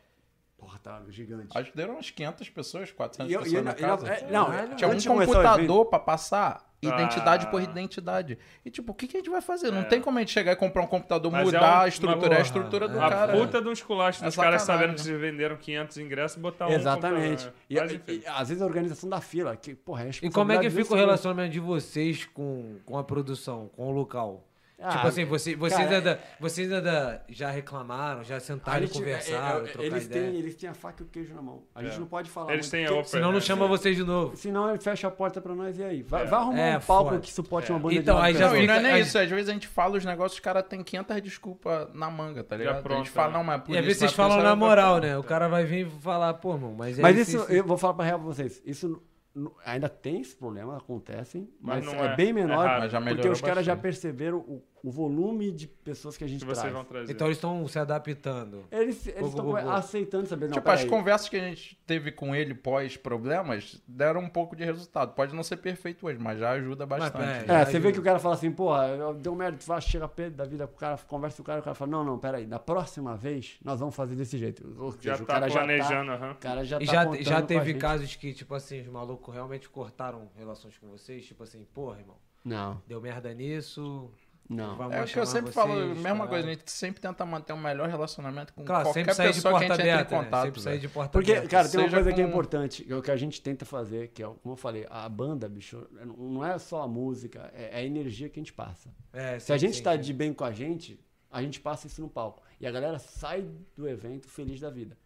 E: Porra, tá gigante.
C: Acho que deram umas 500 pessoas, 400
E: E eu-
C: pessoas
E: e eu-
C: na
E: e eu-
C: casa.
E: é, não,
C: Tinha um
E: antes de começar o evento-
C: computador pra passar identidade
D: Ah. É.
C: por identidade. E tipo, o que, que a gente vai fazer? Não tem como a gente chegar e comprar um computador,
D: Mas é
C: mudar
D: uma
C: a estrutura.
A: porra.
C: É a estrutura do
D: a
C: cara.
D: puta de um esculacho
C: É
D: dos caras
C: sacanagem,
D: sabendo que vocês venderam 500 ingressos e botar
E: Exatamente.
D: um...
E: E,
D: computador, né? Mas, enfim.
E: e- e às vezes a organização da fila, que, porra, é
A: E como é que
E: responsabilidade
A: fica o
E: desse-
A: relacionamento de vocês com, com a produção, com o local?
E: Ah,
A: tipo assim, você- vocês,
E: cara, é-
A: ainda, vocês ainda já reclamaram, já
E: A
A: sentaram e
E: gente,
A: conversaram,
E: é, é, é,
A: trocaram
E: eles,
A: ideia.
E: têm, eles têm a faca e o queijo na mão. A gente
D: É.
E: não pode falar.
D: Eles
E: muito,
D: têm a
E: porque-
D: open-
A: Senão não
E: é.
A: chama vocês de novo.
E: Senão ele fecha a porta pra nós e aí? Vai,
D: É.
E: vai arrumar
A: É,
E: um palco
A: foda.
E: que suporte uma banda
A: Então,
E: de
A: aí
E: rock
A: já
E: and
C: Não,
E: roll.
C: e não é
A: fica-
C: nem
A: aí-
C: isso. Às vezes a gente fala os negócios, os caras têm 500 desculpas na manga, tá ligado? a
D: pronto,
C: gente fala,
D: né?
C: não, mas por
A: E às
C: isso,
A: vezes vocês
C: mas por
A: falam
C: isso,
A: na
C: aí vai-
A: moral, né? O cara vai vir falar, pô, irmão, mas é
E: Mas isso, eu vou falar pra real pra vocês. Isso n- n- ainda tem esses problemas, acontecem,
D: Mas
E: mas,
D: não
E: é,
D: é-
E: bem
D: é
E: menor,
D: raro.
C: Mas já
E: porque
C: melhorou
E: os caras já
C: bastante.
E: perceberam o, o volume de pessoas que a gente
D: que vocês
E: traz.
D: vão trazer.
A: Então eles estão se adaptando.
E: Eles estão
A: vou, vou.
E: aceitando saber, não,
C: Tipo, as
E: peraí.
C: conversas que a gente teve com ele pós problemas deram um pouco de resultado. Pode não ser perfeito hoje, mas já ajuda bastante.
A: é,
E: É,
A: Já
E: você
A: ajuda.
E: vê que o cara fala assim, porra, eu- deu merda, tu vai, chega perto da vida com o cara, conversa com o cara, o cara fala, não, não, peraí, da próxima vez nós vamos fazer desse jeito. Ou
D: Já
E: seja, o
D: tá
E: cara
D: planejando,
E: já tá,
D: aham.
E: o cara já
A: E
E: tá
A: já,
E: contando
A: já
E: com a
A: teve
E: gente.
A: casos que, tipo assim, os malucos realmente cortaram relações com vocês? Tipo assim, porra, irmão,
E: Não,
A: deu merda nisso.
E: não.
A: vamos
C: É o que
A: chamar
C: eu sempre
A: vocês,
C: falo, a mesma
A: caralho.
C: coisa, a gente sempre tenta manter o melhor relacionamento com
A: Claro,
C: qualquer
A: sempre sair de
C: pessoa que a
A: porta
C: gente entra em
A: aberta. né?
C: contato.
A: Sempre sair
C: velho.
A: de porta
E: Porque,
A: aberta.
E: cara, tem uma
C: Seja
E: coisa que é
C: com-
E: importante, que é o que a gente tenta fazer, que é, o- como eu falei, a banda, bicho, não é só a música, é é a energia que a gente passa.
A: É,
E: Se
A: sim,
E: a gente
A: sim,
E: tá
A: sim.
E: de bem com a gente, a gente passa isso no palco. E a galera sai do evento feliz da vida.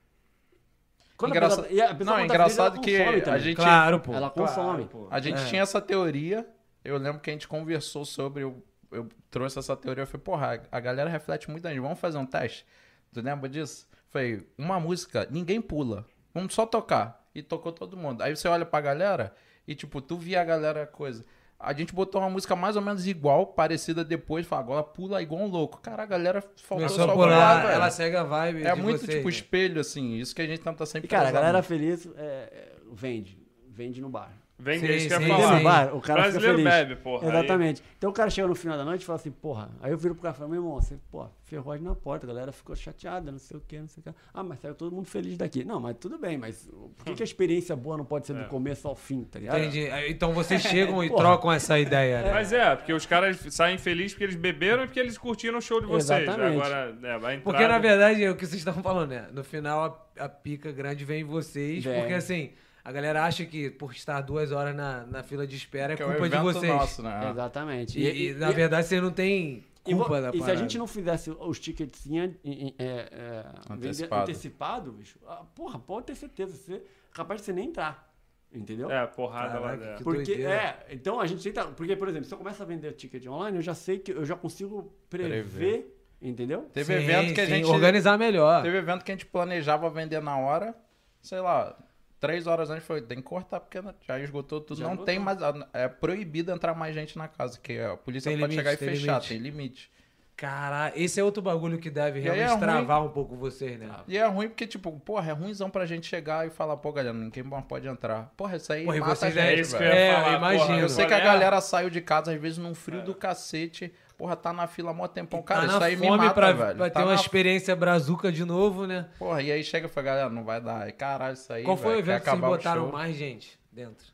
E: Quando a
C: Engraça-
E: pessoa- e a pessoa
C: Não, é
E: quando tá feliz, ela
C: engraçado que
E: consome
C: a
E: também.
C: gente,
A: Claro, pô.
E: Ela
A: claro,
E: consome.
A: pô.
C: a gente
A: É.
C: tinha essa teoria. Eu lembro que a gente conversou sobre. Eu, eu trouxe essa teoria. Eu falei, porra, a a galera reflete muito a gente. Vamos fazer um teste? Tu lembra disso? Foi uma música, ninguém pula. Vamos só tocar. E tocou todo mundo. Aí você olha pra galera e, tipo, tu via a galera coisa. A gente botou uma música mais ou menos igual, parecida depois. Fala, agora pula igual um louco. Cara, a galera faltou
A: Começou
C: só
A: a
C: pular,
A: pular,
C: velho.
A: ela segue a vibe.
C: É
A: de
C: muito,
A: vocês,
C: tipo,
A: né?
C: espelho, assim. Isso que a gente tenta
E: E,
C: sempre
E: cara, a
C: trazer.
E: galera feliz é, é, vende. Vende no bar.
D: Vem,
A: Sim,
D: isso que eu
A: sim,
D: ia
E: Entendeu?
A: sim.
D: falar.
E: Bar, o cara
D: Brasileiro
E: fica feliz.
D: bebe, porra.
E: Exatamente. Então o cara chega no final da noite e fala assim, porra. Aí eu viro pro cara e falo, meu irmão, você, pô, ferrou na porta, a galera ficou chateada, não sei o que, não sei o que. Ah, mas saiu todo mundo feliz daqui. Não, mas tudo bem, mas por que, que a experiência boa não pode ser do começo ao fim, tá ligado?
A: Entendi. Então vocês chegam e
E: É, Porra.
A: trocam essa ideia, né?
D: Mas é, porque os caras saem felizes porque eles beberam e porque eles curtiram o show de vocês.
E: Exatamente.
D: Agora, é, vai entrar.
A: Porque, na verdade, é o que vocês estavam falando, né? No final, a, a pica grande vem em vocês,
E: Vem.
A: porque assim, a galera acha que por estar duas horas na, na fila de espera é
C: Que
A: culpa de
C: evento
A: vocês.
C: nosso, né?
E: Exatamente.
A: E, e, na verdade, você não tem
E: E vo-
A: culpa da
E: e se
A: parada.
E: a gente não fizesse os tickets em- em- em- é, é, vende-
C: Antecipado.
E: antecipado, bicho, ah, porra, pode ter certeza, você capaz de você nem entrar. Entendeu?
D: É, porrada lá
A: Caraca,
D: dentro.
A: que
E: Porque,
A: doideira.
E: é, então a gente tenta. Porque, por exemplo, se eu começo a vender ticket online, eu já sei que eu já consigo prever,
C: Prever.
E: entendeu?
C: Teve
A: Sim,
C: evento que a
A: sim,
C: gente.
A: Organizar melhor.
C: Teve evento que a gente planejava vender na hora, sei lá, três horas antes foi, tem que cortar, porque já esgotou tudo.
E: Já
C: não
E: esgotou.
C: tem mais. É proibido entrar mais gente na casa, que a polícia
A: Tem
C: pode
A: limite,
C: chegar e
A: tem
C: fechar,
A: limite.
C: tem limite.
A: Caralho, esse é outro bagulho que deve
C: E aí é
A: realmente
C: ruim.
A: travar um pouco vocês,
E: Ah,
A: né?
C: E é ruim porque, tipo, porra, é ruimzão pra gente chegar e falar, pô, galera, ninguém mais pode entrar. Porra, isso aí
A: Porra, e
C: mata a
A: vocês
C: gente,
A: é-
D: isso que
C: velho.
D: eu ia
A: É,
D: falar,
A: eu imagino.
D: porra.
C: Eu sei que a
D: Qual é?
C: galera saiu de casa, às vezes, num frio do cacete. Porra, tá na fila mó tempão. Cara,
A: É. tá
C: isso
A: na
C: aí me
A: fome
C: mata,
A: pra,
C: velho.
A: pra
C: Tá
A: ter uma
C: na-
A: experiência brazuca de novo, né?
C: Porra, e aí chega e fala, galera, não vai dar. Aí, Caralho, isso aí,
A: Qual foi o
C: velho, quer
A: evento que vocês
C: acabar o
A: botaram
C: show.
A: mais gente dentro?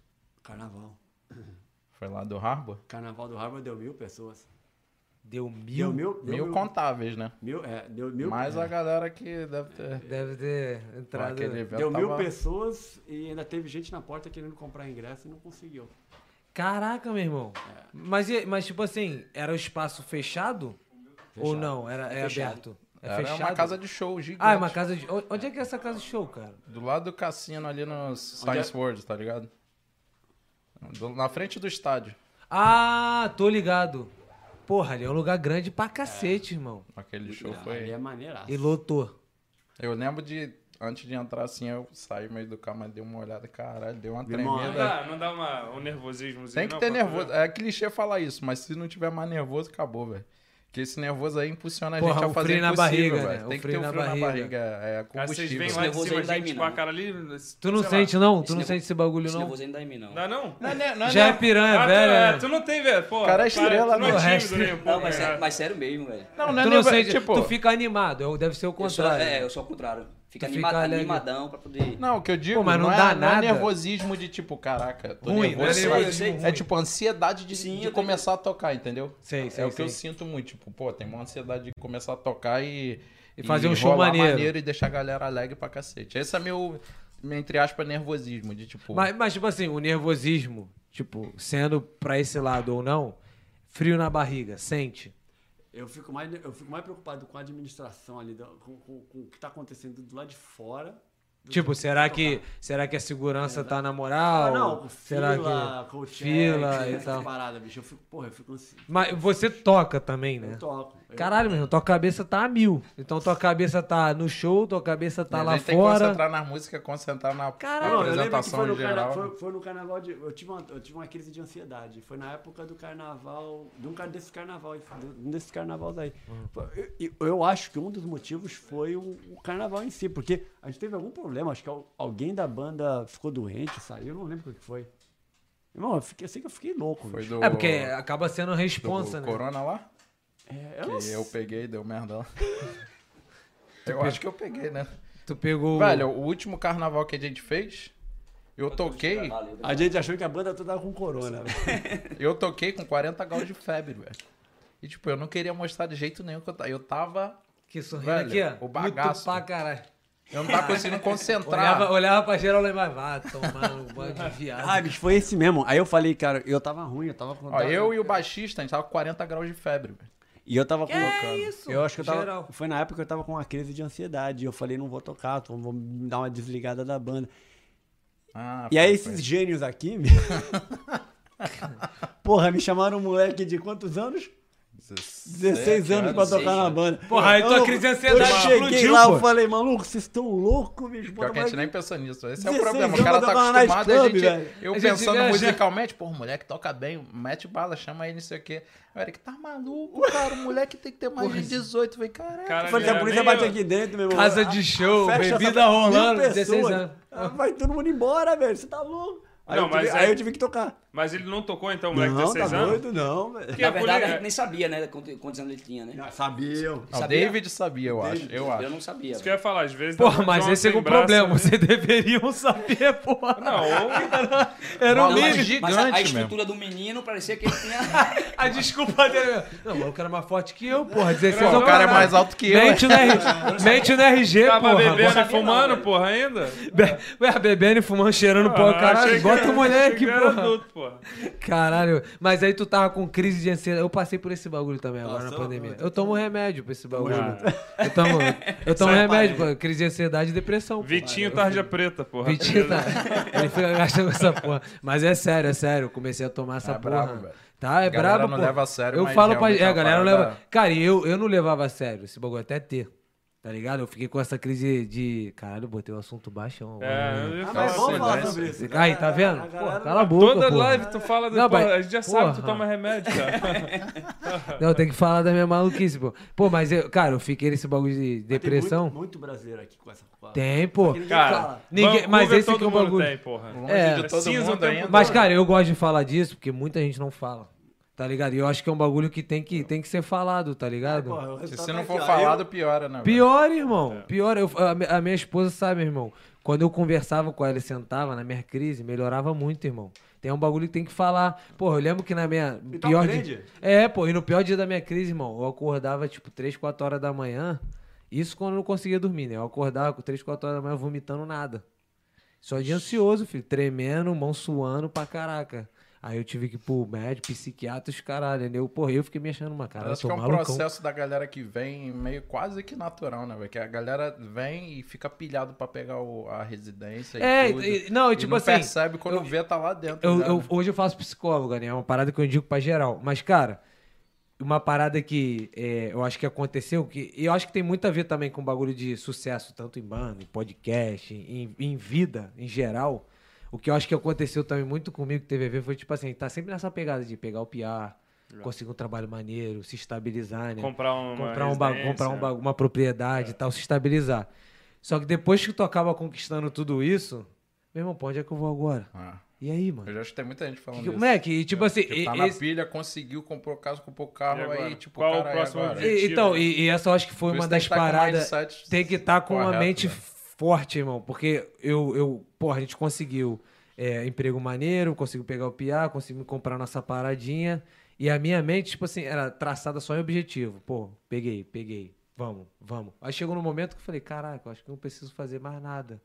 E: Carnaval.
C: Foi lá do Harbor?
E: Carnaval do Harvard deu mil pessoas.
A: Deu mil?
E: Deu mil. deu
C: Mil contáveis, né?
E: mil, é, deu mil.
C: Mas a galera que deve ter.
A: Deve ter entrado...
C: Aquele evento
E: Deu mil
C: tava-
E: pessoas e ainda teve gente na porta querendo comprar ingresso e não conseguiu.
A: Caraca, meu irmão. Mas, e- mas, tipo assim, era o espaço fechado? Ou não? Era é
B: Fechado.
A: aberto? É
C: Era
A: fechado?
C: uma casa de show gigante.
A: Ah, é uma casa de... O- Onde é que é essa casa de show, cara?
C: Do lado do cassino ali
A: é?
C: no Science World, tá ligado? Do- na frente do estádio.
A: Ah, tô ligado. Porra, ali é um lugar grande pra cacete, irmão.
C: Aquele show
E: Ah, ali
C: foi.
E: é maneiraço.
A: E lotou.
C: Eu lembro de. Antes de entrar assim, eu saí meio do carro, mas dei uma olhada, caralho, deu uma
E: Deu uma
D: Não
C: tremenda.
D: dá, não dá uma, um nervosismozinho.
C: Tem que
D: não,
C: ter
D: pra
C: nervoso.
D: fazer?
C: É clichê falar isso, mas se não tiver mais nervoso, acabou, velho. Porque esse nervoso aí impulsiona a gente
A: Porra,
C: a
A: o
C: fazer
A: frio na
C: impossível,
A: barriga,
C: velho.
A: né? O
C: Tem que
A: frio
C: ter o
A: na
C: frio na
A: barriga.
C: barriga. É
D: Cara, vocês
C: combustível.
D: vêm lá em
B: Esse
D: cima,
B: nervoso é aí não dá em
D: gente,
B: mim,
D: pra
B: não.
D: cara ali.
A: Tu não
D: sei lá.
A: sente, não? Tu
B: Esse
A: não
B: nego-
A: sente esse bagulho,
B: Esse
A: não?
B: nervoso ainda em mim, não.
D: Dá não?
C: Não, não, não,
A: Já é
C: não.
A: piranha,
D: Ah, tu-
A: velho.
D: é,
A: né?
D: tu não tem, velho. Pô,
C: Cara, é estrela,
D: tu não
C: não.
D: é
A: Resto-
D: tímido, nem um pouco,
B: Não, mas,
D: cara.
B: sé- mas sério mesmo, velho.
C: Não,
A: Tu
C: nem-
A: não sente,
C: tipo,
A: tu fica animado, eu- deve ser o
B: Eu sou,
A: contrário. né?
B: é, eu sou ao contrário. Fica
A: Tu
B: anima-
A: fica alegre.
B: animadão pra poder.
C: Não, o que eu digo,
A: Pô, mas não
C: é,
A: dá
C: é
A: nada.
C: nervosismo de tipo, caraca, tô
A: Ruim, né?
C: nervoso.
A: não
B: é
C: sabe?
B: nervosismo
C: É
A: ruim.
C: tipo ansiedade de,
B: Sim,
C: de
B: eu tô
C: começar a tocar, entendeu?
A: Sei, sei,
C: é o que
A: sei.
C: eu sinto muito, tipo, pô, tem uma ansiedade de começar a tocar e
A: E fazer um show
C: rolar
A: maneiro.
C: e deixar a galera alegre pra cacete. Esse é meu, meu entre aspas, nervosismo de tipo,
A: Mas, mas, tipo assim, o nervosismo, tipo, sendo pra esse lado ou não, frio na barriga, sente.
E: Eu fico, mais, eu fico mais preocupado com a administração ali, do- com, com- com o que está acontecendo do lado de fora. do
A: Tipo,
E: que
A: será
E: tá
A: que, será que a segurança tá na
E: Ah,
A: moral?
E: não, com
A: será
E: fila,
A: que
E: com o check,
A: fila e
E: essa
A: tal.
E: parada, bicho. Eu fico, porra, eu fico ansioso.
A: Mas você toca também, né?
E: Eu toco. Eu-
A: Caralho, meu irmão, tua cabeça tá a mil. Então tua cabeça tá no show, tua cabeça tá
C: a
A: lá
C: gente né, tem que
A: fora.
C: concentrar na música, concentrar na
A: Caralho,
E: Não, É, eu lembro que
C: apresentação
E: foi no,
C: em geral. né?
E: carna- foi- foi no carnaval de. Eu tive, uma, eu tive uma crise de ansiedade. Foi na época do carnaval. De um cara desse carnaval, de um desses carnavais aí.
C: Hum.
E: Foi- Eu, eu- eu acho que um dos motivos foi o, o carnaval em si, porque a gente teve algum problema. Acho que al- alguém da banda ficou doente, saiu. Eu não lembro o que foi. Irmão, eu, fiquei, eu sei que eu fiquei louco.
C: Foi
E: bicho.
C: do,
A: É porque acaba sendo
C: do
A: responsa, né?
C: Corona lá?
E: É, eu não
C: Que eu peguei, deu merda lá. Eu acho que eu peguei, né?
A: Tu pegou.
C: Velho, o último carnaval que a gente fez, eu toquei,
B: Valeu,
E: A gente achou que a banda toda tava com corona. velho.
C: eu toquei com 40 graus de febre, velho. E tipo, eu não queria mostrar de jeito nenhum que eu tava. Eu tava.
A: que sorrindo
C: velho,
A: aqui, ó.
C: o bagaço.
A: Muito pra caralho.
C: Eu não tava conseguindo concentrar.
A: Olhava, olhava pra geral e lembrava, vá tomar um banho de viado.
E: Ah, bicho, foi esse mesmo. Aí eu falei, cara, eu tava ruim, eu tava com.
C: Ó, eu e o baixista, a gente tava com 40 graus de febre, velho.
E: E eu tava com.
A: é isso?
E: Eu acho que eu tava.
A: Geral.
E: Foi na época que eu tava com uma crise de ansiedade. Eu falei, não vou tocar, tô- vou me dar uma desligada da banda.
C: Ah,
E: E aí
C: foi-
E: esses gênios aqui. me- Porra, me chamaram um moleque de quantos anos?
C: foi
E: 16 anos pra
B: 16,
E: tocar na
B: né?
E: banda.
A: Porra, aí
E: Eu
A: tua
E: não-
A: crise de ansiedade
E: Eu cheguei
A: explodiu,
E: lá,
A: pô.
E: eu falei, maluco, vocês estão loucos, bicho.
C: Pior
E: bota
C: que a gente
E: mais-
C: nem pensa nisso. Esse é o
E: 16
C: problema. O
E: anos
C: cara
E: pra
C: tá
E: tocar na Night
C: acostumado, a
E: Club,
C: gente.
E: velho.
C: Eu
A: A gente
C: pensando
A: viaja.
C: musicalmente, pô, o moleque toca bem, mete bala, chama ele, não sei o quê. O Eric tá maluco, cara. O moleque tem que ter mais de 18. Vem, caralho.
D: Cara,
E: Eu falei, a
D: nem
E: polícia bate
D: eu.
E: aqui dentro, meu irmão. Ah,
A: Casa de show,
E: Fecha essa-
A: bebida rolando,
E: mil
A: 16
E: pessoas.
A: anos.
E: Ah, Vai todo mundo embora, velho. Você tá louco? Aí,
D: Não,
E: eu, tive,
D: mas
E: aí
D: é-
E: eu tive que tocar.
D: Mas ele não tocou, então, o moleque de
E: Não, tá
D: 16 anos?
E: doido, não, velho.
D: Porque
B: Na
D: a
B: verdade, a
D: mulher-
B: gente nem sabia, né? quanto- Quantos anos ele tinha, né?
E: Não, Sabia eu.
C: Não,
B: Sabia?
C: David sabia, eu acho. Eu
B: Eu
C: acho.
B: não sabia.
D: Isso que é eu ia falar, às vezes... dá
A: Porra,
D: um
A: mas
D: João
A: esse é
D: sem
A: o
D: braço,
A: problema.
D: né?
A: Vocês deveriam saber, porra.
D: Não, ou...
A: Era um o
C: Não, mas-
A: mínimo.
B: Mas a- a,
C: Gigante mesmo.
B: estrutura do menino parecia que ele tinha.
A: A desculpa dele. é, Não, mas o cara é mais forte que eu, porra. 16
D: Não,
A: eu
D: o cara é
A: parava.
C: mais alto que eu,
A: Mente no RG, mente no RG
D: Tava
A: porra.
D: bebendo e
B: sabia não,
D: fumando,
B: velho.
D: porra, ainda?
A: Be- Ué, bebendo e fumando, cheirando pó.
D: Ah,
A: Caralho,
D: achei que
A: bota
D: era-
A: o moleque,
D: achei que era
A: porra.
D: adulto, porra.
A: Caralho. Mas aí tu tava com crise de ansiedade. Eu passei por esse bagulho também agora na
E: Passou?
A: pandemia. Eu tomo remédio pra esse bagulho.
D: junto.
A: Eu tomo, eu tomo
C: é
E: Sai,
A: remédio
E: pai.
A: pra crise de ansiedade e depressão. porra.
D: Vitinho
A: Eu-
D: Tarja Preta, porra.
A: Vitinho tá. Ele fica gastando essa porra. Mas é sério, é sério. Eu comecei a tomar essa
C: É
A: porra.
C: brabo, velho.
A: tá, é
C: A galera
A: brabo,
C: não
A: pô.
C: leva a sério,
A: Eu
C: mas
A: falo pra.
C: realmente é
A: É, a
C: uma
A: galera não
C: parada-
A: leva. Cara, e eu, eu não levava a sério esse bagulho até ter. Tá ligado? Eu fiquei com essa crise de. Caralho, botei o assunto baixão. agora,
D: É,
A: né?
D: eu ia
E: Ah,
D: falar
E: mas vamos
D: assim,
E: falar
D: né?
E: sobre isso.
A: Aí, tá vendo?
E: A
A: Pô,
E: galera-
A: cala a boca.
D: Toda
A: pô.
D: live tu fala do
A: Não,
D: porra,
A: mas-
D: a gente já sabe que tu
A: porra.
D: toma remédio, cara.
A: Não, tem que falar da minha maluquice, pô. Pô, mas, eu, cara, eu fiquei nesse bagulho de
E: Tem
A: depressão.
E: muito, muito brasileiro aqui com essa porra.
A: Tem, pô.
E: Aquele
D: cara
A: Ninguém, mas
D: Vancouver
A: esse aqui é
D: todo
A: o
D: mundo
A: bagulho.
D: Tem, porra.
C: Longe
A: É.
C: de todo
D: Cinza o
C: mundo
D: tempo
C: ainda.
A: Mas, cara, eu gosto de falar disso porque muita gente não fala. Tá ligado? E eu acho que é um bagulho que tem que, tem que ser falado, tá ligado?
E: porra, o
C: Se
E: resultado
C: você
E: tá
C: não
E: aqui,
C: for
E: ó.
C: falado, piora, né? velho?
A: Pior, irmão. Pior. Eu, a, mi- a minha esposa sabe, irmão. Quando eu conversava com ela e sentava na minha crise, melhorava muito, irmão. Tem um bagulho que tem que falar. Pô, eu lembro que na minha.
E: E
C: tá
E: tu
A: pior
E: aprende?
A: dia, É, pô, e no pior dia da minha crise, irmão, eu acordava tipo 3, 4 horas da manhã. Isso quando eu não conseguia dormir, né? Eu acordava com 3, 4 horas da manhã vomitando nada. Só de ansioso, filho. Tremendo, mão suando pra caraca. Aí eu tive que ir pro médico, psiquiatra, os caralho. né? Eu, porra, eu fiquei me achando uma cara. Eu
C: Acho que
A: tô
C: é um
A: malucão.
C: processo da galera que vem meio quase que natural, né, velho? Que a galera vem e fica pilhado pra pegar o- a residência
A: É,
C: e tudo.
A: e- não, e tipo
C: não
A: assim,
C: percebe quando
A: eu-
C: vê, tá lá dentro.
A: Eu-
C: né?
A: eu- hoje eu faço psicólogo, né? É uma parada que eu digo pra geral. Mas, cara, uma parada que é, eu acho que aconteceu, que e eu acho que tem muito a ver também com o bagulho de sucesso, tanto em banda, em podcast, em, em vida, em geral. O que eu acho que aconteceu também muito comigo, que teve a ver, foi tipo assim, tá sempre nessa pegada de pegar o PR, conseguir um trabalho maneiro, se estabilizar, né?
D: Comprar uma
A: comprar, um ba-
D: residência. É.
A: comprar um ba- uma propriedade e tal, se estabilizar. Só que depois que tu acaba conquistando tudo isso, meu irmão, pra onde é que eu vou agora?
C: Ah,
A: E aí, mano?
C: eu já acho que tem muita gente falando
A: Que-
C: isso.
A: Moleque, e tipo assim.
C: Tipo, tá
A: e-
C: na
A: esse-
C: pilha, conseguiu, comprou casa, comprou
D: E
C: carro,
D: agora?
C: aí, tipo,
D: Qual o
C: cara, e
D: próximo
C: agora?
D: objetivo?
A: e- então, e, e essa eu acho que foi
C: Por
A: uma
C: isso tem
A: das
C: que né? tá com
A: paradas.
C: mindset
A: Tem que estar com uma
C: correto,
A: mente
C: né?
A: forte, irmão. Porque eu, eu, porra, a gente conseguiu é, emprego maneiro, conseguiu pegar o PIA, conseguimos comprar nossa paradinha. E a minha mente, tipo assim, era traçada só em objetivo. Pô, peguei, peguei. Vamos, vamos. Aí chegou no momento que eu falei, caraca, eu acho que eu não preciso fazer mais nada.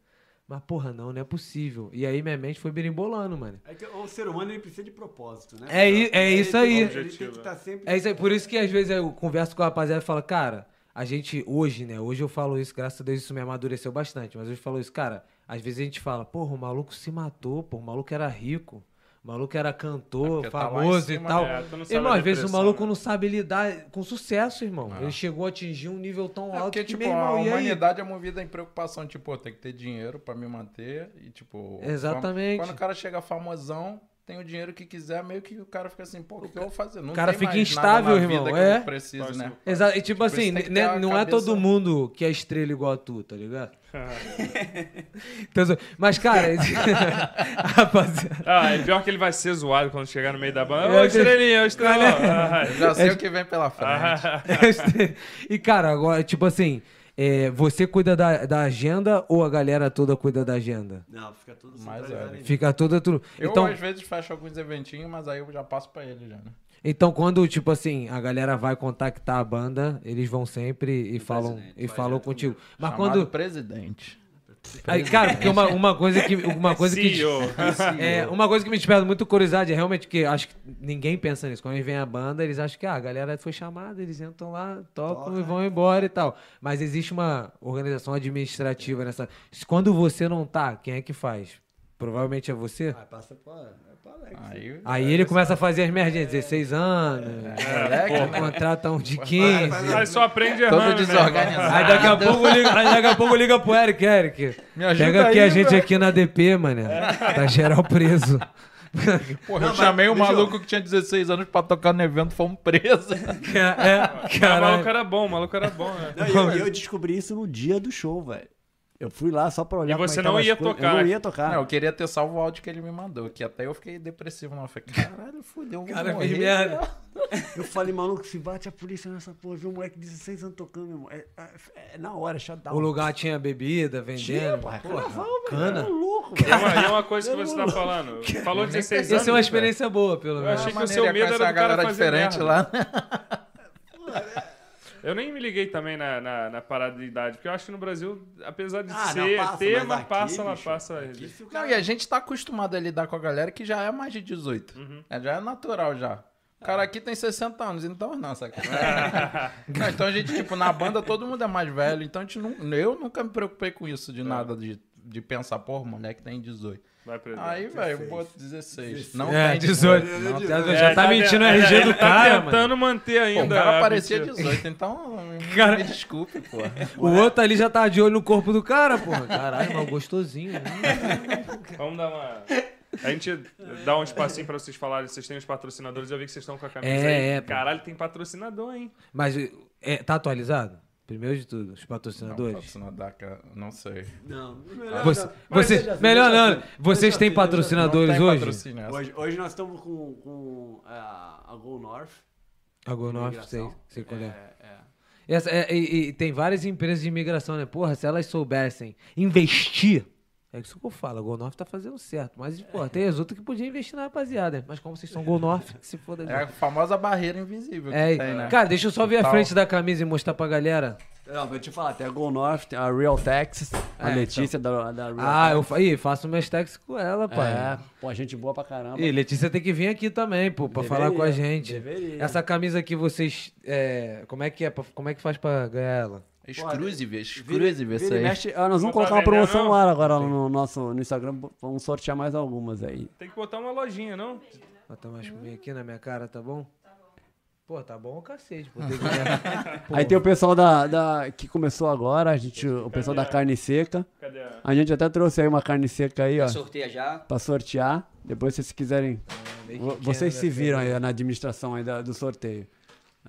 A: Mas, porra, não, não é possível. E aí minha mente foi birimbolando, mano.
E: É que o ser humano ele precisa de propósito, né?
A: É i- é
E: Ele
A: isso
E: tem-
A: aí.
E: Ele tem que estar sempre.
A: É isso aí, por isso que às vezes eu converso com a rapaziada e falo, cara, a gente hoje, né? Hoje eu falo isso, graças a Deus isso me amadureceu bastante, mas hoje eu falo isso, cara, às vezes a gente fala, porra, o maluco se matou, pô, o maluco era rico, o maluco era cantor,
C: porque tá lá em
A: famoso e
C: cima,
A: tal.
D: né? Tu não sabe
A: irmão,
D: a
A: às vezes o
D: depressão,
A: maluco
D: né?
A: não sabe lidar com sucesso, irmão. Ele chegou a atingir um nível tão
C: É
A: alto
C: porque,
A: que,
C: tipo,
A: meu irmão,
C: a
A: e aí?
C: humanidade é movida em preocupação, tipo, tem que ter dinheiro pra me manter e, tipo...
A: Exatamente.
C: Quando o cara chega famosão, tem o dinheiro que quiser, meio que o cara fica assim, pô, o que eu vou fazer? Não
A: o cara
C: tem
A: fica
C: mais nada
A: instável,
C: na vida
A: irmão,
C: que
A: é.
C: eu preciso, né?
A: Exato, e tipo
C: isso
A: assim,
C: tem que
A: né,
C: ter uma
A: não é
C: cabeça-
A: todo mundo que é estrela igual a tu, tá ligado? Então, Mas, cara, esse- rapaziada.
D: Ah, é pior que ele vai ser zoado quando chegar no meio da
A: É,
D: banda.
A: Eu É.
D: Ô,
A: te-
D: estrelinha, ô, Ah, é. estrelão.
C: Eu Já
A: É.
C: sei o que vem pela frente.
A: Ah. e, cara, agora, tipo assim, é, você cuida da, da agenda ou a galera toda cuida da agenda?
E: Não, fica tudo
C: Mais
E: centralizado
C: velho.
E: em-
A: Fica toda tudo.
C: Eu,
A: Então,
C: às vezes, fecho alguns eventinhos, mas aí eu já passo pra ele, já, né?
A: então, quando, tipo assim, a galera vai contactar a banda, eles vão sempre e falam, e falam contigo. Mas
C: né? Chamado
A: quando.
C: presidente.
A: Aí, cara, porque uma, uma coisa que. Uma coisa que
D: CEO.
A: É, uma coisa que me desperta muito curiosidade é realmente que acho que ninguém pensa nisso. Quando vem a banda, eles acham que ah, a galera foi chamada, eles entram lá, tocam e vão embora e tal. Mas existe uma organização administrativa nessa. Quando você não tá, quem é que faz? Provavelmente é você.
E: Ah, passa pra, é pra Alex.
C: Aí,
A: Aí ele começa a fazer as merdinhas, 16 anos,
C: É. moleque, né?
A: contrata um de 15.
D: Aí só aprende errando, né?
C: todo desorganizado.
A: Aí daqui a pouco liga, aí daqui a pouco liga pro Eric, Eric.
C: Me ajuda
A: Pega aqui
C: aí, É.
A: a gente
C: velho.
A: aqui na DP, mano. Tá geral preso.
C: Porra, eu
E: mas
C: chamei um
E: deixa eu-
C: maluco que tinha 16 anos pra tocar no evento, fomos presos.
A: É,
D: Cara, Ah, o
A: caralho.
C: é,
D: maluco era bom, o maluco era bom, né?
E: Não, e eu, e eu descobri isso no dia do show, velho. Eu fui lá só pra olhar
D: E
E: como é
D: você
E: que
D: não
E: tava as
D: ia
E: coisas.
D: tocar.
E: Eu não ia
A: Ah.
E: tocar.
C: Não, eu queria ter salvo o áudio que ele me mandou, que até eu fiquei depressivo. Não, eu falei, caralho, fudeu, eu vou
A: Cara,
C: morrer. né?"
A: fiz merda.
E: Eu falei, maluco, se bate a polícia nessa porra, viu um moleque de 16 anos tocando, meu irmão. É, é- é na hora, é shutdown.
A: O lugar tinha bebida, vendendo.
E: Tinha, porra, é carnaval,
A: cana.
E: velho. É louco,
D: E é uma, e é uma coisa que você tá falando. Falou 16 anos.
A: Essa é uma experiência boa, pelo
D: Eu
A: menos.
D: achei que o
C: Maneiro,
D: seu
C: ia
D: medo era do
C: conhecer uma
D: cara
C: galera
D: fazer
C: diferente
D: merda.
C: lá. né?
D: Eu nem me liguei também na, na, na parada de idade, porque eu acho que no Brasil, apesar de
E: Ah, não,
D: ser
E: passa,
D: tema,
E: mas aqui,
D: passa, ela
E: bicho,
D: passa.
E: velho.
C: Não, e a gente tá acostumado a lidar com a galera que já é mais de 18.
D: Uhum.
C: É, já é natural já. O
D: Ah.
C: cara aqui tem 60 anos, então não, saca? Não, então a gente, tipo, na banda todo mundo é mais velho, então a gente não, eu nunca me preocupei com isso
D: É.
C: de nada, de, de pensar, pô, moleque tem 18.
D: Vai preso.
A: Ah,
C: Aí, velho, eu boto 16. Não
A: É,
C: tem
A: 18. Não,
D: É,
A: já tá mentindo o
D: ele-
A: RG
D: ele
A: do cara,
D: Tá
A: mano.
D: tentando
C: Pô,
D: manter
C: o
D: ainda.
E: é
C: cara
D: a
C: parecia
D: mentira.
C: 18, então
A: Cara-
C: me desculpe, pô.
A: O outro ali já tá de olho no corpo do cara, porra. Caralho, mal gostosinho. né?
D: Vamos dar uma. A gente dá um espacinho pra vocês falarem. Vocês têm os patrocinadores. Eu vi que vocês estão com a camisa
A: É,
D: aí.
A: é, pô.
D: Caralho, tem patrocinador, hein?
A: Mas é, tá atualizado? Primeiro de tudo, os
C: Não,
A: patrocinadores.
C: posso não dar, cara, não sei.
E: Não, melhor
A: Você-
E: não. Mas
A: vocês-
E: deixa assim,
A: melhor
E: deixa
A: não,
E: assim,
A: vocês
E: deixa
A: têm
E: assim, deixa assim.
A: patrocinadores
C: não tem
A: hoje?
C: patrocínio essa.
E: Hoje, hoje nós estamos com, com é, a Go North.
A: Agonoff, sei,
E: Imigração.
A: sei qual é.
E: É, é.
A: Essa- é, e, e tem várias empresas de imigração, né? Porra, se elas soubessem investir. É isso que eu falo, a Golnorf tá fazendo certo. Mas, porra, tem as outras que podiam investir na rapaziada. né? Mas como vocês são Golnorf, se foda.
C: É a famosa barreira invisível que
A: É,
C: tem, né?
A: cara, deixa eu só ver a
C: Tal.
A: frente da camisa e mostrar pra galera.
E: Não, vou te falar, tem a Go North, tem a Real Texas, a
A: É,
E: Letícia da, da Real
A: Ah, eu fa- ih, faço meus textos com ela, pai.
E: É, pô, gente boa pra caramba.
A: E Letícia tem que vir aqui também, pô, pra
E: Deveria,
A: falar com a gente.
E: deveria.
A: Essa camisa aqui vocês. é, como é que é? pra- Como é que faz pra ganhar ela?
C: Exclusive,
E: Vira-
C: exclusive
E: vira
C: essa
E: e
C: aí.
E: mexe- ah, nós
D: Não tá
E: vamos colocar uma
D: vendendo,
E: promoção
D: não?
E: no ar agora no nosso no Instagram. Vamos sortear mais algumas aí.
D: Tem que botar uma lojinha, não?
A: Bota mais comigo aqui na minha cara, tá bom? Tá bom. Pô, tá bom o cacete. Pô, tem que ganhar. Pô,
E: Aí tem o pessoal da, da- que começou agora, a gente, o pessoal da carne seca.
D: Cadê a.
E: A gente até trouxe aí uma carne seca aí, ó,
B: Sorteia já.
E: pra sortear. Depois, se vocês quiserem,
A: meio que
E: vo-
A: quero,
E: vocês
A: né,
E: se viram
A: filho?
E: aí na administração aí da- do sorteio.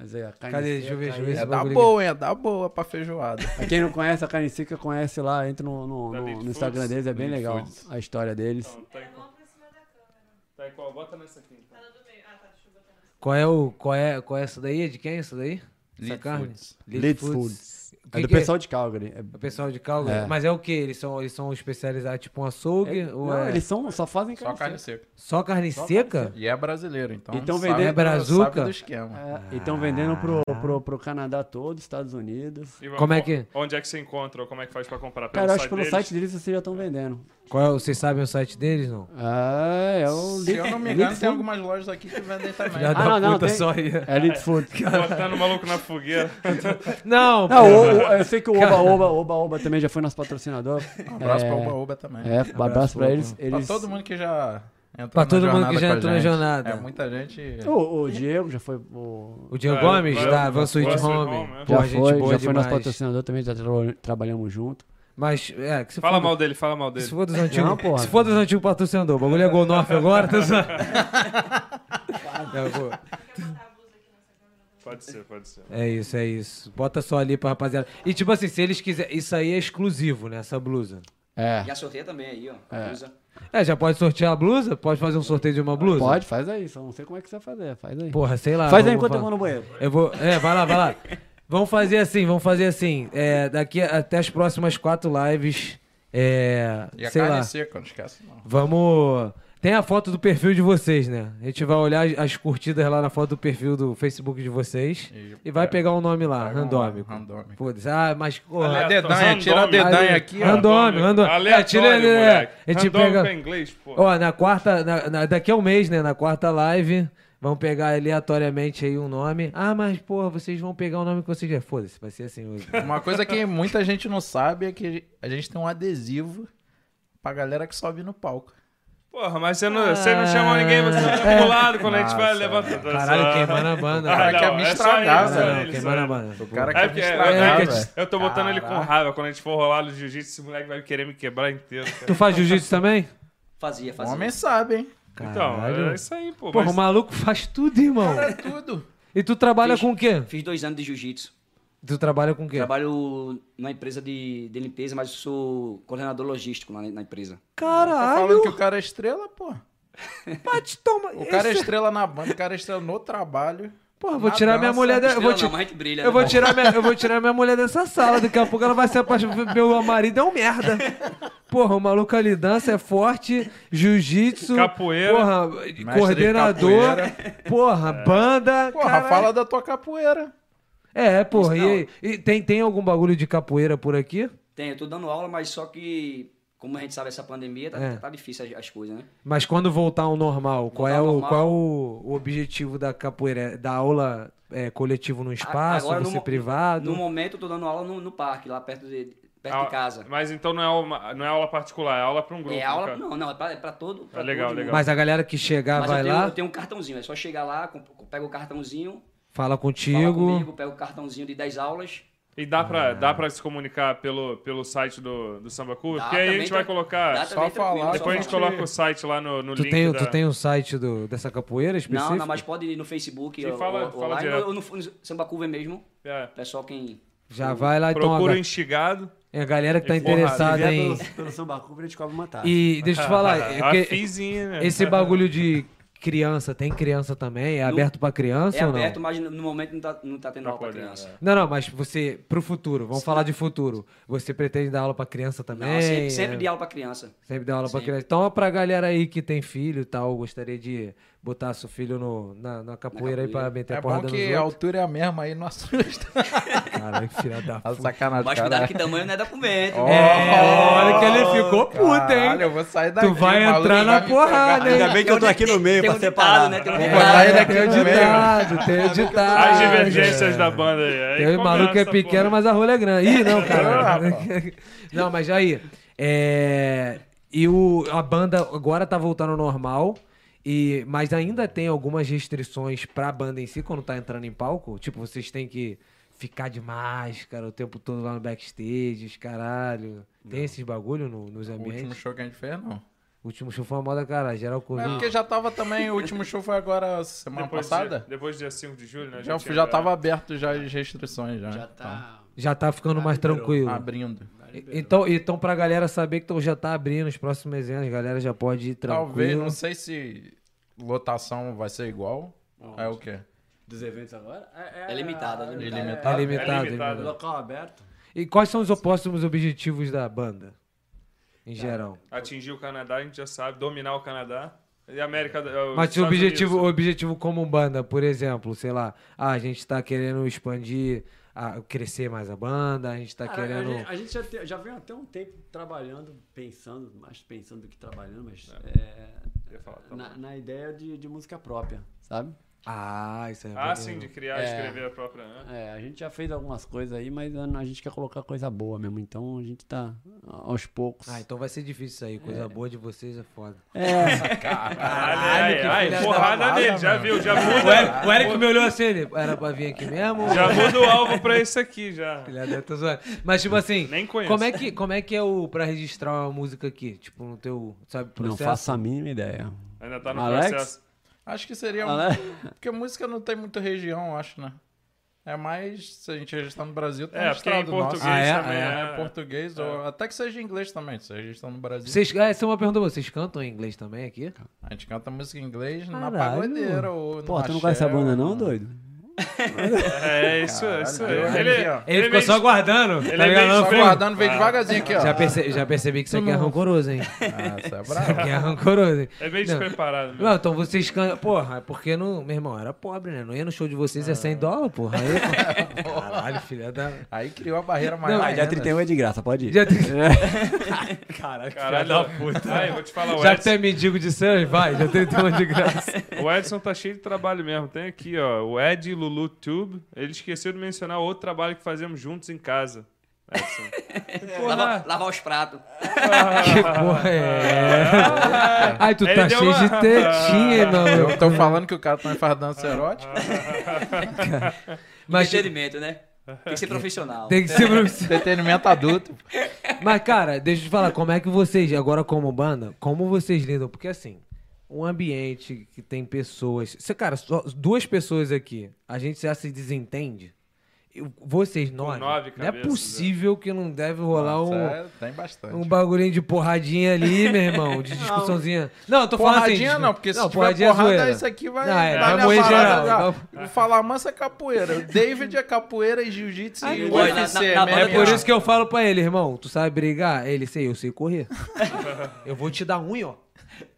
E: Mas aí, a carne
A: Cadê?
E: seca.
A: Deixa eu ver, deixa eu ver
C: É
A: esse
C: da
A: bagulho.
C: boa, hein? É da boa pra feijoada.
E: Pra quem não conhece a carne seca, conhece lá, entra no, no-
D: Da Lead
E: no- no
D: Foods.
E: Instagram deles, é bem
C: Lead
E: legal
C: Foods. Então,
E: a história deles.
D: Não, tá em qual? Tá em qual? Bota nessa aqui. Então.
A: aqui. Qual é o. Qual é, qual é essa daí? De quem é essa daí? Essa
C: Lead
A: carne?
C: Foods.
E: Lead Foods.
A: O que
E: É do
A: que
E: pessoal de Calgary. É-
A: O pessoal de Calgary.
E: É.
A: Mas é o que? Eles são, eles são especializados tipo um açougue?
E: é-
A: ou
E: não,
A: é
E: eles são, só fazem
C: Só
E: carne,
C: carne
E: seca.
C: seca.
A: Só carne seca?
C: E é brasileiro, então.
E: Então
C: sabe
E: vender
C: do-
A: brazuca?
C: Sabe do esquema.
E: É, e estão vendendo pro,
A: Ah.
E: pro, pro Canadá todo, Estados Unidos.
D: E
A: Como é
D: o-
A: que-
D: Onde é que você encontra? Ou como é que faz pra comprar?
E: Cara, eu acho que pelo
D: deles?
E: site deles vocês já estão vendendo.
A: Qual é, o- vocês sabem o site deles, não?
E: Ah, é o
C: Se eu não me engano,
E: Lead
C: tem
E: Food.
C: algumas lojas aqui que vendem também. Um
A: Filha da
E: Ah, não, não,
A: puta,
E: tem-
A: só ia.
E: É Lead Food.
D: Botando o tá maluco na fogueira.
A: Não,
E: Não,
A: pô.
E: o- o- eu sei que o Oba Oba, Oba Oba também já foi nosso patrocinador.
C: Um abraço
E: é,
C: pra Uba Uba também.
E: É, um abraço pra
A: pro
E: eles.
C: Pra
E: eles...
C: todo mundo que já entrou
A: Pra
C: na
A: todo mundo
C: jornada
A: que já
C: com a
A: entrou na
C: gente.
A: jornada.
C: É, muita gente...
E: O, o Diego já foi. O...
A: O Diego
D: É,
A: Gomes,
D: vai-
A: da Van
D: Van
A: Sweet
D: Sweet
A: Home.
D: Home, né?
A: Pô,
E: já
A: gente
E: foi,
A: boa
E: já foi
A: demais.
E: nosso patrocinador também, já tra- trabalhamos junto.
A: Mas, é, que se
D: Fala
A: for,
D: mal dele, fala mal dele.
A: Se for dos antigos,
E: Não, porra.
A: se for dos antigos patrocinador, o bagulho é Gol Norte agora, tá só... é, pô,
D: Pode ser, pode ser.
A: é isso, é isso. Bota só ali pra rapaziada. E tipo assim, se eles quiserem. Isso aí é exclusivo, né? Essa blusa.
E: É.
B: Já sorteia também aí, ó. Usa.
A: É, já pode sortear a blusa? Pode fazer um sorteio de uma blusa?
E: Pode, faz aí. Só não sei como é que você vai fazer. Faz aí.
A: Porra, sei lá.
E: faz aí
A: vamos
E: enquanto eu
A: fa-
E: vou no banheiro.
A: Eu vou. É, vai lá, vai lá. Vamos fazer assim, vamos fazer assim. É, daqui até as próximas quatro lives. É.
C: E a
A: sei
C: carne
A: lá.
C: seca, não esquece não.
A: Vamos. Tem a foto do perfil de vocês, né? A gente vai olhar as- as curtidas lá na foto do perfil do Facebook de vocês e,
C: E-
A: vai
C: é,
A: pegar um nome lá,
C: pega um
A: randômico.
C: randômico.
A: Foda-se. Ah, mas. pô,
D: Aliás,
C: A dedanha, tira a
D: Randômico.
C: dedanha aqui, ó.
A: Randômico, randômico. É, tira-
D: Aleatório,
A: é,
D: moleque.
A: a gente
D: Randômico
A: pega-
D: é inglês, pô.
A: Ó, na quarta. na- na- daqui a um mês, né? Na quarta live. Vamos pegar aleatoriamente aí um nome. Ah, mas, porra, vocês vão pegar o nome que vocês querem. Foda-se, vai ser assim hoje.
C: Uma coisa que muita gente não sabe é que a gente tem um adesivo pra galera que sobe no palco.
D: Porra, mas você não, você
A: Ah.
D: não chamou ninguém, você não tá pulado quando a gente vai
C: Nossa,
D: levantar.
A: É. Caralho, queimando a banda.
D: Ah,
C: cara
D: não,
C: quer me
D: é só
C: estragar,
D: ele,
A: Não,
D: só
C: velho.
A: não,
D: ele, só
A: queimando a
D: ele.
A: banda.
C: O cara
D: É
C: quer me
D: porque
C: estragar,
A: é,
D: é,
A: que-
C: velho.
D: eu tô botando ele com raiva. Quando a gente for rolar no jiu-jitsu, esse moleque vai querer me quebrar inteiro. cara.
A: Tu faz jiu-jitsu também? Um
B: Fazia, fazia.
C: Homem sabe, hein?
D: Então,
A: Caralho.
D: é isso aí, pô.
A: Porra,
D: mas-
A: o maluco faz tudo, irmão.
C: é Tudo.
A: E tu trabalha
B: Fiz.
A: com o quê?
B: Fiz dois anos de jiu-jitsu.
A: Tu trabalha com o quê?
B: Trabalho numa empresa de, de limpeza, mas eu sou coordenador logístico lá na, na empresa.
C: Tá falando
A: Caralho,
C: que o cara é estrela, pô.
A: Pati, toma.
C: O cara é
A: Esse-
C: estrela na banda, o cara é estrela no trabalho.
A: Porra, eu vou
C: na
A: tirar minha
C: dança.
A: mulher da... eu vou
B: Estrela
A: ti-
B: não, mas a gente brilha,
A: Eu vou,
B: né?
A: tirar minha, eu vou tirar minha mulher dessa sala, daqui a pouco ela vai se apaixonar. Meu marido é um merda. Porra, o maluco ali dança, é forte, jiu-jitsu.
D: Capoeira.
A: Porra, coordenador.
C: capoeira. É.
A: Porra, banda.
C: Porra,
A: caralho.
C: fala da tua capoeira.
A: É, porra.
B: Isso não.
A: E, e tem, tem algum bagulho de capoeira por aqui?
B: Tem, eu tô dando aula, mas só que, como a gente sabe, essa pandemia tá,
A: É.
B: tá difícil as, as coisas, né?
A: Mas quando voltar ao normal, qual
B: Voltar
A: é,
B: ao
A: o,
B: normal.
A: Qual é o, o objetivo da capoeira? É Da aula é, coletivo no espaço,
B: Agora,
A: você
B: no mo-
A: privado?
B: No momento, eu tô dando aula no, no parque, lá perto de, perto
D: Au-
B: de casa.
D: Mas então não é, uma, não é aula particular, é aula pra um grupo.
B: É
D: no
B: aula,
D: caso.
B: não, não, é pra, é pra todo. pra
D: legal,
B: todo mundo.
D: legal.
A: Mas a galera que chegar
B: Mas
A: vai
B: eu, tenho,
A: lá,
B: eu tenho um cartãozinho, é só chegar lá, com- com- pega o cartãozinho,
A: fala
B: fala
A: contigo.
B: comigo, pega o cartãozinho de 10 aulas.
D: E dá
A: É.
D: pra, dá pra se comunicar pelo, pelo site do, do Samba Curva?
B: Dá
D: Porque aí a
B: também,
D: gente vai
B: tá-
D: colocar.
B: dá
D: só-
B: também um
C: falar,
B: tranquilo, só
D: Depois a gente
B: falar.
D: coloca o site lá no, no
A: Tu
D: link.
A: tem,
D: da...
A: tu tem o site do, dessa capoeira específica?
B: Não, não, mas pode ir no Facebook,
D: Sim,
B: ou,
D: fala-
B: ou,
D: fala
B: online,
D: direto.
B: ou no, no Samba Curva mesmo.
D: É.
B: Pessoal, quem.
A: Já vai lá, então,
D: Procura
A: a,
D: o instigado.
A: ga- a galera que tá
D: Porra,
E: Se
A: interessada
E: vier
A: em...
E: pelo, pelo Samba Cuba, ele te cobra uma taxa.
A: E deixa eu te falar, é
D: a
A: porque
D: fizinha, né?
A: esse bagulho de criança, tem criança também? É aberto pra criança
B: É
A: ou não?
B: aberto, mas no no momento não tá, não tá tendo
D: Tá
B: aula pra
D: podendo,
B: criança.
A: Não, não, mas você, pro futuro, vamos falar de futuro. Você pretende dar aula pra criança
B: Não,
A: também?
B: sempre, sempre
A: É,
B: de aula pra criança.
A: sempre dar aula pra
B: Sempre.
A: criança. Então, ó, pra galera aí que tem filho e tal, gostaria de botar seu filho no, na, na capoeira aí pra
B: capoeira.
A: meter
C: É
A: a porrada
C: bom
A: nos
C: que a
A: outros.
C: altura é a mesma aí, não assusta.
A: Caralho, que filha da
C: A sacanagem,
B: Mas cuidado que tamanho não é documento.
C: Ó.
A: É, olha que ele ficou puto,
C: Caralho,
A: hein?
C: eu vou sair daqui.
A: Tu vai
C: o maluco
A: entrar na
C: vai me
A: porrada,
C: pegar.
E: Ainda
A: hein?
E: bem que eu tô aqui no meio
B: Tem
E: pra
B: um ditado,
E: separar.
B: né? Tem um
C: Vou botar ele
B: ditado.
C: aqui
A: Tem o
C: né? no meio.
A: ditado, tem o ditado.
D: As divergências da banda aí. aí
A: Tem o maluco é
D: começa,
A: pequeno,
C: né?
D: porra.
A: mas a rola é grande. Ih, não, cara.
C: rapaz.
A: não, mas aí. É... E o, a banda agora tá voltando ao normal. E, mas ainda tem algumas restrições pra banda em si quando tá entrando em palco? Tipo, vocês têm que ficar de máscara o tempo todo lá no backstage, os caralho. Tem esses bagulho no- nos
C: O
A: ambientes?
C: último show que a gente fez, não.
A: O último show foi uma moda, cara. Geral
C: É
A: corrido.
C: porque já tava também, o último show foi agora semana
D: Depois,
C: passada.
D: De, depois do dia 5 de julho, né?
C: Já,
D: gente,
C: já
D: era-
C: tava aberto já as restrições, já.
F: Já tá.
A: Já tá ficando mais
F: liberou.
A: tranquilo.
C: Então, abrindo.
A: E- Então, então, pra galera saber que então, já tá abrindo os próximos eventos, a galera já pode ir tranquilo.
C: Talvez, não sei se lotação vai ser igual. É o quê?
E: Dos eventos agora?
B: É limitado, é limitado.
A: É
C: Ilimitado?
A: limitado. é
D: É limitado.
A: limitado.
E: Local aberto.
A: E quais são os próximos objetivos da banda? Em geral.
D: Atingir o Canadá, a gente já sabe. Dominar o Canadá. E a América... do- os
A: Mas o
D: Estados
A: objetivo, o
D: Unidos. né?
A: objetivo como banda, por exemplo, sei lá, ah, a gente tá querendo expandir, a- crescer mais a banda, a gente tá
E: Cara,
A: querendo.
E: A gente, a gente já, te- já vem até um tempo trabalhando, pensando, mais pensando do que trabalhando, mas é,
D: ia falar, tá
E: na, na ideia de, de música própria, sabe?
A: Ah, isso é
D: Ah,
A: maneiro.
D: sim, de criar e
E: É.
D: escrever a própria... né?
E: É, a gente já fez algumas coisas aí, mas a, a gente quer colocar coisa boa mesmo, então a gente tá aos poucos.
A: Ah, então vai ser difícil isso aí. Coisa boa de vocês é foda.
E: É,
D: Caralho, ai, ai, porrada nele, já viu, já muda,
A: O Eric me olhou assim, ele, era pra vir aqui mesmo?
D: já muda o alvo pra esse aqui, já.
A: Filha da- tô zoando. Mas, tipo assim,
D: Nem conheço.
A: como é que como é que é o pra registrar uma música aqui? Tipo, no teu, sabe,
E: não
A: processo?
E: faço a mínima ideia.
D: Ainda tá no
E: Alex?
D: processo.
C: Acho que seria.
D: Ah,
C: um-
D: né?
E: Alex?
C: Porque música não tem muita região, eu acho, né? É mais se a gente registrar no Brasil, tem
D: É,
C: um
D: porque é em
C: estado nosso.
D: português
A: Ah, é?
D: também. né?
A: Ah,
C: É, português, ou até que seja em inglês também, se registrar no Brasil.
A: Vocês, ah, essa é uma pergunta, boa. vocês cantam em inglês também aqui?
C: A gente canta música em inglês na
A: Caralho.
C: pagodeira ou
E: Pô,
C: no
E: tu não gosta dessa
C: axé,
E: banda
C: ou
E: não,
C: no-
E: doido?
D: É, isso, isso.
C: Caralho,
D: Ele, é
C: aqui, ó.
A: Ele ficou
D: meio-
A: só aguardando.
D: ele
A: tá
D: é
A: ligado?
D: meio
A: Não,
C: Só
A: foi-
C: guardando, veio
D: Ah.
C: devagarzinho aqui, ó.
A: já, perce- já percebi que isso aqui é rancoroso, hein? Isso
C: Ah, isso é
A: aqui
C: brabo.
A: é rancoroso, hein?
D: É meio
A: Não.
D: despreparado mesmo.
A: Não, então vocês cantam. Porra, é porque não. Meu irmão, era pobre, né? Não ia no show de vocês, é 100 dólares, porra. Aí, Caralho, filha da.
C: Aí criou a barreira maior.
A: Não,
E: Ah,
C: ainda.
E: dia 31 é de graça, pode ir.
A: Dia 31.
E: Caralho.
D: Caralho da puta. Ai, vou te falar, o
A: Já que tu
D: Edson,
A: é mendigo de sangue, vai, já tem uma de graça.
D: o Edson tá cheio de trabalho mesmo. Tem aqui, ó, o Ed Lulu Tube. Ele esqueceu de mencionar outro trabalho que fazemos juntos em casa. Edson.
B: Lavar, lavar os pratos.
A: Que porra é? Ai, tu
D: Ele
A: tá
D: deu
A: cheio
D: uma-
A: de tetinha, irmão.
C: Eu tô falando que o cara também faz dança erótica.
D: Ah.
A: Mas
B: Entendimento, né? Tem que ser profissional.
A: tem que ser profissional.
C: Entretenimento adulto.
A: Mas, cara, deixa eu te falar, como é que vocês, agora como banda, como vocês lidam? Porque, assim, um ambiente que tem pessoas... Você, cara, só duas pessoas aqui, a gente já se desentende? Eu- vocês, nove.
D: nove
A: não é
D: cabeças,
A: possível que não deve rolar um.
C: Sério, é, tem bastante.
A: Um bagulhinho de porradinha ali, meu irmão, de discussãozinha. Não, eu tô falando assim.
C: Porradinha
A: de-
C: não, porque se tiver
A: porradinha é
C: porrada,
A: zoeira.
C: isso aqui vai,
A: Não, é,
C: dar
A: vai
C: minha
A: morrer
C: parada
A: geral.
C: já. O Falamansa é capoeira. O David é capoeira e jiu-jitsu e
B: Olha,
C: UFC.
B: na- um na- na-
A: É
C: MMA.
A: por isso que eu falo pra ele, irmão, tu sabe brigar? Ele, sei, eu sei correr. eu vou te dar unha, ó.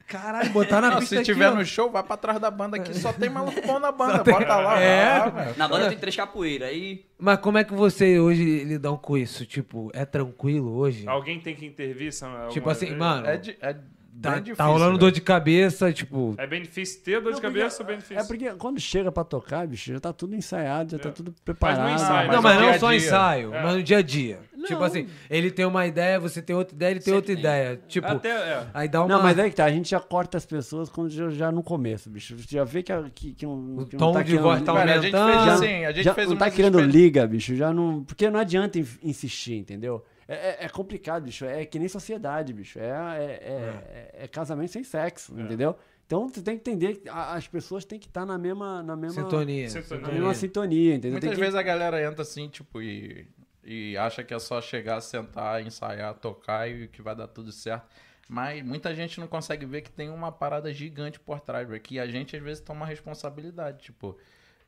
A: Caralho, botar na
C: Não,
A: pista
C: se
A: aqui,
C: tiver
A: ó.
C: no show, vai pra trás da banda aqui. Só tem maluco bom na banda. Bota lá.
A: É.
C: vai lá, velho.
B: Na banda tem três capoeiras. Aí
A: Mas como é que você hoje lidam com isso? Tipo, é tranquilo hoje?
D: Alguém tem que intervir, Samuel,
A: tipo
D: alguma
A: assim,
D: vez?
A: mano,
C: É, di-
A: tá,
C: é bem
A: tá
C: difícil. né?
A: rolando
C: velho.
A: dor de cabeça, tipo...
D: É bem difícil ter dor de cabeça ou bem difícil?
E: É porque quando chega pra tocar, bicho, já tá tudo ensaiado, já tá tudo
D: Mas
E: preparado.
D: não ensaio.
A: não,
D: no
A: mas
C: É, dia
A: não
C: a
A: só
C: dia.
A: ensaio,
D: É.
A: mas no dia a dia. Tipo assim, ele tem uma ideia, você tem outra ideia, ele tem outra ideia. Tipo,
D: Até, é.
A: aí dá uma...
E: Não, mas é que tá, a gente já corta as pessoas quando já, já no começo, bicho. Você já vê que, a- que, que não,
A: O
E: que um
A: tom de
E: criando-
A: voz tá
C: Velho, a gente
E: Ah,
C: fez
A: aumentando.
C: assim, a gente
E: já
C: fez
E: não tá
C: umas
E: criando
C: experi-
E: liga, bicho. Já não, porque não adianta in- insistir, entendeu? É, é- é complicado, bicho. É que nem sociedade, bicho. É, é, é- é casamento sem sexo, entendeu? Então você tem que entender que a- as pessoas têm que estar na mesma, na mesma
A: Sintonia.
D: Sintonia.
E: na mesma sintonia, entendeu?
C: Muitas
E: Tem que-
C: vezes a galera entra assim, tipo, e, e acha que é só chegar, sentar, ensaiar, tocar e que vai dar tudo certo. Mas muita gente não consegue ver que tem uma parada gigante por trás, velho, que a gente às vezes toma responsabilidade, tipo.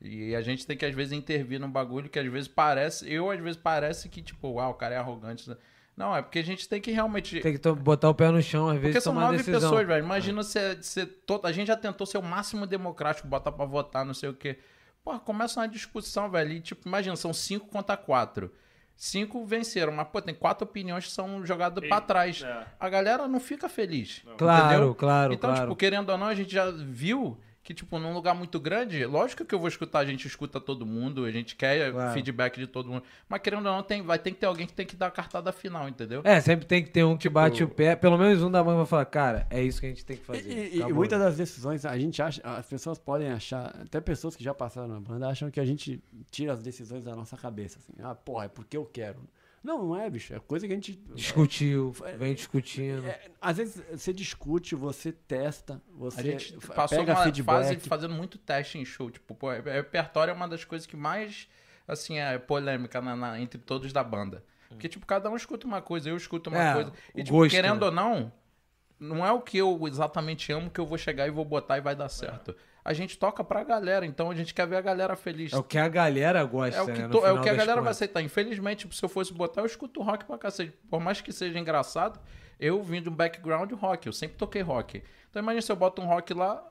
C: E a gente tem que às vezes intervir num bagulho que às vezes parece, eu às vezes parece que tipo, uau, o cara é arrogante. Não, é porque a gente tem que realmente
A: Tem que to- botar o pé no chão, às vezes,
C: porque são
A: tomar
C: nove
A: decisão. É.
C: pessoas, velho. Imagina se, se todo... a gente já tentou ser o máximo democrático, botar pra votar, não sei o quê. Porra, começa uma discussão, velho. E, tipo, imagina, são cinco contra quatro. Cinco venceram, mas, pô, tem quatro opiniões que são jogadas
D: E-
C: pra trás.
D: é.
C: A galera não fica feliz.
A: Claro,
C: entendeu?
A: claro,
C: Então,
A: claro.
C: tipo, querendo ou não, a gente já viu que, tipo, num lugar muito grande, lógico que eu vou escutar, a gente escuta todo mundo, a gente quer
A: Claro.
C: feedback de todo mundo. Mas, querendo ou não, tem, vai ter que ter alguém que tem que dar a cartada final, entendeu?
A: É, sempre tem que ter um que
C: Tipo-
A: bate o pé. Pelo menos um da mãe vai falar, cara, é isso que a gente tem que fazer.
E: E- E, e
A: Acabou.
E: muitas das decisões, a gente acha, as pessoas podem achar, até pessoas que já passaram na banda, acham que a gente tira as decisões da nossa cabeça. Assim, ah, porra, é porque eu quero. Não, não é, bicho. É coisa que a gente.
A: Discutiu, vem discutindo.
E: é, às vezes você discute, você testa, você
C: A gente
E: fa-
C: passou
E: pega
C: uma
E: feedback.
C: fase fazendo muito teste em show. Tipo, pô, é- é- repertório é uma das coisas que mais, assim, é polêmica na- na- entre todos da banda. Porque, tipo, cada um escuta uma coisa, eu escuto uma
A: É,
C: coisa. E,
A: o
C: tipo,
A: gosto,
C: querendo
A: né?
C: ou não, não é o que eu exatamente amo que eu vou chegar e vou botar e vai dar certo. A gente toca pra galera, então a gente quer ver a galera feliz.
A: É o que a galera gosta,
C: É o que,
A: né? no
C: to- é o
A: final
C: que a
A: das
C: galera vai
A: contas.
C: aceitar. Infelizmente, tipo, se eu fosse botar, eu escuto rock pra cacete. Por mais que seja engraçado, eu vim de um background rock. Eu sempre toquei rock. Então imagina se eu boto um rock lá,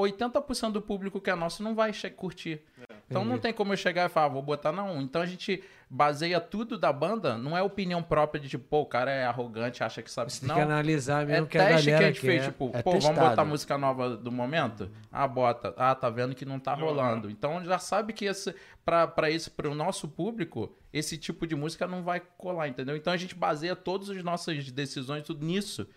C: 80% do público que é nosso não vai che- curtir. Então não tem como eu chegar e falar, ah, vou botar na 1. Então a gente baseia tudo da banda, não é opinião própria de tipo, pô, o cara é arrogante, acha que sabe.
A: Você tem que
C: Não,
A: analisar
C: é
A: mesmo o que a
C: teste que a
A: galera
C: gente fez,
A: quer.
C: tipo,
E: É
C: pô, vamos
E: testado.
C: botar a música nova do momento? Ah, bota. Ah, tá vendo que não tá rolando. Então já sabe que esse, pra, pra esse, pro nosso público, esse tipo de música não vai colar, entendeu? Então a gente baseia todas as nossas decisões tudo nisso.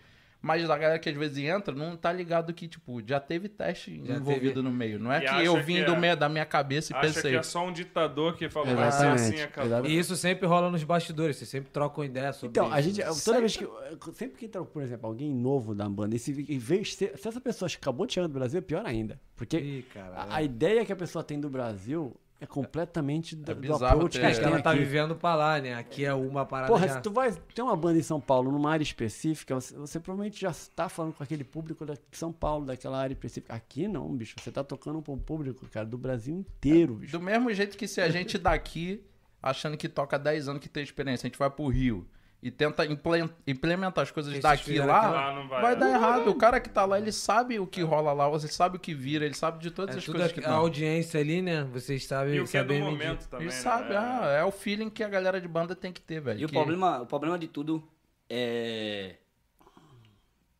C: Mas a galera que às vezes entra não tá ligado que, tipo, já teve teste
A: Já
C: envolvido
A: teve.
C: no meio. Não é
D: E
C: que
D: acha
C: eu vim
D: que
C: do
D: é.
C: meio da minha cabeça e
D: Acha
C: pensei.
D: que é só um ditador que falou, vai ser
E: Exatamente,
D: assim, acabou.
E: exatamente.
A: E isso sempre rola nos bastidores, vocês sempre trocam ideia sobre
E: Então, a
A: isso.
E: gente. Toda vez que. Sempre que entra, por exemplo, alguém novo da banda, e se, e vê- se, se essa pessoa acabou de chegar no Brasil, é pior ainda. Porque
A: Ih, caralho.
E: a, a ideia que a pessoa tem do Brasil é completamente do, do
C: bizarro
E: approach
C: ter-
E: que a
A: É
E: gente
A: que
E: tem
A: ela tá
E: aqui.
A: vivendo pra lá, né? Aqui é uma parada
E: Porra,
A: já.
E: se tu vai ter uma banda em São Paulo, numa área específica, você, você provavelmente já tá falando com aquele público da- de São Paulo, daquela área específica. Aqui não, bicho. Você tá tocando pra um público, cara, do Brasil inteiro, bicho.
C: Do mesmo jeito que se a gente daqui, achando que toca 10 anos que tem experiência, a gente vai pro Rio e tenta implen- implementar as coisas
A: Esses
C: daqui
A: fizeram
C: lá,
D: aqui Ah, lá, não vai. Uhum.
C: vai, dar errado. O cara que tá lá, ele sabe o que rola lá, ele sabe o que vira, ele sabe de todas
A: É
C: as
A: tudo a,
C: coisas que
A: a
C: dá.
A: audiência ali, né? Vocês sabem
D: E o que é do
A: sabem medir.
D: momento também,
C: Ele
D: né?
C: sabe,
D: É.
C: ah, é o feeling que a galera de banda tem que ter, velho.
B: E o
C: que-
B: problema, o problema de tudo é.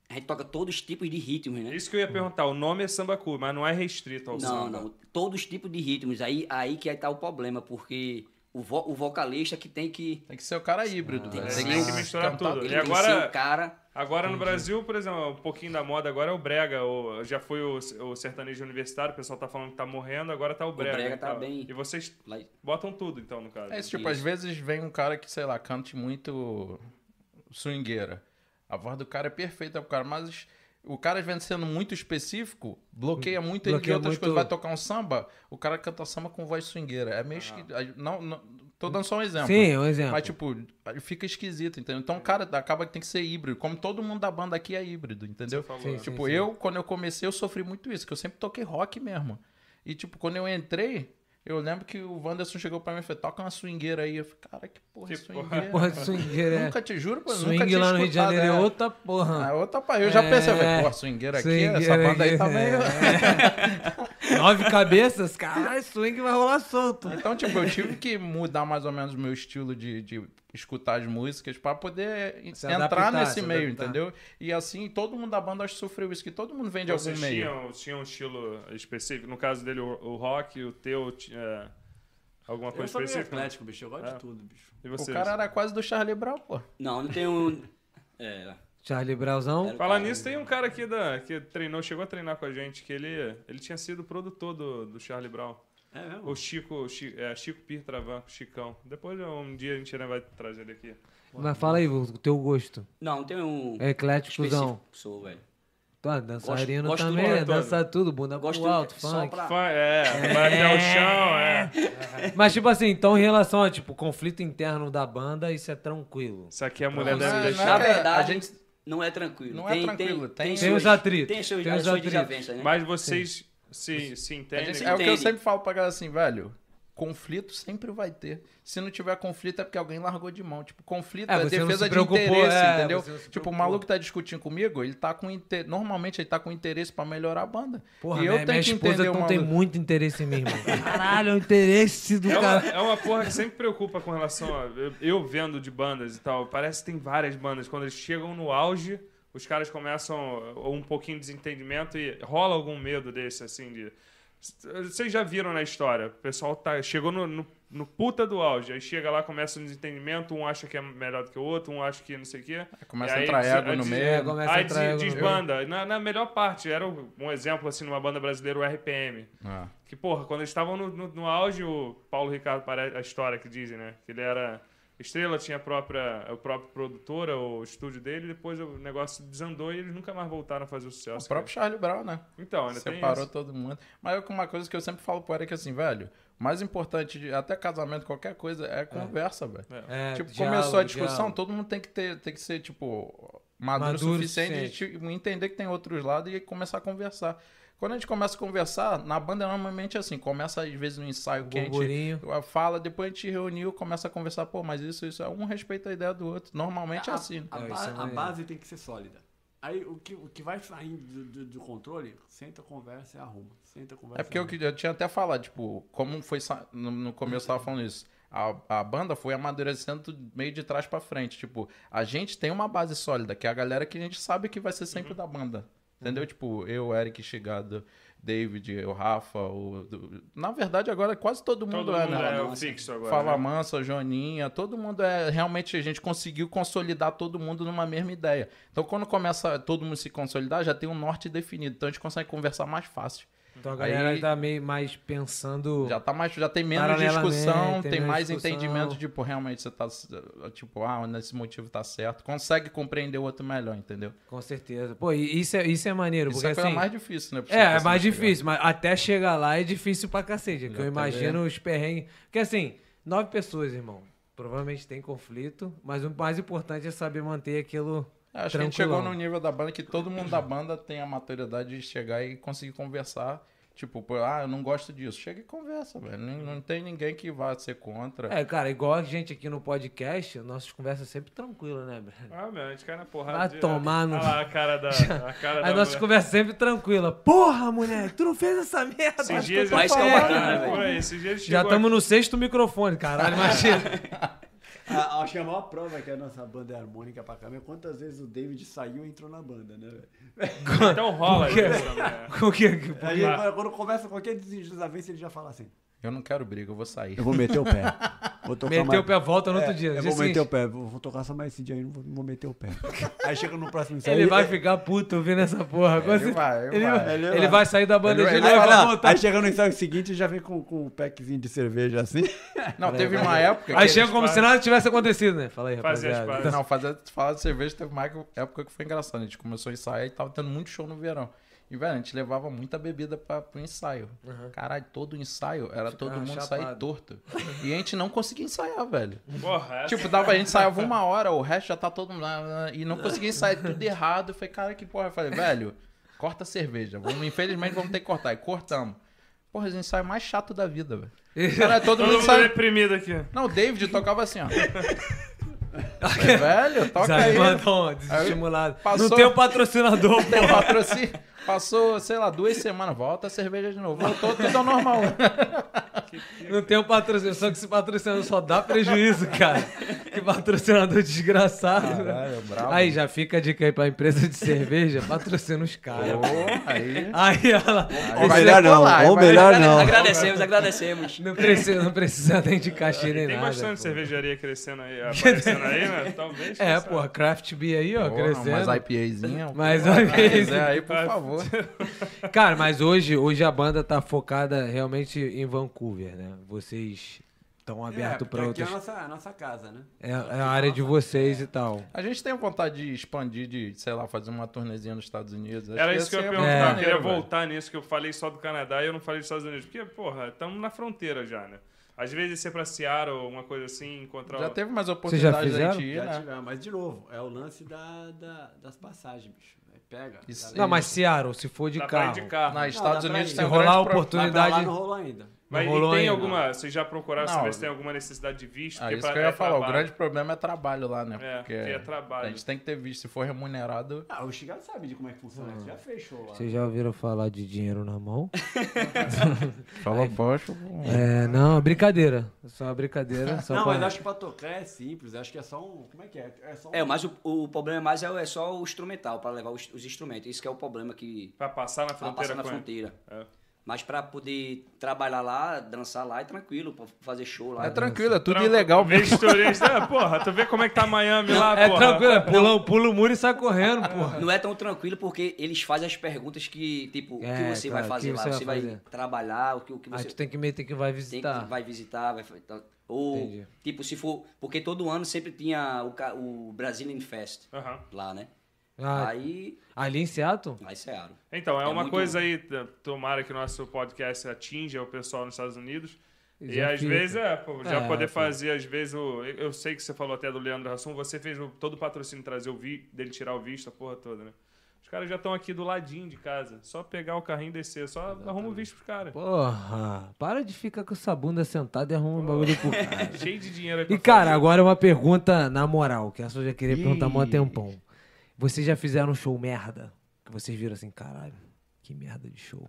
B: A gente toca todos os tipos de ritmos, né?
D: Isso que eu ia perguntar, o nome é Sambacu, mas não é restrito ao
B: Não,
D: samba.
B: não. Todos os tipos de ritmos. Aí, aí que aí tá o problema, porque o, vo- o vocalista que tem que.
C: Tem que ser o cara híbrido,
B: Ah, Tem
C: velho.
B: que
C: Tem
B: ser-
C: que
D: misturar
C: cantar
D: tudo.
B: Ele
D: E
B: tem
D: agora-
B: que ser o cara.
D: Agora no Brasil, por exemplo, um pouquinho da moda agora é o brega, ou já foi o, o sertanejo universitário, o pessoal tá falando que tá morrendo, agora tá o brega.
B: brega
D: e
B: tá
D: tal.
B: bem-
D: E vocês
B: lá-
D: botam tudo então no caso.
C: É isso, tipo, às vezes vem um cara que, sei lá, cante muito swingueira. A voz do cara é perfeita pro cara, mas o cara vem sendo muito específico, bloqueia muito ele de
A: Bloqueia
C: outras
A: muito.
C: coisas. Vai tocar um samba, o cara canta samba com voz swingueira. É meio que. Não, não- Tô dando só um exemplo.
A: Sim, um exemplo.
C: Mas, tipo, fica esquisito, entendeu? Então, cara, acaba que tem que ser híbrido. Como todo mundo da banda aqui é híbrido, entendeu?
A: Sim, sim,
C: tipo,
A: sim.
C: eu, quando eu comecei, eu sofri muito isso, que eu sempre toquei rock mesmo. E, tipo, quando eu entrei, eu lembro que o Wanderson chegou pra mim e falou, toca uma swingueira aí. Eu falei, cara, que porra é
D: Que porra.
C: swingueira?
A: Porra,
C: cara?"
A: swingueira, é.
C: Nunca te juro, pô, nunca
A: Swing
C: tinha
A: lá no Rio de
C: escutado,
A: Janeiro é
C: é.
A: outra porra.
C: Ah, outra pa- Eu já
A: É.
C: pensei, eu falei, porra, swingueira aqui, essa
A: Swingueira
C: banda aí tá
A: aqui, é.
C: meio...
A: Nove cabeças? Caralho, é swing vai rolar solto.
C: Então, tipo, eu tive que mudar mais ou menos o meu estilo de, de escutar as músicas pra poder
A: Se
C: entrar
A: adaptar, se
C: nesse meio,
A: adaptar.
C: entendeu? E assim, todo mundo da banda acho que sofreu isso, que todo mundo vem de
D: Vocês
C: algum meio.
D: tinham, tinham um estilo específico? No caso dele, o, o rock, o teu tinha alguma
F: Eu
D: coisa
F: sou meio
D: específica?
F: atlético, bicho. Eu gosto
D: É.
F: de tudo, bicho.
D: E
C: O
D: vocês?
C: cara era quase do Charlie Brown, pô.
B: Não, não tem um. É.
A: Charlie Brauzão.
B: era o
D: Falar
F: É.
B: cara-
D: nisso, tem um cara aqui da, que treinou, chegou a treinar com a gente, que ele, ele tinha sido produtor do, do Charlie Brown.
F: É
D: O
F: mesmo?
D: Chico, o Chi- é, Chico Pir Travan, Chicão. Depois um dia a gente né, vai trazer ele aqui.
A: Mas fala aí, o teu gosto.
B: Não, não tem um.
A: É ecléticozão.
B: específico que Sou, velho.
A: Tá, dançarino
B: Gosto- gosto
A: também, é
B: do rock todo.
A: dança tudo, bunda
B: Gosto
A: pro alto,
B: de- só
A: funk.
B: pra.
D: Fã, é, vai até o chão, é.
A: Mas tipo assim, então em relação a tipo, conflito interno da banda, isso é tranquilo.
D: Isso aqui a mulher
C: Não,
D: deve
C: não,
D: deixar.
B: Na
C: não. É,
B: verdade,
C: a gente-
B: não é tranquilo.
C: Não é tranquilo, tem-
A: Tem os atritos,
B: Tem seus,
A: tem
B: as
A: os
B: suas
A: atritos.
B: desavenças, né?
D: Mas vocês se, se entendem.
B: A gente
C: É o que eu
B: entende.
C: sempre falo pra galera assim, velho. Conflito sempre vai ter. Se não tiver conflito, é porque alguém largou de mão. Tipo, conflito
A: É,
C: é,
A: você não se
C: defesa de
A: preocupou,
C: interesse,
A: é,
C: entendeu?
A: você não se
C: Tipo,
A: preocupou.
C: o maluco que tá discutindo comigo, ele tá com inter... Normalmente ele tá com interesse pra melhorar a banda.
A: Porra,
C: e eu
A: minha, minha
C: tenho que
A: esposa
C: entender o
A: não
C: maluco.
A: tem muito interesse em mim, irmão. Caralho, é o interesse do
D: É uma,
A: cara.
D: é uma porra que sempre preocupa com relação a. Eu, eu vendo de bandas e tal, parece que tem várias bandas. Quando eles chegam no auge, os caras começam uh, um pouquinho de desentendimento e rola algum medo desse, assim, de. Vocês já viram na história, o pessoal tá, chegou no, no, no puta do auge, aí chega lá, começa um desentendimento, um acha que é melhor do que o outro, um acha que não sei o quê.
C: Começa
D: E
C: a
D: aí
C: entrar
D: des-
C: ego no
D: des-
C: meio.
A: É, começa a
D: Aí
A: entrar
D: des-
A: ego no-
D: desbanda. Na, na melhor parte, era um exemplo, assim, numa banda brasileira, o RPM.
C: Ah.
D: Que, porra, quando eles estavam no, no, no auge, o Paulo Ricardo, parece a história que dizem, né? Que ele era estrela, tinha a própria, a própria produtora, o estúdio dele, e depois o negócio desandou e eles nunca mais voltaram a fazer o sucesso.
C: O próprio Charlie Brown, né?
D: Então, ainda tem
C: Separou
D: isso.
C: todo mundo. Mas eu- uma coisa que eu sempre falo pro Eric assim, velho, o mais importante, de, até casamento, qualquer coisa, é conversa, velho.
A: É,
C: tipo,
A: diálogo,
C: começou a discussão,
A: diálogo.
C: todo mundo tem que ter, tem que ser, tipo, maduro,
A: Maduro o
C: o suficiente, de tipo, entender que tem outros lados e começar a conversar. Quando a gente começa a conversar, na banda normalmente é assim, começa às vezes no ensaio que a gente
A: Burburinho.
C: fala, depois a gente reuniu, começa a conversar, pô, mas isso, isso é um respeita a ideia do outro. Normalmente é
F: A-
C: assim.
F: A,
A: É,
F: ba-
A: isso é
F: a
A: maneiro.
F: base tem que ser sólida. Aí o que, o que vai saindo do, do- do controle, senta, conversa e arruma. Senta, conversa
C: É porque eu, que- eu tinha até falado, tipo, como foi. sa- No, no começo eu tava falando isso. A, a banda foi amadurecendo do meio de trás pra frente. Tipo, a gente tem uma base sólida, que é a galera que a gente sabe que vai ser
D: Uhum.
C: sempre da banda. Entendeu? Tipo, eu, Eric Chegado, David, eu, Rafa, o. do- Na verdade, agora quase todo mundo
D: Todo
C: é,
D: mundo
C: né?
D: é o fixo agora.
C: Fala
D: né?
C: Mansa, Joaninha, todo mundo é. Realmente a gente conseguiu consolidar todo mundo numa mesma ideia. Então quando começa todo mundo se consolidar, já tem um norte definido. Então a gente consegue conversar mais fácil.
A: Então a galera
C: Aí-
A: tá meio mais pensando.
C: Já tá mais, já tem menos
A: Tipo, Paralelamente,
C: discussão,
A: tem
C: tem,
A: menos
C: mais
A: discussão.
C: entendimento, tipo, realmente você tá, tipo, ah, nesse motivo tá certo. Consegue compreender o outro melhor, entendeu?
A: Com certeza. Pô, e isso é, isso é maneiro,
C: Isso
A: Tipo, porque
C: é a coisa
A: assim.
C: mais difícil, né? pra você
A: É, é
E: assim
C: conseguir
A: mais
C: chegar.
A: difícil, mas até chegar lá é difícil pra cacete. Que eu
C: também.
A: imagino os perrengues. Porque assim, nove pessoas, irmão. Provavelmente tem conflito, mas o mais importante é saber manter aquilo.
C: É, Acho que a gente chegou
A: tranquilão.
C: num nível da banda que todo mundo da banda tem a maturidade de chegar e conseguir conversar. Tipo, pô, ah, eu não gosto disso. Chega e conversa, velho. Não, não tem ninguém que vá ser contra.
A: É, cara, igual a gente aqui no podcast, nossas conversas são sempre tranquilas, né, Breno?
D: Ah, meu, a gente cai na porrada.
A: Vai
D: direto.
A: tomar no-
D: Olha lá a cara da. A cara
A: As
D: da
A: nossas
D: mulher.
A: conversas sempre tranquila. Porra, moleque, tu não fez essa merda.
D: Esses dias
B: Mas isso é
D: falando,
B: bacana,
D: né,
B: velho.
D: por aí, esses dias
A: Já
D: chegou aqui-
A: estamos no sexto microfone, caralho, imagina.
F: A-
E: Ah, Acho que a maior prova que a nossa banda é harmônica pra câmera é quantas vezes o David saiu e entrou na banda, né, velho?
D: Então rola né? isso também.
A: Com que-
E: Aí ele, quando- quando começa qualquer desavença, ele já fala assim:
C: Eu não quero briga, eu vou sair.
E: Eu vou meter o pé. Vou tocar
A: Meteu
E: mais-
A: o pé, volta no outro
E: É,
A: dia. assim.
E: Eu
A: dia
E: vou meter
A: seguinte.
E: o pé, vou, vou tocar só mais esse dia aí, não vou, não vou meter o pé. aí chega no próximo ensaio. é,
A: Ele vai ficar puto ouvindo essa porra. Agora
C: Ele
A: você-
C: vai, ele vai.
A: Ele,
E: Ele
A: vai sair da banda
C: Ele
A: de
E: Aí,
A: novo
C: vai
A: e vai
E: fala, "Não",
A: voltar.
E: aí chega tá no ensaio seguinte e já vem com, com o packzinho de cerveja assim.
C: Não, teve uma época.
A: Aí
C: que- é
A: chega como se nada tivesse acontecido, né? Fala aí,
D: Fazer as
A: rapaziada.
D: paradas.
C: Não, fazer, falar de cerveja teve uma época que foi engraçado. A gente começou a ensaiar e tava tendo muito show no verão. E, velho, a gente levava muita bebida pra, pro ensaio. Caralho, todo ensaio era todo
A: Ficava
C: mundo sair
A: chapado.
C: torto. E a gente não conseguia ensaiar, velho.
D: Porra, essa...
C: Tipo, dava, a gente ensaiava uma hora, o resto já tá todo mundo. lá, lá, E não conseguia ensaiar tudo errado. Eu falei, cara, que porra. Eu falei, velho, corta a cerveja. Vamos, infelizmente vamos ter que cortar. E cortamos. Porra, esse ensaio é mais chato da vida, velho. Cara, todo
D: todo
C: mundo
D: mundo
C: ensaia.
D: deprimido aqui.
C: Não, o David tocava assim, ó. Falei, velho, toca aí.
A: Desanimadão, um, desestimulado.
C: passou-
A: Não tem um patrocinador,
C: Tem patrocínio. Passou, sei lá, duas semanas, volta a cerveja de novo. Voltou tudo ao normal.
A: Não tem um patrocinador, só que esse patrocinador só dá prejuízo, cara. Que patrocinador desgraçado. né?
C: Caralho, brabo.
A: Aí já fica a dica aí pra empresa de cerveja, patrocina os caras.
C: Pô, aí.
A: Aí ela.
C: Ou
A: esse
C: melhor
A: é-
C: não, ou
E: melhor
B: Agrade- Agradecemos, agradecemos.
A: Não precisa, não precisa nem de cachê nem
D: Tem
A: nada.
D: bastante
A: pô.
D: cervejaria crescendo aí, aparecendo aí, né? Talvez. quem
A: É,
D: sabe.
A: porra, craft beer aí, ó,
C: Porra,
A: crescendo.
C: umas IPAzinha.
A: Mais
C: porra,
A: uma vez.
C: mas é aí, por favor.
A: Cara, mas hoje, hoje a banda tá focada realmente em Vancouver, né? Vocês estão abertos
F: porque
A: pra
F: aqui é
A: outros.
F: a nossa, a nossa casa, né?
A: É, é a área de vocês e tal.
C: A gente tem vontade de expandir, de, sei lá, fazer uma turnezinha nos Estados Unidos. Acho
D: Era
C: ia
D: isso que eu
C: ser
D: ia
C: muito
D: perguntar. né? Eu
C: maneiro,
D: queria
C: velho.
D: voltar nisso que eu falei só do Canadá e eu não falei dos Estados Unidos. Porque, porra, estamos na fronteira já, né? Às vezes ser pra Seattle ou uma coisa assim, encontrar.
C: Já
D: o-
C: teve mais
A: Vocês já
C: oportunidade da gente ir,
F: Já
C: né?
F: tivemos, mas de novo, é o lance da, da- das passagens, bicho. É, Pega.
C: Isso.
F: Tá
A: Não, mas Seattle, se for de
D: Dá pra ir
A: carro.
D: de carro.
C: Nos Estados
F: dá pra
C: Unidos
F: ir.
C: tem um
A: Se rolar
C: grande
A: a
C: pro-
F: Mas Tá pra lá
A: oportunidade.
F: não rolou ainda.
D: Mas
A: Não
D: e
A: rolou
D: tem
A: ainda.
D: alguma. Vocês já procuraram
C: Não,
D: saber se tem alguma necessidade de visto?
C: Ah,
D: Porque
C: isso
D: pra-
C: que eu ia
D: é
C: falar. O
D: trabalho.
C: grande problema é trabalho lá, né?
D: É,
C: Porque
D: porque é trabalho.
C: A gente tem que ter visto. Se for remunerado,
F: Ah, o Chicago sabe de como é que funciona.
A: Hum.
F: Já fechou lá.
A: Vocês já ouviram falar de dinheiro na mão?
C: fala baixo.
A: É, não, brincadeira. Só uma brincadeira. Só
F: Não,
A: pra-
F: mas acho que pra tocar é simples. Acho que é só um. Como é que é? É só um.
B: É, mas o, o problema é mais é, o- é só o instrumental, pra levar os, os instrumentos. Isso que é o problema que
D: Pra passar na
B: tá
D: fronteira
B: passando na
D: com ele.
B: fronteira.
D: É.
B: Mas pra poder trabalhar lá, dançar lá, é tranquilo, pra fazer show lá.
C: É tranquilo, é tudo
D: Trampo,
C: ilegal mesmo.
D: Misturista. É, porra, tu vê como é que tá Miami lá,
A: É
D: porra.
A: tranquilo, é pula, pula o muro e sai correndo, porra.
B: Não é tão tranquilo porque eles fazem as perguntas que, tipo, o
A: É,
B: que você
A: claro,
B: vai
A: o que
B: fazer lá?
A: você vai
B: Você vai,
A: fazer?
B: trabalhar, o que, o que
A: Aí
B: você
A: tu tem que meio tem que vai
B: tem
A: visitar.
B: que vai visitar, vai fa- tá- ou
A: Entendi.
B: tipo se for porque todo ano sempre tinha o, ca- o Brazilian Fest
D: Aham.
B: lá, né?
A: Ah,
B: Aí,
A: Ali em Seattle?
B: aí Searo.
D: Então, é,
B: É
D: uma
B: muito-
D: coisa aí, t- tomara que o nosso podcast atinja o pessoal nos Estados Unidos.
A: E
D: E,
A: já
D: às
A: fica.
D: vezes é, pô, já
A: É,
D: poder
A: pô.
D: fazer, às vezes, o, eu- eu sei que você falou até do Leandro Hassum, você fez o- todo o patrocínio trazer o vi, dele tirar o visto, a porra toda, né? Os caras já estão aqui do ladinho de casa, só pegar o carrinho e descer, só arruma o visto pros caras.
A: Porra, para de ficar com essa bunda sentada e arruma um bagulho pro cara.
D: Cheio de dinheiro aí pra
A: E cara,
D: fazer.
A: agora é uma pergunta na moral, que essa eu já queria perguntar há mó tempão. Vocês já fizeram um show merda? Que vocês viram assim, caralho, que merda de show.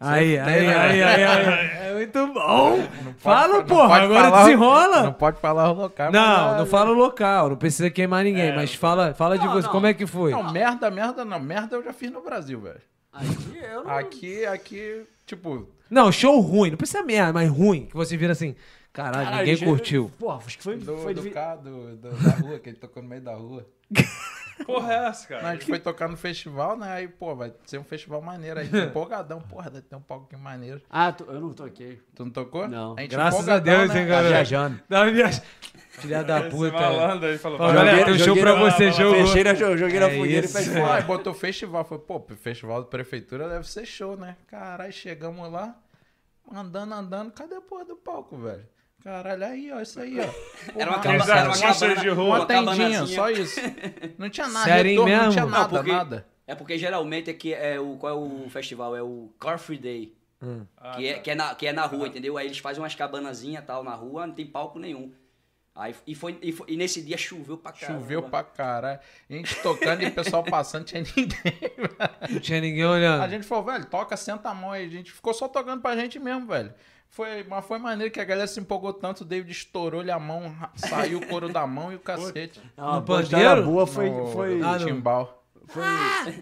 A: aí, aí, aí, aí, aí, é muito bom. Fala, porra,
C: pode
A: agora
C: falar-
A: desenrola.
C: Não pode falar É. o local.
A: Não,
C: mas- é
A: não fala o local, não precisa queimar ninguém, mas fala, fala de você, como é que foi?
C: Não, merda, merda não. Merda eu já fiz no Brasil, velho.
F: Aqui eu não.
C: Aqui, aqui, tipo,
A: Não, show ruim, não precisa merda, mas ruim, que você vira assim, caralho,
F: Caralho,
A: ninguém
F: gente,
A: curtiu.
F: Porra, acho que foi.
C: do,
F: foi
C: do
F: vi-
C: carro, do- do- da rua, que ele tocou no meio da rua.
D: Porra, é essa,
C: Não, a
D: cara.
C: gente foi tocar no festival, né? Aí, pô, vai ser um festival maneiro. A gente empolgadão, porra, deve ter um palco que maneiro.
F: Ah, tu- eu não toquei.
C: Tu não tocou?
F: Não.
C: A gente
A: Graças a
C: empolgadão,
A: Deus,
C: né? Tá
A: hein, galera.
F: viajando.
A: Dá uma viagem. Filha da
D: Esse
A: puta.
D: malandro, ele falou,
A: Fala,
D: "Vai,
A: galera,
D: vai,
A: tem um
D: vai,
A: show
D: vai,
A: pra
D: vai,
A: você,
D: vai,
A: jogo.
D: vai,
F: Fechei na, joguei na
A: É
F: fogueira
A: isso.
F: e fez
C: Aí botou festival, foi, pô, festival da prefeitura deve ser show, né? Caralho, chegamos lá, andando, andando, cadê a porra do palco, velho? Caralho, aí, ó, isso aí, ó. Pô,
B: Era uma
C: mas-
B: cabana,
D: Exato,
B: era uma
D: ficha
B: cabana
D: de rua.
C: Uma
B: uma
C: tendinha,
B: cabanazinha.
C: só isso. Não tinha nada,
A: Sério
C: retorno, não
A: mesmo?
C: tinha
A: Não,
C: nada,
B: porque-
C: nada.
B: É porque geralmente aqui é o qual é o festival é o Car Free Day.
C: Hum.
B: que, é, que, é na, que é na rua, entendeu? Aí eles fazem umas cabanazinhas tal na rua, não tem palco nenhum. Aí, e, foi, e, foi- e nesse dia choveu pra caramba.
C: Choveu pra caralho. A gente tocando e o pessoal passando, tinha ninguém.
A: Não tinha ninguém
C: A
A: olhando.
C: gente falou, velho, toca, senta a mão aí. A gente ficou só tocando pra gente mesmo, velho. Foi, mas foi maneiro que a galera se empolgou tanto, o David estourou-lhe a mão, ra- saiu o couro da mão e o cacete.
F: Não,
A: No
F: a história
A: pandeiro?
F: boa foi,
C: No-
F: foi,
C: no
A: Ah, não.
C: timbal.
F: foi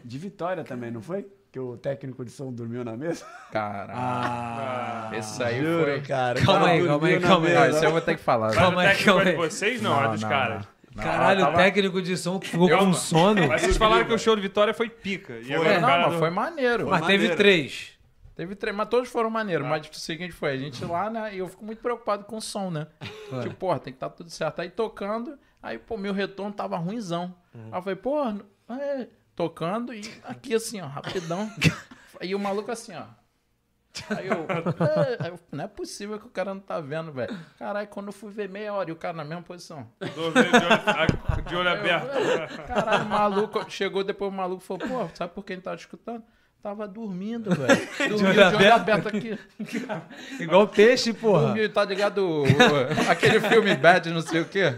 F: de vitória também, não foi? Que o técnico de som dormiu na mesa?
C: Caralho.
A: Ah,
C: esse aí foi.
F: cara.
A: Calma
F: Cara,
A: aí, calma
F: dormiu
A: aí,
F: na
A: calma aí. é um
C: Não,
F: mesa.
C: isso eu vou ter que falar. né?
D: Mas
A: Calma
D: o
A: aí,
D: técnico
A: calma
D: é de
A: aí.
D: vocês? Não, é dos caras.
C: não.
A: caralho,
C: Ela
A: o
C: tava-
A: técnico de som ficou
D: Eu-
A: com sono.
D: Mas vocês falaram que o show de Vitória foi pica. E agora
C: É,
D: o
C: não,
D: cara
C: mas foi maneiro.
A: Mas teve
F: maneiro.
A: três.
C: Teve três, mas todos foram maneiros. Mas tipo, o seguinte foi, a gente lá, né? E eu fico muito preocupado com o som, né? Tipo, porra, tem que estar tudo certo. Aí tocando, aí, pô, meu retorno tava ruimzão. Aí eu falei, porra, é, tocando e aqui assim, ó, rapidão. E o maluco assim, ó. Aí eu, "É", aí eu, não é possível que o cara não tá vendo, velho. Caralho, quando eu fui ver meia hora e o cara na mesma posição.
D: Dou de olho, de olho Tá aberto.
C: Caralho, o maluco. Chegou depois o maluco falou, pô, sabe por que a gente tava escutando? Tava dormindo, velho. Dormiu de olho aberto aqui.
A: Igual peixe, porra.
C: Dormiu, tá ligado? o- o- aquele filme Bad, não sei o quê.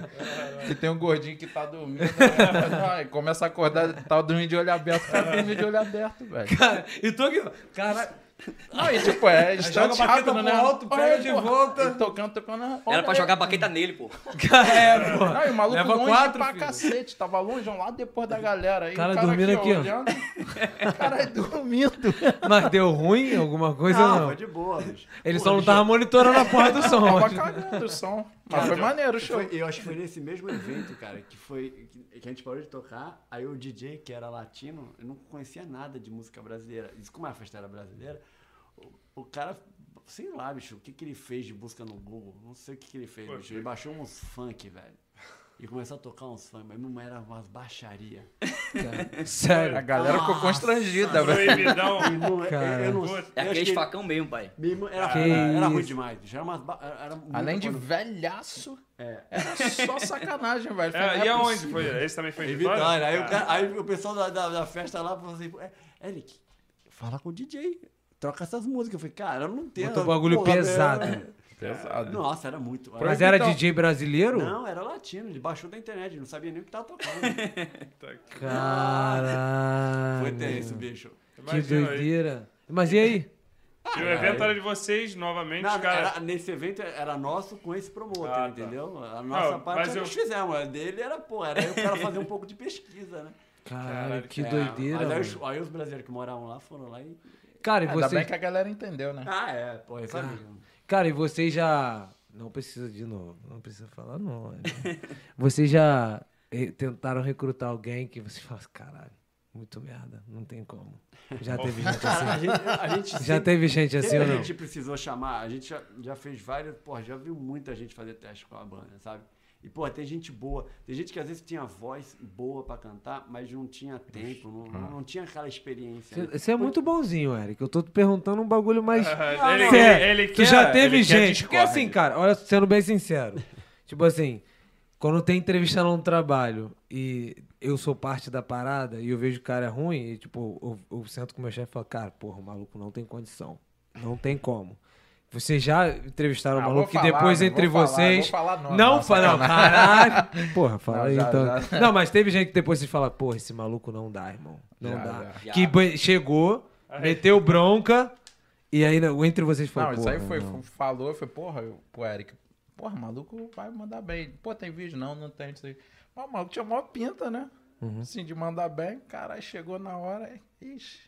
C: Que tem um gordinho que tá dormindo. né? Ai, começa a acordar, tá dormindo de olho aberto. Tá dormindo de olho aberto,
A: Cara,
C: velho.
A: e tô aqui, ó. Caralho.
C: Não, e tipo, é instante
A: Joga a baqueta
C: rápido,
A: pro
C: né?
A: alto,
C: Olha,
A: pega de
C: porra.
A: volta.
C: Ele tocando, tocando. olha
B: Era pra
C: aí.
B: jogar baqueta nele, pô.
A: É, porra.
C: Aí o maluco
A: Leva
C: longe
A: quatro,
C: pra
A: filho.
C: cacete, tava longe, lá depois da galera. Aí o
A: Cara dormindo aqui, ó.
C: olhando. Caralho, dormindo.
A: Mas deu ruim alguma coisa ou
E: Não,
A: não?
E: Ah, foi de boa, bicho.
A: Ele só não tava monitorando a porra do som.
C: Tava cagando o som. Mas foi maneiro o show.
E: Foi- eu acho que foi nesse mesmo evento, cara, que foi que, que a gente parou de tocar. Aí o DJ, que era latino, eu não conhecia nada de música brasileira. Diz como a festa era brasileira. O, o cara, sei lá, bicho, o que, que ele fez de busca no Google? Não sei o que, que ele fez, bicho. Ele baixou uns funk, velho. E começou a tocar uns funk, mas não era umas baixaria.
C: A
A: Sério.
C: galera ficou constrangida, velho.
D: Proibidão.
E: Irmão, eu-
A: Cara.
E: eu não- eu
D: É
B: É
E: acho
B: aqueles
E: que-
B: facão mesmo, pai.
E: meu irmão, era,
A: Que
E: era, era ruim
A: isso.
E: demais, bicho. Era umas ba- era- era muita
C: Além de
E: coisa.
C: velhaço,
E: É.
C: era só sacanagem, velho. Falei,
D: É,
C: não é
D: e aonde
C: possível.
D: foi? Esse também foi em
E: Em
D: Vitória?
E: Vitória. né? Aí, o
D: Ah,
E: cara- aí o pessoal da, da- da festa lá falou assim: "É, Eric, fala com o DJ, troca essas músicas. Eu falei, cara, eu não entendo.
A: Botou bagulho
E: porra,
A: pesado.
E: é-
C: Pesado.
E: Nossa, era muito. era-
A: Mas era
C: Então-
A: DJ brasileiro?
E: Não, era latino, ele baixou da internet, não sabia nem o que tava tocando.
A: Caralho.
E: Foi tenso, bicho.
A: Que
D: imagina aí.
A: doideira. Mas e aí?
D: E o evento era de vocês, novamente,
E: Não,
D: cara.
E: era- nesse evento era nosso com esse promotor,
D: Ah, tá.
E: entendeu? A nossa
D: Não,
E: parte
D: mas eu-
E: nós fizemos, a dele era, pô, era aí o cara fazer um pouco de pesquisa, né?
A: Caralho, que
E: É,
A: doideira.
E: mas aí,
A: mano.
E: os, aí os brasileiros que moravam lá foram lá e.
A: Cara, e
C: Ainda bem
A: vocês,
C: que a galera entendeu, né?
E: Ah, é, pô, eu sabia.
A: cara, e vocês já. Não precisa de novo. Não precisa falar, não. né? vocês já eh, tentaram recrutar alguém que vocês falam, caralho, muito merda, não tem como. Já teve gente
E: Cara, a
A: assim.
E: gente, a gente
A: Já
E: sempre-
A: teve gente assim
E: a
A: ou não?
E: gente precisou chamar, a gente já, já fez várias, porra, já viu muita gente fazer teste com a banda, sabe? E, porra, tem gente boa. Tem gente que às vezes tinha voz boa pra cantar, mas não tinha tempo, não, não, não tinha aquela experiência. né?
A: Você é muito bonzinho, Eric. Eu tô te perguntando um bagulho mais.
D: Ah, ele-
A: Sério,
D: ele- ele
A: tu
D: quer-
A: já teve
D: ele quer
A: gente. Porque assim, cara, olha, sendo bem sincero. tipo assim, quando tem entrevista num trabalho e eu sou parte da parada e eu vejo que o cara é ruim, e tipo, eu, eu sento com o meu chefe e falo, cara, porra, o maluco não tem condição. Não tem como. Vocês já entrevistaram o
C: Ah,
A: maluco
C: vou
A: que
C: falar,
A: depois
C: né?
A: entre
C: Vou falar,
A: vocês.
C: vou falar nome,
A: não,
C: não,
A: fa- não, caralho. Porra, fala
C: Não,
A: aí
C: já,
A: então.
C: já.
A: Não, mas teve gente que depois vocês fala, porra, esse maluco não dá, irmão. Não
C: Já,
A: dá.
B: já.
A: Que ban- chegou, meteu bronca. E aí, não, entre vocês foi
C: não, isso aí
A: porra,
C: foi,
A: não.
C: falou, foi, porra, eu, pô, Eric, porra, maluco vai mandar bem. Pô, tem vídeo? Não, não tem isso aí. Mas o maluco tinha mó pinta, né?
A: Uhum.
C: Assim, de mandar bem, caralho, chegou na hora, ixi.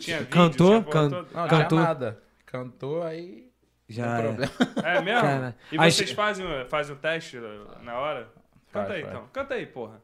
D: Tinha vídeo,
A: Cantou?
D: tinha porra
A: Can-
D: toda.
C: Não,
A: Cantou?
C: tinha nada. Cantou, aí...
A: Já
C: tem
A: era.
C: problema.
D: É mesmo?
A: Cara,
D: e
A: aí
D: vocês
A: che-
D: fazem, fazem o teste na hora? Canta
C: Faz,
D: aí,
C: faz.
D: então. Canta aí, porra.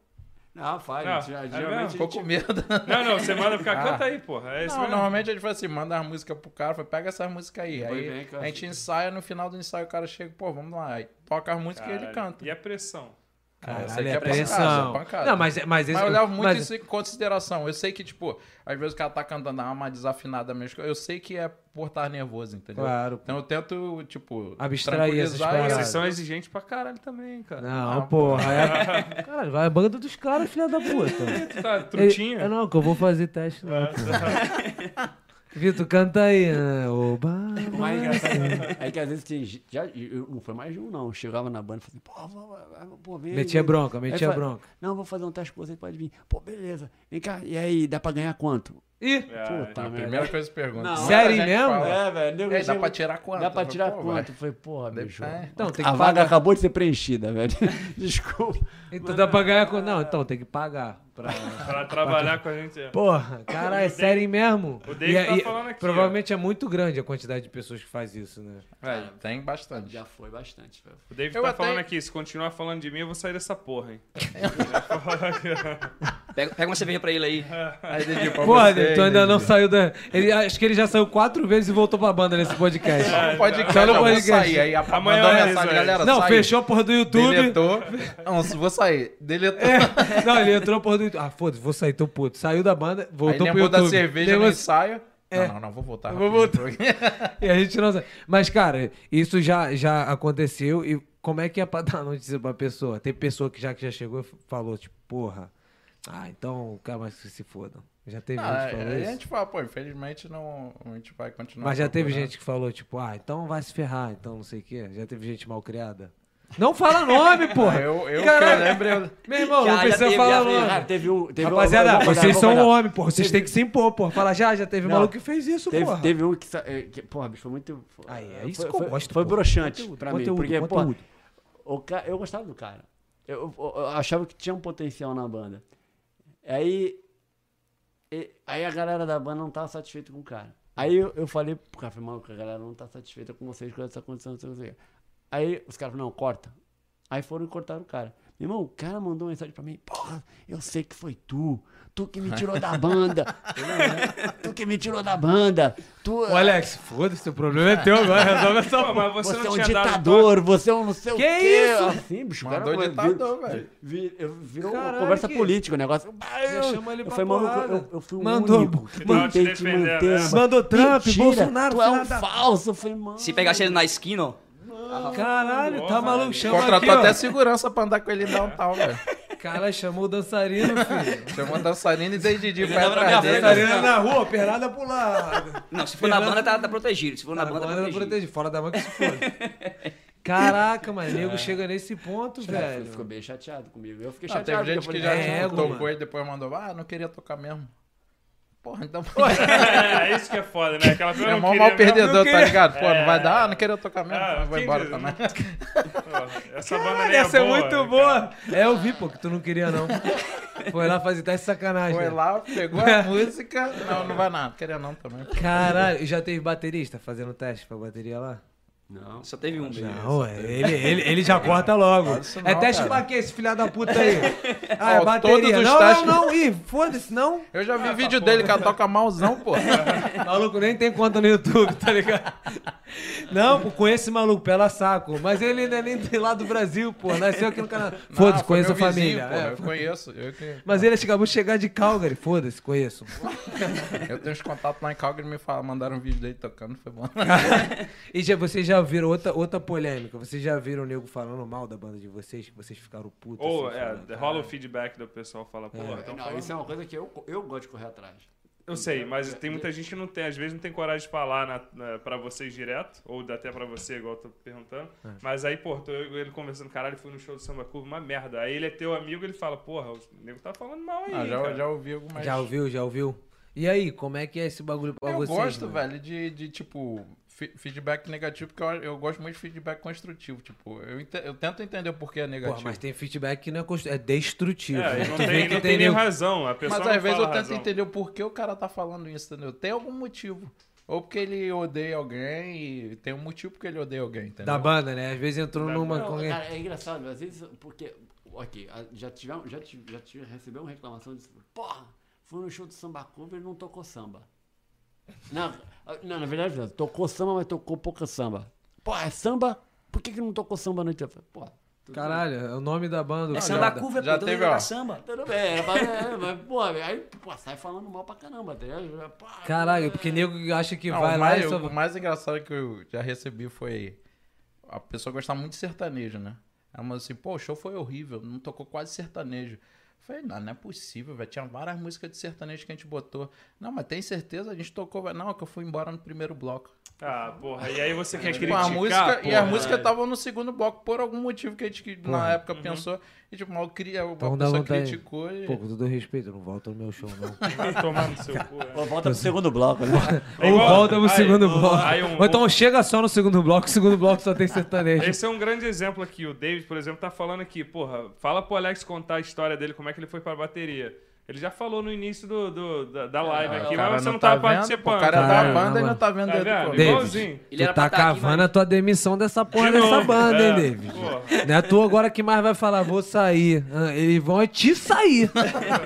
E: Não, faz,
D: Não,
E: gente, já-
D: é
E: geralmente a
D: mesmo?
C: Ficou
E: gente-
C: com medo.
D: Não, não, você manda ficar,
C: Ah.
D: canta aí, porra. É isso
C: Não,
D: mesmo.
C: normalmente a gente faz assim, manda as músicas pro cara, fala, pega essas músicas aí.
E: Depois
C: Aí
E: vem que eu
C: a gente
E: acho-
C: ensaia, no final do ensaio o cara chega, pô, vamos lá. Aí toca as músicas e ele
D: Caralho.
C: canta.
D: E a pressão?
C: Ah, essa
A: Caralho,
C: aqui
A: é
C: é pancada,
A: pressão.
C: é pancada.
A: Não, mas, mas esse.
C: Mas eu levo muito
A: mas-
C: isso em consideração. Eu sei que, tipo, às vezes o cara tá cantando dá uma desafinada mesmo. Eu sei que é por estar nervoso, entendeu?
A: Claro.
C: Então eu tento, tipo,
A: Abstrair essas
C: tranquilizar
A: paradas.
D: Vocês
C: isso.
D: são exigentes pra caralho também, cara.
A: Não, porra. É... Caralho, vai a banda dos caras, filha da puta.
D: Tu Tá trutinha? É.
A: É, não, que eu vou fazer teste. Não, porra. Vitor, canta aí. né? Oba.
E: O mais engraçado é que às vezes tem. ge- Já, eu- não foi mais de um, não. Eu chegava na banda e falei, pô, vou- vou- vou- pô, vem. aí,
A: Metia
E: vem.
A: bronca,
E: Aí
A: metia
E: fa-
A: bronca.
E: Não, vou fazer um teste com você, pode vir. Pô, beleza. Vem cá, e aí, dá pra ganhar quanto?
A: Ih,
D: É,
E: Puta merda.
C: Primeira coisa que pergunta.
E: Não.
C: Muita
A: Sério
C: gente
A: mesmo?
C: fala,
E: É, velho. nego
C: "E aí, dá
E: chega-
C: pra tirar quanto?
E: Dá pra tirar
C: Pô, É,
E: quanto?
C: velho,
E: Foi, porra, bicho.
C: depende.
A: então tem
E: a
A: que
E: vaga
A: pagar.
E: acabou de ser preenchida, velho. Desculpa.
A: Então dá pra ganhar. com- Não, então tem que pagar. Pra...
D: Pra trabalhar com a gente. é.
A: Porra, cara, é sério mesmo?
D: o Dave tá falando aqui,
A: Provavelmente é muito grande a quantidade de pessoas que fazem isso, né?
C: É, tem bastante.
F: Já foi bastante, velho.
D: O David
C: Eu
D: tá
C: até-
D: falando aqui, se continuar falando de mim, eu vou sair dessa porra, hein?
B: Pega, pega uma cerveja pra ele aí.
A: Porra, tu ainda não saiu da. Ele, acho que ele já saiu quatro vezes e voltou pra banda nesse podcast.
D: É.
C: Pode
A: Só no
C: eu vou
A: podcast.
C: sair. Aí a-
D: Amanhã
E: é
C: mandou
D: eu
C: mensagem,
D: resolvo.
C: galera,
A: Não,
C: saí.
A: fechou a porra do YouTube.
C: Deletou. Não, se vou sair. Deletou.
A: Não, ele entrou porra do YouTube. Ah, foda-se, vou sair, tô puto. Saiu da banda,
C: Aí
A: voltou pro
C: lembrou
A: YouTube.
C: da cerveja no
A: Negócio-
C: ensaio. Não, não, não, vou voltar.
A: Vou
C: rapidinho.
A: E a gente não sabe. Mas, cara, isso já, já aconteceu. E como é que é pra dar notícia pra pessoa? Tem pessoa que já, que já chegou e falou, tipo, porra. Ah, então, cara, mas que se fodam. Já teve
C: Ah,
A: gente que falou
C: aí
A: isso.
C: a gente fala, pô, infelizmente não, a gente vai continuar.
A: Mas já teve
C: procurando.
A: gente que falou, tipo, ah, então vai se ferrar, então não sei o quê. Já teve gente mal criada. Não fala nome, porra!
C: Eu, eu que eu
A: Caralho.
C: lembro, eu-
A: Meu irmão,
B: Já-
A: não
B: já
A: precisa
B: teve,
A: falar
B: já teve,
A: nome.
E: Cara, teve um. Teve um-
A: Rapaziada,
E: vou guardar,
A: vocês
E: vou
A: são
E: guardar.
A: homem, porra. Vocês têm que se impor, porra. Fala, já, já teve
E: Não.
A: maluco que fez isso, porra.
E: Teve, teve um que, sa- eh, que. Porra, bicho, foi muito. foi-
A: Aí, é
E: foi-
A: isso que eu
E: foi,
A: gosto,
E: Foi
A: porra.
E: broxante
A: Conteúdo,
E: pra
A: conteúdo,
E: mim. Porque,
A: conteúdo.
E: porra, o ca- eu gostava do cara. Eu, eu- eu achava que tinha um potencial na banda. Aí. e- aí a galera da banda não tava satisfeita com o cara. Aí eu, eu falei pro cara, falei, maluco, a galera não tá satisfeita com vocês com essa condição, não sei o que. Aí os caras falaram, não, corta. Aí foram e cortaram o cara. Meu irmão, o cara mandou uma mensagem pra mim, porra, eu sei que foi tu. Tu que me tirou da banda. Eu, não, né? tu que me tirou da banda. Tu,
A: Ô, Alex, foda-se, o problema é teu agora. Resolve essa
D: Pô,
A: porra.
D: mas você,
E: você, é
D: não
E: um
D: tinha
E: ditador, você é um não sei o
A: Que
E: quê.
A: isso?
E: Assim, bicho, o cara
C: Mandou
E: foi-
C: ditador,
E: vir-
C: velho.
E: vir- eu- Virou uma
A: Caralho,
E: conversa
A: que-
E: política o negócio. Ah, Eu,
A: Chama ele
E: eu
A: pra
E: falei, maluco,
A: porrada.
E: eu, eu fui o
A: Mandou-
E: único que
D: Tentava te
E: tentei te
D: defender,
E: manter.
D: né?
E: na-
A: Mandou Trump,
E: Mentira,
A: Bolsonaro,
E: tu é
A: filha
E: um
A: da-
E: falso. Eu falei, mano...
B: Se pegasse ele na esquina, ó.
A: Caralho, tá maluco. Chama aqui,
C: Contratou
A: ó.
C: até segurança pra andar com ele e dar um tal, velho.
A: Cara, chamou o dançarino, filho.
C: Chamou dançarina e dei Didi pra
B: tava na
C: atrás
B: minha
C: dele.
B: frente,
A: dançarino na rua, perrada pro lado.
B: Não, se for na banda, tá, tá protegido. Se for na, banda, tá
A: Agora
B: protegido.
A: protege. Fora da mão que se foda. Caraca, mas nego chega nesse ponto,
E: Ele
A: velho.
E: ficou bem chateado comigo. Eu fiquei
C: Ah,
E: chateado.
C: teve gente
E: porque
C: que já
E: eu falei,
A: É,
C: tipo,
A: ego,
C: tocou
A: mano.
C: e depois mandou, ah, não queria tocar mesmo. Porra, então.
D: É, é isso que é foda, né? Aquela coisa.
C: É
D: eu
C: mó
D: não
C: mal
D: queria mesmo.
C: perdedor, tá ligado? Pô, não vai
D: É.
C: dar, ah, não queria tocar mesmo,
D: Ah,
C: então vou
D: quem
C: embora
D: diz,
C: também.
D: Pô, Essa banda
A: Caralho,
D: nem é
A: essa é,
D: boa,
A: muito
D: né, cara?
A: boa. É, eu vi, pô, que tu não queria, não. Foi lá fazer, tá de sacanagem.
C: Foi
A: né?
C: lá, pegou a música. Não, não vai nada, queria não também.
A: Caralho, e já teve baterista fazendo teste pra bateria lá?
E: Não.
B: Só teve um.
A: Não, é, ele, ele, ele já corta logo.
C: isso
A: é
C: não,
A: teste
C: cara.
A: pra quê, esse filho da puta aí? Ah,
C: Ó,
A: é bateria.
C: todos os
A: Não,
C: testes-
A: não, não, ih, foda-se, não.
C: Eu
D: Ah,
C: já vi
D: tá,
C: vídeo dele que ela toca malzão, pô. Ah,
A: Maluco nem tem conta no YouTube, tá ligado? Não, pô, conheço esse maluco, pela saco. Mas ele ainda nem tem lá do Brasil, pô. Nasceu aqui no Canadá.
C: Não,
A: Foda-se,
C: foi
A: conheço a
C: meu vizinho,
A: família.
C: pô,
A: é.
C: Eu conheço. Eu, que-
A: Mas ele acabou de chegar de Calgary, foda-se, conheço.
C: eu tenho uns contatos lá em Calgary me falaram, mandaram um vídeo dele tocando, foi bom.
A: E já, vocês já viram outra, outra polêmica? Vocês já viram o nego falando mal da banda de vocês? Que vocês ficaram putos?
D: Ou,
A: assim, falando,
D: é, rola o feedback do pessoal, fala, pô, então
E: Não, isso é uma coisa que eu, eu gosto de correr atrás.
D: Eu sei, mas tem muita gente que não tem, às vezes não tem coragem de falar na, na, pra vocês direto, ou até pra você, igual eu tô perguntando.
C: É.
D: Mas aí, pô, tô eu e ele conversando, caralho, fui no show do Samba Curva, uma merda. Aí ele é teu amigo, ele fala, porra, o nego tá falando mal aí.
C: Ah, já,
D: cara.
C: já ouvi algumas.
A: Já ouviu, já ouviu? E aí, como é que é esse bagulho pra
C: Eu
A: vocês? né?
C: gosto,
A: mano?
C: velho, de, de tipo, fe- feedback negativo, porque eu, eu gosto muito de feedback construtivo. Tipo, eu, ente- eu tento entender o porquê é negativo.
A: Porra, mas tem feedback que não é construtivo, é destrutivo. né?
D: É, e não
A: Tu vê
D: tem,
A: que
D: não tem nem
A: nego-
D: razão. A pessoa
C: Mas
D: não
C: às vezes eu
D: fala
C: tento
D: razão.
C: entender o porquê o cara tá falando isso, entendeu? Tem algum motivo. Ou porque ele odeia alguém, e tem um motivo porque ele odeia alguém, entendeu?
A: Da banda, né? Às vezes entrou numa...
E: Não,
A: com alguém-
E: cara, é engraçado, às vezes, porque, ok, a- já tivemos, já tive, já tive, recebemos reclamação disso, porra, fui no show do Samba Cover e não tocou samba. Não, a- não, na verdade, não, tocou samba, mas tocou pouca samba. Porra, é samba? Por que, que não tocou samba a noite? inteira? Porra, tudo
A: Caralho, é o nome da banda.
B: É
A: cara.
B: samba curva,
C: já
B: pô, todo
C: teve,
B: mundo
C: ó.
B: toca samba.
E: Tudo bem, é, mas, é, mas, pô, aí, pô, sai falando mal pra caramba, tá ligado? Pô,
A: Caralho, porque nego acha que
C: Não,
A: vai
C: Ah, o,
A: lá
C: mais,
A: e só...
C: o mais engraçado que eu já recebi foi a pessoa gostar muito de sertanejo, né? Ela mandou assim, pô, o show foi horrível, não tocou quase sertanejo. Eu Falei, não, não é possível, velho. Tinha várias músicas de sertanejo que a gente botou. Não, mas tem certeza, a gente tocou. velho. Não, é que eu fui embora no primeiro bloco.
D: Ah, porra, e aí você quer
C: Tipo, a
D: criticar,
C: música, e
D: porra.
C: as músicas estavam no segundo bloco por algum motivo que a gente que na época
D: Uhum.
C: pensou. E tipo, mal cria, a
A: Então dá
C: pessoa
A: vontade.
C: criticou e.
A: Pô, com todo respeito, eu não volto no meu show, não.
D: Vai tomar no seu cu, é.
E: Pô, volta pro segundo bloco, né?
D: É
A: Ou
D: igual-
A: volta no
D: aí,
A: segundo bloco.
D: aí um-
A: Ou então chega só no segundo bloco, o segundo bloco só tem sertanejo.
D: Esse é um grande exemplo aqui. O David, por exemplo, tá falando aqui, porra, fala pro Alex contar a história dele, como é que ele foi pra bateria. Ele já falou no início do, do- da, da live
C: Ah,
D: aqui,
C: o cara
D: mas você não
C: tá
D: tá,
C: vendo,
D: participando.
C: O cara é da
A: Caramba.
C: banda e não tá vendo
D: Tá
C: dentro do
D: vendo?
C: programa.
D: Igualzinho.
A: David,
B: Ele
A: tu
B: era
A: tá
B: pra tá aqui,
A: cavando
B: mas-
A: a tua demissão dessa porra
D: De
A: dessa
D: novo,
A: banda, hein,
D: é.
A: David?
D: Porra.
A: Não é tu agora que mais vai falar, vou sair. Ah, Eles vão te sair.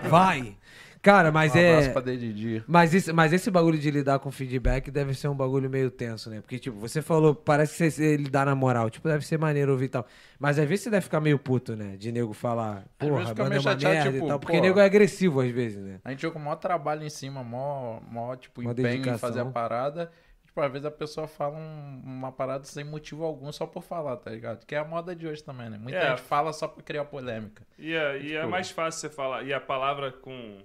A: Vai. Cara, mas
C: Um
A: é.
C: abraço pra Dedidi.
A: Mas, isso, mas esse bagulho de lidar com feedback deve ser um bagulho meio tenso, né? Porque, tipo, você falou, parece que você, você lidar na moral. Tipo, deve ser maneiro ouvir e tal. Mas às vezes você deve ficar meio puto, né? De nego falar,
C: vezes
A: porra,
C: fica
A: banda é
C: meio
A: uma
C: chateado,
A: merda
C: tipo,
A: e tal. Porque
C: pô.
A: nego é agressivo às vezes, né?
C: A gente jogou o maior trabalho em cima, maior, maior tipo,
A: Mó
C: empenho em
A: dedicação.
C: fazer a parada. Tipo, às vezes a pessoa fala um- uma parada sem motivo algum, só por falar, tá ligado? Que é a moda de hoje também, né? Muita
D: É.
C: gente fala só pra criar polêmica.
D: E é, e é mais fácil você falar. E a palavra com,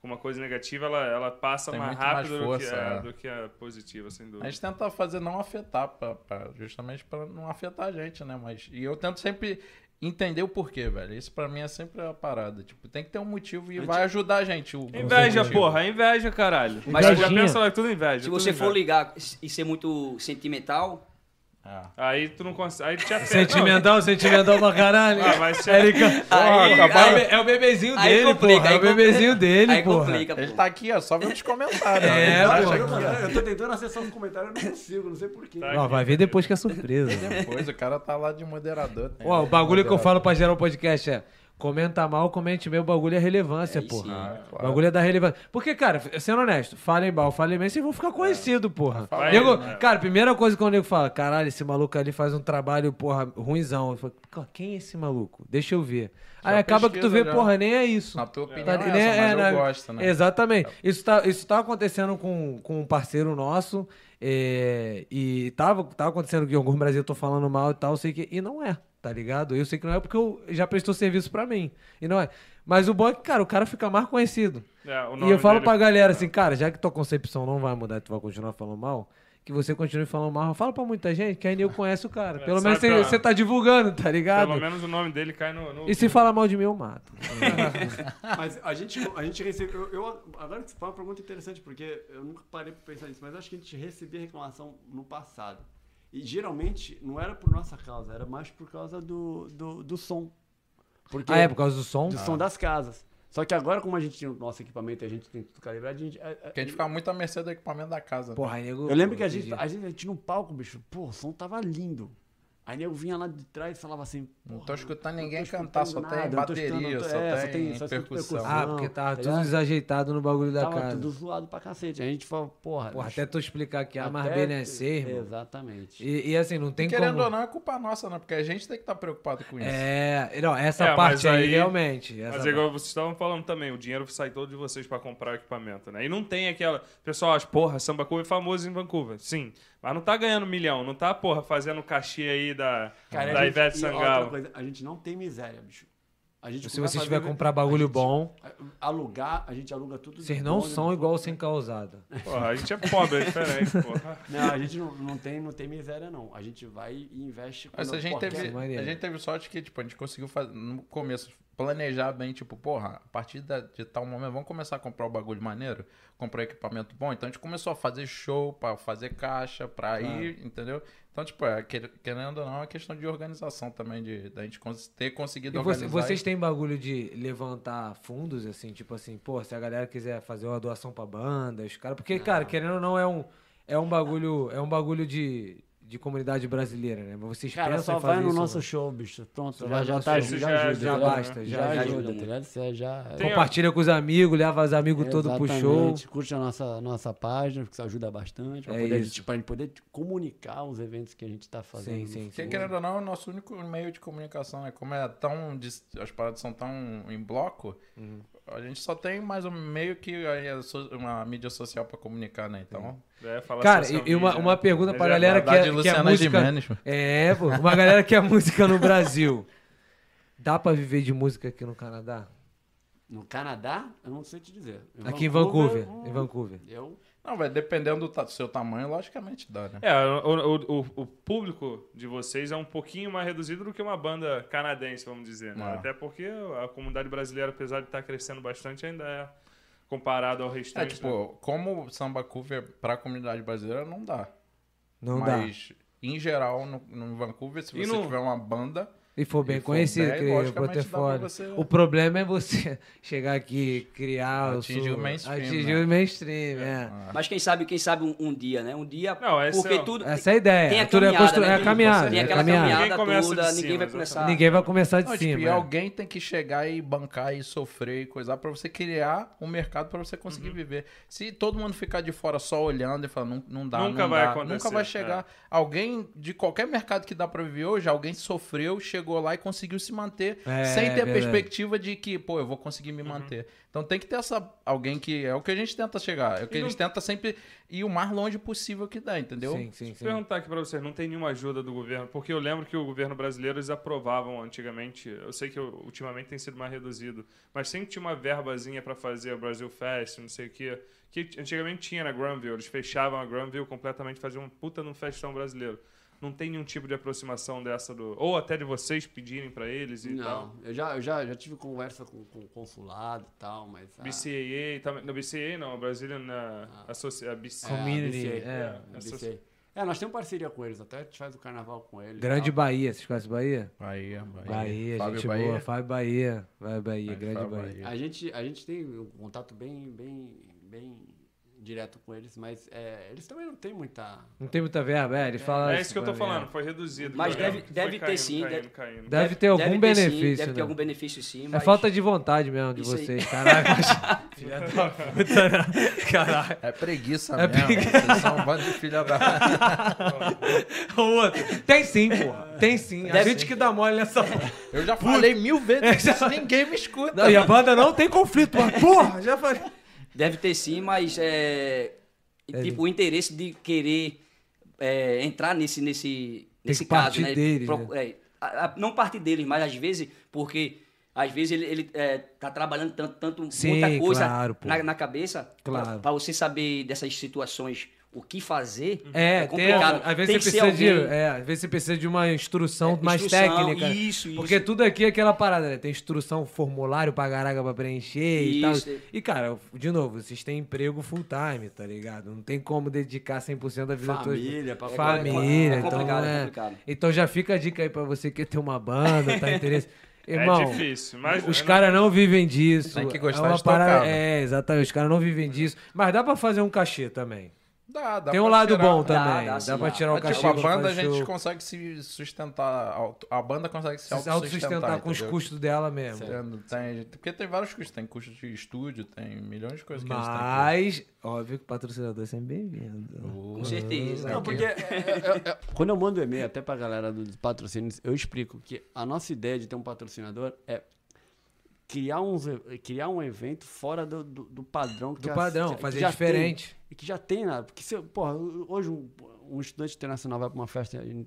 D: com uma coisa negativa, ela, ela passa
C: Tem
D: mais
C: muito mais
D: rápido do, que
C: força,
D: a,
C: é.
D: do que a positiva, sem dúvida.
C: A gente tenta fazer não afetar, pra, pra- justamente pra não afetar a gente, né? Mas, e eu tento sempre entender o porquê, velho. Isso pra mim é sempre a parada. Tipo, tem que ter um motivo e vai ajudar a gente. O,
D: Inveja,
C: o motivo.
D: porra, inveja, caralho.
A: Mas
D: Mas já
A: Invejinha.
D: pensa lá, tudo inveja.
B: Se
D: tudo
B: você for
D: inveja.
B: ligar e ser muito sentimental,
C: Ah.
D: Aí tu não consegue. Aí te afeta.
A: Sentimental, sentimental pra caralho.
D: Ah, mas-
A: Erika.
B: Aí-
A: é, o
B: acabaram-
A: be- é o bebezinho
B: aí
A: dele,
B: complica,
A: porra.
B: aí
A: É o bebezinho
B: complica.
A: dele,
B: aí
A: porra.
B: complica,
C: Ele
B: pô.
C: tá aqui, ó, só vendo os comentários. ó.
A: É,
C: Ele
A: pô.
C: né? acha
A: Chega
E: Eu,
C: aqui, ó.
E: eu tô tentando acessar os comentários, eu não consigo, não sei porquê.
D: Tá.
A: Ó, vai ver depois que é surpresa.
C: Depois, o cara tá lá de moderador. tá
A: Ó, o
C: ligado?
A: bagulho que eu
C: Moderador.
A: falo pra gerar o podcast é. Comenta mal, comente bem, o bagulho é relevância,
B: É,
A: porra.
B: sim. Ah,
A: O bagulho é da relevância. Porque, cara, f- sendo honesto, falem mal, falem bem, vocês vão ficar conhecidos, porra.
D: Vai,
A: Nego,
D: vai.
A: Cara, primeira coisa que o nego fala, caralho, esse maluco ali faz um trabalho, porra, ruinzão. Eu falo, "Cara, quem é esse maluco? Deixa eu ver. Aí
C: Já
A: acaba que tu vê,
C: pesquisa já.
A: porra, nem é isso.
C: Na tua opinião,
A: Tá-
C: é,
A: né,
C: essa,
A: é,
C: mas
A: né,
C: eu gosto, né?
A: Exatamente. Isso tá, isso tá acontecendo com, com um parceiro nosso. é, e tava, tava acontecendo que em algum Brasil eu tô falando mal e tal, eu sei que. E não é, tá ligado? Eu sei que não é porque eu já prestou serviço pra mim. E não é. Mas o bom é que, cara, o cara fica mais conhecido.
D: É, o nome
A: E eu falo
D: dele-
A: pra galera assim, cara, já que tua concepção não vai mudar, tu vai continuar falando mal, que você continue falando mal, fala pra muita gente, que aí eu conhece o cara. Pelo
D: É,
A: menos
D: sabe
A: você
D: pra-
A: você tá divulgando, tá ligado?
D: Pelo menos o nome dele cai no. no-
A: E se falar mal de mim, eu mato.
E: Mas a gente, a gente recebeu. Eu, eu- agora que você fala, é uma pergunta interessante, porque eu nunca parei pra pensar nisso, mas acho que a gente recebia reclamação no passado. E geralmente não era por nossa causa, era mais por causa do, do, do som. Porque
A: Ah, é, por causa do som?
E: do som das casas. Só que agora, como a gente tinha o nosso equipamento e a gente tem tudo calibrado, a gente. a- a-
C: Porque a gente fica muito à mercê do equipamento da casa.
A: Porra, aí nego.
E: Eu lembro que a gente,
A: Entendi.
E: a gente tinha um palco, bicho. Pô, o som tava lindo. Aí eu vinha lá de trás e falava assim.
C: Não
E: porra,
C: tô escutando
E: não tô
C: ninguém
E: escutando
C: cantar, só
E: nada,
C: tem
E: não tô escutando-
C: bateria,
E: não tô-
C: só
E: é, só
C: tem
E: tem- só escuto
C: percussão.
E: percussão.
A: Ah,
E: Não,
A: porque tava
E: tá
A: tudo
E: ligado?
A: desajeitado no bagulho da
E: Tava
A: casa.
E: tudo zoado pra cacete. A gente falou, porra.
A: Porra,
E: bicho,
A: até tu explicar que A mais
E: até-
A: B não é C, irmão.
E: Exatamente.
A: E, e assim, não tem
C: E querendo
A: como.
C: ou não, é culpa nossa, né? Porque a gente tem que estar preocupado com isso.
A: É, não, essa
D: É, mas
A: parte aí,
D: aí-
A: realmente. essa
D: Mas é igual vocês estavam falando também, o dinheiro sai todo de vocês pra comprar o equipamento, né? E não tem aquela. Pessoal, acha, porra, Samba Cuba é famoso em Vancouver. Sim. Mas não tá ganhando milhão, não tá, porra, fazendo o cachê aí da,
E: Cara,
D: da
E: a gente-
D: Ivete
E: e outra
D: Sangalo.
E: coisa, a gente não tem miséria, bicho. A gente
A: parte. Se
E: vai
A: você
E: fazer-
A: tiver comprar bagulho bom,
E: Alugar, a gente aluga tudo.
A: vocês
E: de né?
A: não
E: dono,
A: são
E: de-
A: igual o sem causada.
D: Porra, a gente é pobre, é diferente, porra.
E: Não, a gente não, não, tem, não tem miséria, não. A gente vai e investe.
C: Mas
E: quando-
C: a gente,
E: pô,
C: teve,
E: quer-
A: maneiro.
C: a gente teve sorte que, tipo, a gente conseguiu fazer, no começo, planejar bem, tipo, porra, a partir da- de tal momento, vamos começar a comprar o bagulho maneiro, comprar equipamento bom. Então a gente começou a fazer show, pra fazer caixa, pra ir, entendeu? Então, tipo, é, quer- querendo ou não, é uma questão de organização também, de, da gente cons- ter conseguido
A: E você-
C: organizar.
A: vocês
C: e-
A: têm bagulho de levantar fundos, assim, tipo assim, pô, se a galera quiser fazer uma doação pra banda, os caras. Porque, cara, querendo ou não, é um, é um bagulho, é um bagulho de, de comunidade brasileira, né? Mas Vocês
E: Cara,
A: pensam
E: só
A: em fazer
E: vai no
A: isso, né?
E: nosso
A: mano?
E: show, bicho. Pronto,
A: Só
E: já,
A: vai
E: já
A: no
E: tá
A: nosso
E: já
D: show.
E: ajuda.
D: Já
E: tá ligado?
A: basta, já
E: Já
A: ajuda.
E: ajuda, tá ligado? Você já.
D: Tem a-
A: Compartilha com os amigos, leva os amigos todos pro show.
E: Exatamente. Curte a nossa, nossa página, porque isso ajuda bastante. Pra,
A: É
E: poder,
A: isso.
E: tipo, pra gente poder comunicar os eventos que a gente tá fazendo.
A: Sim, sim,
C: Porque,
A: sim.
C: querendo ou não, é o nosso único meio de comunicação, né? Como é tão. dis- As paradas são tão em bloco,
D: Uhum.
C: a gente só tem mais um meio que a- a so- uma mídia social pra comunicar, né? Então.
D: É, falar
A: Cara,
D: social
A: e- e uma,
D: media.
A: uma pergunta pra
D: Mas é
A: galera que é,
C: verdade,
A: que é
C: Luciana
A: música...
C: Gimenez, pô.
A: É, pô, uma galera que é música no Brasil. Dá pra viver de música aqui no Canadá?
E: No Canadá, eu não sei te dizer.
A: Aqui em Vancouver,
C: é
E: hum,
C: um-
A: em Vancouver.
E: Eu.
C: Não, velho, dependendo do ta- seu tamanho, logicamente dá, né?
D: É, o, o- o- o público de vocês é um pouquinho mais reduzido do que uma banda canadense, vamos dizer. né?
C: Ah.
D: Até porque a comunidade brasileira, apesar de estar crescendo bastante, ainda é comparado ao
C: É,
D: restante. né?
C: tipo, como o samba cover pra comunidade brasileira, não dá.
A: Não dá.
C: Mas, em geral, no, no Vancouver, se
D: E
C: você
D: no-
C: tiver uma banda,
A: E for bem
C: E for
A: conhecido,
C: bem,
A: criar o
C: logicamente, dá pra
A: portfólio.
C: você-
A: O problema é você chegar aqui, criar
C: Atingir
A: o
C: o mainstream,
A: Atingir
C: né?
A: o mainstream, é.
B: tá- Mas quem sabe, quem sabe um, um dia, né? Um dia.
D: Não, essa
B: porque
D: é-
B: tudo.
A: Essa é a ideia.
B: Tem a
A: Tudo é
B: caminhada,
A: constru-
B: né?
A: é a
B: Tem-
A: caminhada,
B: Tem
A: é a
B: aquela
A: caminhada. assim,
B: caminhada
D: Ninguém começa de
B: toda, ninguém
D: cima,
B: vai
A: né?
D: exatamente.
B: começar.
A: Ninguém vai começar de
C: Não, tipo,
A: cima.
C: e
A: é.
C: alguém tem que chegar e bancar e sofrer e coisar pra você criar um mercado pra você conseguir
A: Uhum.
C: viver. Se todo mundo ficar de fora só olhando e falar, não, não dá,
D: Nunca
C: não
D: vai
C: dá,
D: acontecer,
C: nunca vai chegar.
D: é.
C: Alguém de qualquer mercado que dá pra viver hoje, alguém sofreu, chegou lá e conseguiu se manter
A: É,
C: sem ter a
A: verdade. Uhum.
C: perspectiva de que, pô, eu vou conseguir me manter. Então tem que ter essa alguém que é o que a gente tenta chegar, é o que
D: E
C: a
D: não-
C: gente tenta sempre ir o mais longe possível que dá, entendeu? um-
A: Sim, sim, sim.
D: perguntar aqui pra vocês, não tem nenhuma ajuda do governo? Porque eu lembro que o governo brasileiro eles aprovavam antigamente, eu sei que ultimamente tem sido mais reduzido, mas sempre tinha uma verbazinha pra fazer a Brasil Fest, não sei o quê, que antigamente tinha na Granville, eles fechavam a Granville completamente, faziam um puta num festão brasileiro. Não tem nenhum tipo de aproximação dessa do... Ou até de vocês pedirem pra eles e tal.
E: Não, tá. eu já, eu já, já tive conversa com, com o consulado e tal, mas. ah,
D: BCAA, também- não, BCAA não, a Brazilian ah, Associ- a BC.
A: É. Community,
E: BC,
A: é,
E: é,
D: essas-
E: BC. É, nós temos parceria com eles, até a gente faz o carnaval com eles. e
A: Grande
E: tal.
A: Bahia, vocês conhecem Bahia?
C: Bahia, Bahia.
A: Bahia,
C: Fábio
A: gente
C: Bahia.
A: boa. Fábio Bahia. Vai Bahia,
C: Aí,
A: grande
C: Fábio
A: Bahia.
C: Bahia.
E: A gente, a gente tem um contato bem, bem, bem direto com eles, mas é, eles também não têm muita.
A: Não tem muita verba, é, ele fala
D: É isso que eu
A: pra
D: tô
A: mim,
D: falando, foi reduzido.
B: Mas
D: eu lembro
B: deve-
D: que foi
B: deve ter
D: caindo,
B: sim,
D: caindo,
B: deve-
D: caindo.
A: Deve ter algum
B: sim,
A: benefício,
B: Deve
A: né?
B: ter algum benefício sim.
A: É
B: Mas...
A: falta de vontade mesmo de
B: Isso aí.
A: vocês, caralho. Filha da puta, né? Caralho.
C: É preguiça
A: É
C: mesmo.
A: pregui-
C: Vocês são um bando de filha da.
A: O outro. Tem sim, porra. Tem sim. A
B: Deve-
A: gente que dá mole nessa porra.
C: Eu já falei mil vezes,
A: É, já-
C: ninguém me escuta.
A: Não, e a banda não tem conflito, mas porra, já falei.
B: Deve ter sim, mas é, tipo o interesse de querer é, entrar nesse nesse nesse
A: que
B: caso,
A: partir
B: né?
A: deles,
B: Pro- é, a- a- não parte deles, mas às vezes porque às vezes ele, ele é, tá trabalhando tanto, tanto
A: Sim,
B: muita coisa
A: claro, pô.
B: na, na cabeça
A: Claro.
B: para você saber dessas situações o que fazer
A: É, tem, às vezes
B: que
A: você
B: ser
A: precisa de,
B: alguém-
A: é, às vezes você precisa de uma instrução
B: É,
A: mais
B: instrução,
A: técnica.
B: isso, isso.
A: Porque tudo aqui é aquela parada, né? Tem instrução, formulário pra caraca pra preencher
B: Isso.
A: e tal. E cara, de novo, vocês têm emprego full time, tá ligado? Não tem como dedicar 100% da vida toda.
E: Família, pra-
A: Família,
B: é
A: então
B: complicado,
A: é.
B: é complicado.
A: Então já fica a dica aí pra você que tem uma banda, tá interesse. Irmão,
D: é difícil, mas...
A: os
D: é,
A: caras não vivem disso.
C: Tem que gostar
A: é uma
C: de tocar,
A: parada-
C: né?
A: É, exatamente. Os caras não vivem disso. Mas dá pra fazer um cachê também.
C: Dá, dá
A: Tem um
C: pra
A: lado
C: tirar.
A: bom
B: Dá,
A: também. Dá,
B: dá sim,
A: pra
B: dá.
A: tirar um
C: Mas,
A: cachê.
C: tipo, a
A: pra
C: banda a
A: fazer
C: gente
A: show.
C: consegue se sustentar. auto- A banda consegue se
A: se autossustentar
C: autossustentar
A: com os
C: entendeu?
A: custos dela mesmo.
C: Entendo, Tem, porque tem vários custos. Tem custo de estúdio, tem milhões de coisas que a gente
A: Mas, óbvio que o patrocinador é sempre bem-vindo.
B: Com certeza.
E: Não, porque é, é, é, quando eu mando e-mail até pra galera dos patrocínios, eu explico que a nossa ideia de ter um patrocinador é criar, uns, e- criar um evento fora do, do, do padrão que
A: Do
E: já-
A: padrão,
E: que
A: fazer
E: já
A: diferente.
E: tem, e que já tem nada. Porque, se, porra, hoje um, um estudante internacional vai pra uma festa, e-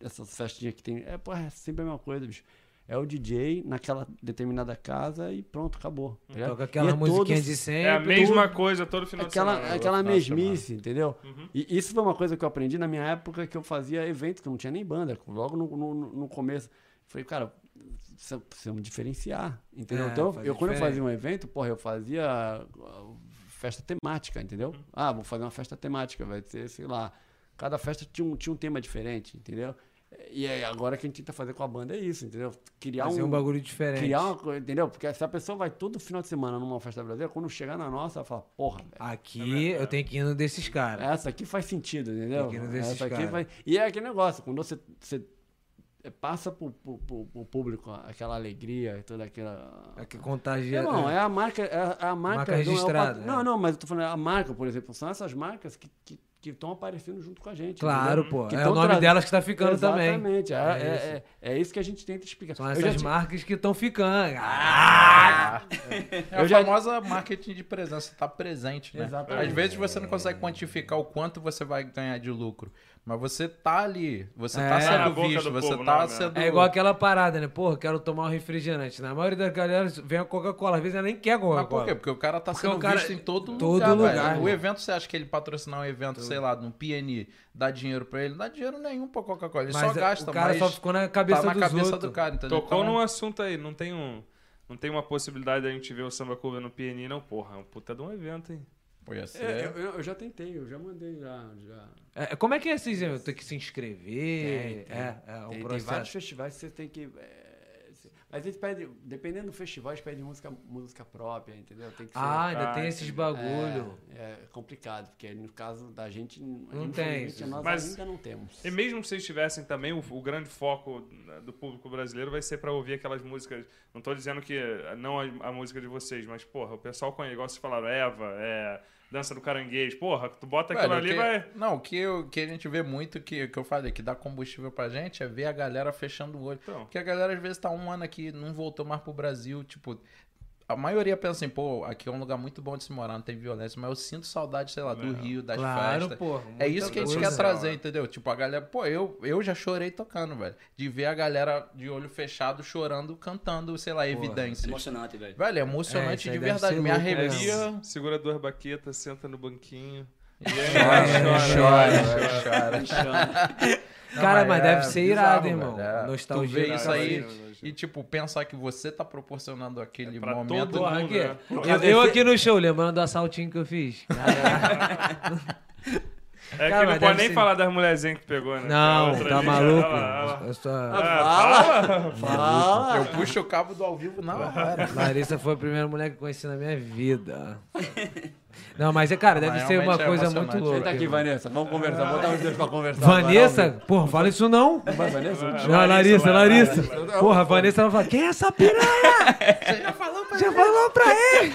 E: essas festinhas que tem, é, porra, é sempre a mesma coisa, bicho. É o DJ naquela determinada casa e pronto, acabou. tá ligado?
A: Toca
E: E
A: aquela
E: é
A: musiquinha
E: todos-
A: de sempre.
D: é a mesma coisa todo final de
E: aquela,
D: semana.
E: aquela
C: final de semana.
E: mesmice, entendeu? E isso foi uma coisa que eu aprendi na minha época que eu fazia evento, que eu não tinha nem banda, logo no, no, no começo. Falei, cara, precisa- precisamos diferenciar, entendeu?
A: É,
E: então,
A: fazer
E: eu, quando eu
A: diferente.
E: fazia um evento, porra, eu fazia ah, festa temática, entendeu? Ah, vou fazer uma festa temática, vai ser, sei lá, cada festa tinha um, tinha um tema diferente, entendeu? E aí, agora que a gente tenta fazer com a banda é isso, entendeu? Criar
A: Fazer um,
E: um
A: bagulho diferente.
E: Criar uma coisa, entendeu? Porque se a pessoa vai todo final de semana numa festa brasileira, quando chegar na nossa, ela fala, porra, velho,
A: Aqui eu tenho que ir no desses caras.
E: essa aqui faz sentido, entendeu?
A: Pequenos desses
E: Essa aqui
A: caras.
E: faz... E é aquele negócio, quando você, você passa pro, pro, pro- pro público aquela alegria e toda aquela.
A: Aqui contagia.
E: Não, é a marca. É a-
A: É
E: a marca,
A: Marca
E: do- é o
A: registrada,
E: pat-
A: é.
E: Não, não, mas eu tô falando, a marca, por exemplo, são essas marcas que. que que estão aparecendo junto com a gente.
A: Claro,
E: entendeu?
A: pô,
E: Que
A: é
E: tão
A: o nome delas que tá ficando
E: Exatamente,
A: também.
E: É,
A: É
E: é,
A: isso.
E: é- é isso que a gente tenta explicar.
A: São
E: Eu já
A: essas
E: ti-
A: marcas que estão ficando. Ah!
C: tem. É a
E: Eu já-
C: famosa marketing de presença, você tá presente, né?
E: Exatamente.
C: Às vezes você não consegue quantificar o quanto você vai ganhar de lucro. Mas você tá ali, você
A: É.
C: tá
A: Tá
D: na
C: sendo
D: boca
C: visto,
D: do
C: você
D: povo,
C: tá
D: não, né?
C: sendo.
A: É igual aquela parada, né? Porra, quero tomar um refrigerante. Na maioria das galera vem a Coca-Cola. Às vezes ela nem quer Coca-Cola.
C: Mas por quê? Porque o cara tá
A: Porque
C: sendo
A: o cara- é
C: visto em todo,
A: todo
C: lugar.
A: lugar,
C: velho.
A: né?
C: O evento, você acha que ele patrocinar um evento, sei lá, num PNI, dá dinheiro pra ele? Não dá dinheiro nenhum pra Coca-Cola. Ele
A: Mas é,
C: só gasta,
A: o cara
C: mas
A: só ficou na cabeça
C: tá na
A: dos
C: cabeça
A: outros.
C: do cara, entendeu?
D: Tocou
C: Então,
D: num assunto aí, não tem um. Não tem uma possibilidade da gente ver o Samba Curva no PNI, não, porra. É um puta de um evento, hein?
C: Pô, ia ser.
A: né?
E: É, eu, eu- eu já tentei, eu já mandei já. já.
A: É, como é que é esses eventos? Tem que se inscrever?
F: Tem, tem.
A: é, é um
F: tem, tem
A: processo.
F: vários festivais que você tem que. é, se- mas eles pedem, dependendo do festival, eles pedem música, música própria, entendeu? Tem que ser.
A: Ah, ainda
D: Ah,
A: tem
D: entendi.
A: esses bagulho.
F: É, é complicado, porque no caso da gente,
A: tem
F: infelizmente,
A: isso.
F: nós
D: Mas-
F: ainda não temos.
D: E mesmo que vocês tivessem também, o, o grande foco né, do público brasileiro vai ser pra ouvir aquelas músicas. Não tô dizendo que eh, não a, a música de vocês, mas, porra, o pessoal conhece, igual vocês falaram, Eva, é, Dança do Caranguejo. Porra, tu bota aquilo
C: Velho,
D: ali,
C: que-
D: vai.
C: Não, o que, eu- que a gente vê muito, que, que eu falei, que dá combustível pra gente, é ver a galera fechando o olho.
D: Então.
C: Porque a galera às vezes tá um ano aqui, não voltou mais pro Brasil, tipo... A maioria pensa assim, pô, aqui é um lugar muito bom de se morar, não tem violência, mas eu sinto saudade, sei lá, do Rio, das
A: Claro,
C: festas.
A: pô.
C: É isso que a gente
A: muita
C: quer
A: coisa.
C: trazer, entendeu? Tipo, a galera. Pô, eu, eu já chorei tocando, velho. De ver a galera de olho fechado chorando, cantando, sei lá, evidências.
B: Emocionante, velho.
C: Velho, é
A: É, isso
C: emocionante
A: aí
C: de
A: deve
C: verdade.
A: ser
C: Me
A: louco, né?
C: arrepia.
D: Guia, segura duas baquetas, senta no banquinho.
A: É,
C: Chora, chora.
A: Cara,
C: Não, é
A: mas deve ser irado,
C: bizarro,
A: irmão.
C: velho, é.
A: Nostalgia
C: Tu vê
A: da
C: isso aí
D: gente.
C: e, tipo, pensar que você tá proporcionando aquele
D: pra
C: momento.
D: todo
A: Porra,
D: mundo,
A: aqui.
D: né?
A: Eu, eu aqui no show, lembrando do assaltinho que eu fiz.
D: É
A: Cara,
D: que não
A: mas
D: pode
A: deve
D: nem
A: ser-
D: falar das mulherzinhas que pegou, né?
A: Não,
D: Outra
A: tá
D: ali,
A: maluco?
D: olha lá, olha lá. Ah,
A: Eu sou-
E: Fala!
C: Eu puxo o cabo do ao vivo na hora.
A: Larissa foi a primeira mulher que eu conheci na minha vida. Não, mas, é, cara, deve
C: Mas
A: ser uma
C: realmente é
A: coisa
C: emocionante.
A: muito louca.
E: Senta aqui,
A: irmão.
E: Vanessa. Vamos conversar. Botar os dois pra conversar.
A: Ah. Vanessa? Porra, fala isso não.
E: Vai, lá,
D: É
E: Vanessa? Vai, Vanessa?
A: Não, Ah, Larissa,
D: Larissa,
A: Larissa.
D: Larissa.
A: Porra, a Vanessa ela fala, quem é essa piranha? Você já falou pra ele?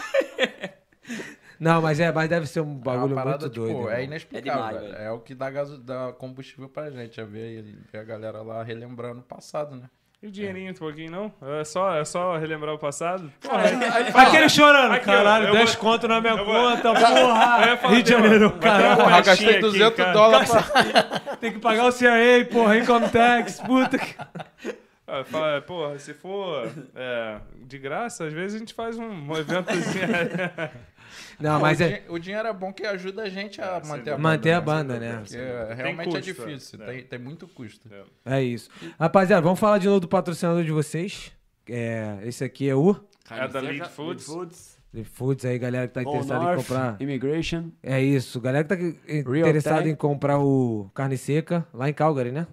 A: Não, mas é, mas deve ser um bagulho
C: a parada,
A: muito
C: tipo,
A: doido.
C: é
A: irmão.
C: inexplicável.
B: É demais,
C: velho.
B: velho.
C: É o que dá, gaso, dá combustível pra gente. É ver, ver a galera lá relembrando o passado, né?
D: E o dinheirinho um pouquinho, não? É só, é só relembrar o passado?
A: é.
D: É.
A: Aquele chorando,
D: Aqui, ó,
A: caralho,
D: eu
A: 10
D: vou-
A: conto na minha
D: eu vou-
A: conta, porra. Rio de Janeiro, caralho.
D: Porra,
C: Porra, gastei 200 dólares pra...
A: Tem que pagar o CIA, porra, Income Tax, puta que...
D: Ah, fala, porra, se for é, de graça, às vezes a gente faz um evento assim.
A: Não, mas
C: o,
A: é...
C: din- o dinheiro é bom que ajuda a gente a
D: sem
C: manter a banda.
A: Manter a
C: né?
A: banda, né?
C: Porque realmente é
D: custo,
C: difícil.
D: é.
C: Tem, tem muito custo.
D: É.
A: É isso. Rapaziada, vamos falar de novo do patrocinador de vocês. É, esse aqui é o...
D: É da Lead Foods.
E: Foods.
A: The Foods aí, galera que tá
E: Bom
A: interessada em
E: North,
A: comprar.
E: Immigration.
A: É isso, galera que tá
E: Real
A: interessada
E: Tech.
A: em comprar o carne seca lá em Calgary, né?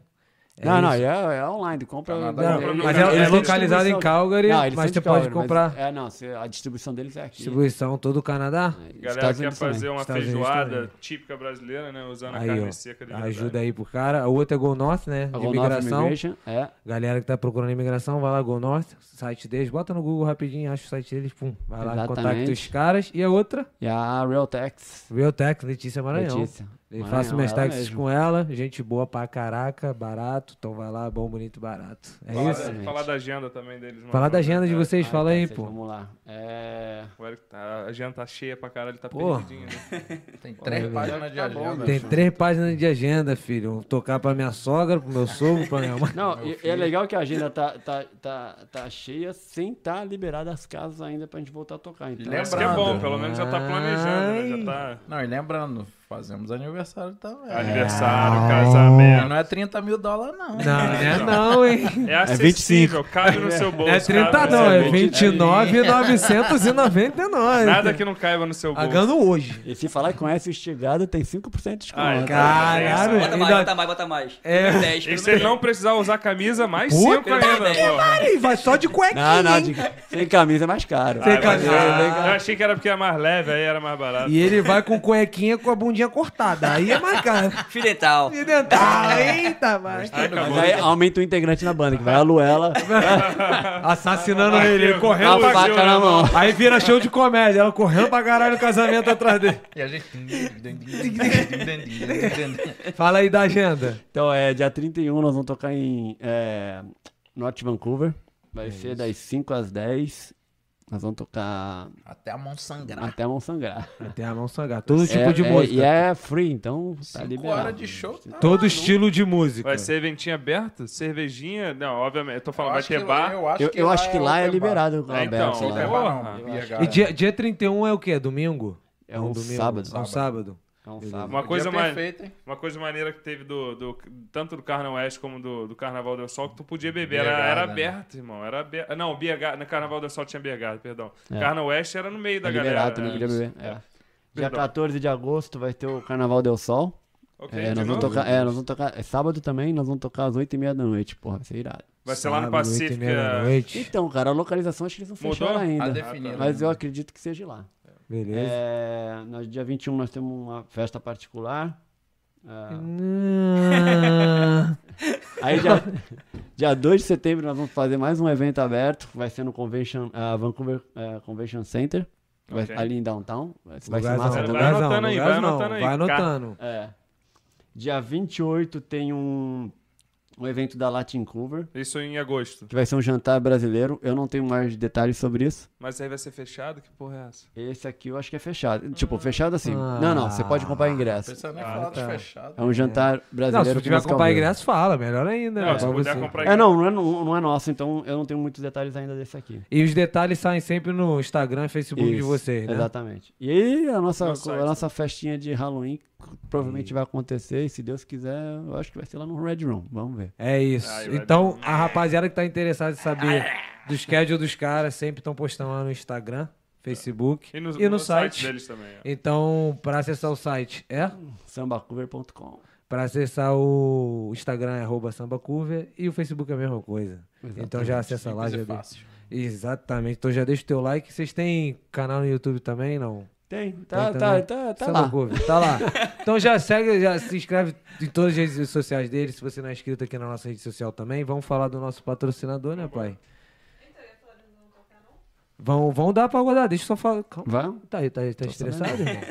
A: É
E: não, não,
A: isso.
E: é, é online, compra.
D: Tá
C: Canadá.
E: Não,
A: Não,
E: ele-
A: mas é,
E: ele
A: é
E: tem
A: localizado em
E: distribuição-
A: Calgary,
E: Não, eles
A: mas
E: são
A: você
E: de
A: pode
E: Calgary, mas-
A: comprar
E: É, não, você- a distribuição deles é aqui.
A: distribuição todo o Canadá.
E: É,
D: Galera quer
E: Unidos
D: fazer
E: também.
D: uma
A: Estados Unidos
D: feijoada
A: também.
D: típica brasileira, né? Usando a
A: Aí,
D: carne
A: ó,
D: seca de verdade.
A: ajuda aí pro cara. O outro é Go North, né? De
E: A Go North
A: imigração.
E: Immigration, É.
A: Galera que tá procurando imigração, vai lá, Go North, site deles. Bota no Google rapidinho, acha o site deles, pum. Vai lá,
E: Exatamente.
A: contacta os caras. E a outra,
E: E a Realtex.
A: Realtech, Letícia Maranhão.
E: Letícia.
A: Eu
E: Maranhão,
A: faço minhas
E: ela
A: taxas
E: mesmo.
A: com ela, gente boa pra caraca, barato, então vai lá, bom, bonito, barato. É
D: Falar,
A: isso.
E: gente.
D: falar da agenda também deles. mano.
A: Falar da agenda de
D: É.
A: vocês,
E: Ah,
A: fala
E: então,
A: aí,
E: vocês,
A: pô.
E: Vamos lá. É...
D: O Eric tá- A agenda tá cheia pra caralho, ele tá
A: Porra.
D: perdidinho. Né?
C: Tem três páginas de
D: Tá
C: agenda.
A: Tem três páginas de agenda, filho. Vou tocar pra minha sogra, pro meu sogro, pra minha mãe.
E: Não, e, e é legal que a agenda tá, tá, tá, tá cheia sem estar tá liberada as casas ainda pra gente voltar a tocar. Então,
C: Lembra-
D: Isso que é bom, pelo menos já tá
A: Ai.
D: planejando, né? Já tá
C: Não, e lembrando, fazemos aniversário também.
D: aniversário,
C: É,
D: casamento.
C: Não é 30 mil dólares, não.
A: Não, né? Não, hein?
D: É acessível, cabe no seu
A: Não
D: bolso.
A: é 30
D: cabe no
A: não,
D: seu
A: é
D: bolso.
A: 29,999.
D: Nada que não caiba no seu bolso.
A: Pagando Tá hoje.
E: E se falar que conhece o estigado, tem 5% de desconto.
D: Ah, então-
A: Caralho,
B: Bota mais, bota
A: ainda...
B: mais, bota mais.
A: É.
B: Pelo menos
D: E
B: 10,
D: se ele
B: pelo
D: não
B: menos
D: precisar usar camisa, mais
A: Puta
D: 5 ainda,
B: que
D: pô.
A: Ai, vai só de cuequinha,
E: Não, não,
A: hein?
E: de- sem camisa é mais caro.
A: Sem camisa.
D: Eu achei que era porque era mais leve, aí era mais barato.
A: E ele vai com cuequinha com a bundinha cortada. Aí é marcado.
B: Fidental.
A: E dental, eita, vai.
E: Mas aí aumenta o integrante na banda, que vai a Luela,
A: Assassinando ele, ele
E: com a
A: correndo pra
E: faca na mão.
A: Aí vira show de comédia, ela correndo pra caralho o casamento atrás dele.
C: E a gente.
A: Fala aí da agenda.
E: Então, é dia 31, nós vamos tocar em é, North Vancouver. Vai
A: É
E: ser das 5 às 10. Nós vamos tocar
C: Até a mão
D: Tá
C: sangrar.
E: até a mão sangrar.
A: Tem a mão sangrar, todo tipo
E: É-
A: de
E: é-
A: música.
E: E é free, então tá
C: Cinco
E: liberado.
D: né?
C: horas de show. Tá
A: Todo estilo de música.
D: Vai ser eventinho aberto? Cervejinha? Não, obviamente. Eu tô
C: Eu
D: falando, vai
C: acho
D: ter
C: que- um
D: bar.
E: Eu, eu acho que lá é
C: open bar.
E: liberado com
D: É, então,
E: aberto.
C: Não tem
E: lá.
C: bar, não.
D: Porra.
C: Beer
A: E
C: garden.
A: dia, dia 31 é o quê? É domingo?
E: É um
A: domingo.
E: sábado.
A: É um sábado.
E: É um sábado.
D: Uma coisa,
C: Dia
D: mais, Ah,
C: perfeito, hein?
D: uma coisa maneira que teve do, do- tanto do Carnaval Oeste como do, do Carnaval do Sol, que tu podia beber. Era,
C: Beer
D: era
C: garden, né?
D: aberto, irmão. Era aberto. Não, Beer Garden- no Carnaval do Sol tinha Beer Garden, perdão.
E: É.
D: Carnaval Oeste era no meio da
E: É
D: galera.
E: liberado também,
D: né?
E: podia beber. É. Dia
D: Perdão.
E: 14 de agosto vai ter o Carnaval Del Sol.
D: Ok,
E: É,
D: de
E: nós vamos
D: novo?
E: tocar, é, nós vamos tocar. É sábado também, nós vamos tocar às 8h30 da noite, porra, vai ser irado.
D: Vai ser lá no
A: Sábado, oito e
D: Pacífico.
A: meia da
D: é-
A: noite.
E: Então, cara, a localização acho que eles não
D: Mudou?
E: fecharam
C: A
E: ainda.
C: definir.
E: Mas eu acredito que seja lá.
A: Beleza.
E: É, nós, dia 21 nós temos uma festa particular. Ah,
A: Hum,
E: aí dia, dia 2 de setembro nós vamos fazer mais um evento aberto. Vai ser no Convention, ah, Vancouver ah, Convention Center. vai-
D: Ok.
E: ali em downtown. Vai ser
A: Lugarzão,
E: massa também.
D: Vai
A: lugarzão,
D: anotando aí, vai
A: lugarzão,
D: anotando aí,
A: Vai
D: cara.
A: anotando.
E: É. Dia 28 tem um, um evento da Latin Cover,
D: Isso em agosto.
E: que vai ser um jantar brasileiro. Eu não tenho mais detalhes sobre isso.
D: Mas aí vai ser fechado? Que porra é essa?
E: Esse aqui eu acho que é fechado. Tipo, fechado assim. Não, não, você pode comprar ingresso.
C: Pensando
D: Ah,
C: em falar
D: tá.
C: dos fechados.
E: É um jantar
A: Não,
E: brasileiro.
A: se tu
E: com
A: tiver
E: música ao
A: comprar
E: vivo.
A: ingresso, fala. Melhor ainda.
D: Não,
A: né,
D: se
A: pra
D: puder
A: você.
D: comprar
E: É, não, não é, não é nosso, então eu não tenho muitos detalhes ainda desse aqui.
A: E os detalhes saem sempre no Instagram e Facebook de
E: Isso,
A: vocês, né?
E: Exatamente. E aí, a nossa,
D: No site,
E: a nossa festinha de Halloween provavelmente vai acontecer, e se Deus quiser, eu acho que vai ser lá no Red Room. Vamos ver.
A: É isso.
D: Aí vai
A: então, a rapaziada que tá interessada em saber do schedule dos caras, sempre estão postando lá no Instagram, Facebook e no, site.
D: deles também. é.
A: Então, pra acessar o site é?
E: Sambacover.com.
A: Pra acessar o Instagram é arroba sambacover e o Facebook é a mesma coisa. Então já acessa lá.
C: Simples
A: Já
C: e
A: de-
C: fácil.
A: Exatamente. Então já deixa o teu like. Vocês têm canal no YouTube também, não?
E: Tem, tá,
A: Tem
E: tá,
A: também.
E: tá, tá
A: Samba
E: lá.
A: Cover, tá lá. Então já segue, já se inscreve em todas as redes sociais dele. Se você não é inscrito aqui na nossa rede social também, vamos falar do nosso patrocinador, né, pai? Vão, vão dar pra aguardar, deixa eu só falar. Calma.
E: Vai?
A: Tá aí, tá, aí, tá estressado, irmão?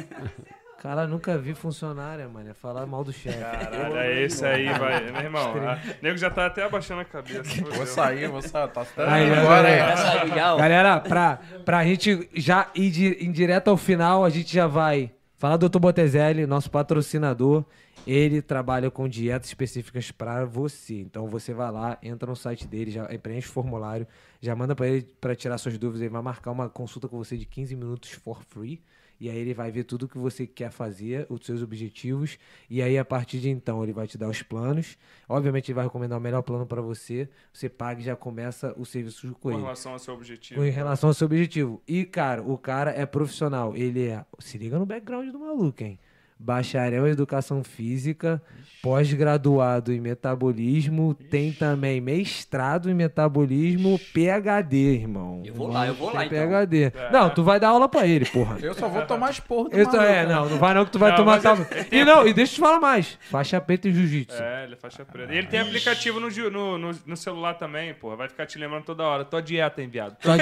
A: Cara, nunca vi funcionária, mano. é Falar mal do chefe.
D: Caralho, é esse aí, vai. Meu irmão, a- o nego já tá até abaixando a cabeça.
C: Vou
D: fodeu.
C: sair, vou sair. Tá até
A: Aí,
C: agora
A: aí,
C: aí.
A: aí.
B: Essa aí, já, ó.
A: Galera, pra, pra gente já ir di- em direto ao final, a gente já vai falar do Dr. Botezelli, nosso patrocinador. Ele trabalha com dietas específicas pra você. Então você vai lá, entra no site dele, já preenche o formulário, já manda pra ele pra tirar suas dúvidas. Ele vai marcar uma consulta com você de 15 minutos for free. E aí ele vai ver tudo que você quer fazer, os seus objetivos, e aí a partir de então ele vai te dar os planos. Obviamente ele vai recomendar o melhor plano pra você. Você paga e já começa o serviço com
D: Com
A: ele
D: relação ao seu objetivo.
A: em relação ao seu objetivo. E, cara, o cara é profissional. Ele é. Se liga no background do maluco, hein? Bacharel em Educação Física, pós-graduado em metabolismo, tem também mestrado em metabolismo, PHD, irmão.
B: Eu vou lá, eu vou lá,
A: Tem
B: então.
A: PHD. Não, tu vai dar aula pra ele, porra.
C: Eu só vou tomar esporro do
A: Eu tô- é,
C: maluco.
A: não, não vai não que tu vai
D: Não,
A: tomar
D: mas
A: calma. E não, e deixa eu te falar mais. Faixa preta e jiu-jitsu.
D: É, ele é faixa preta. E ele tem aplicativo no, ju- no, no, no celular também, porra. Vai ficar te lembrando toda hora. Tua dieta, enviado.
A: Só de-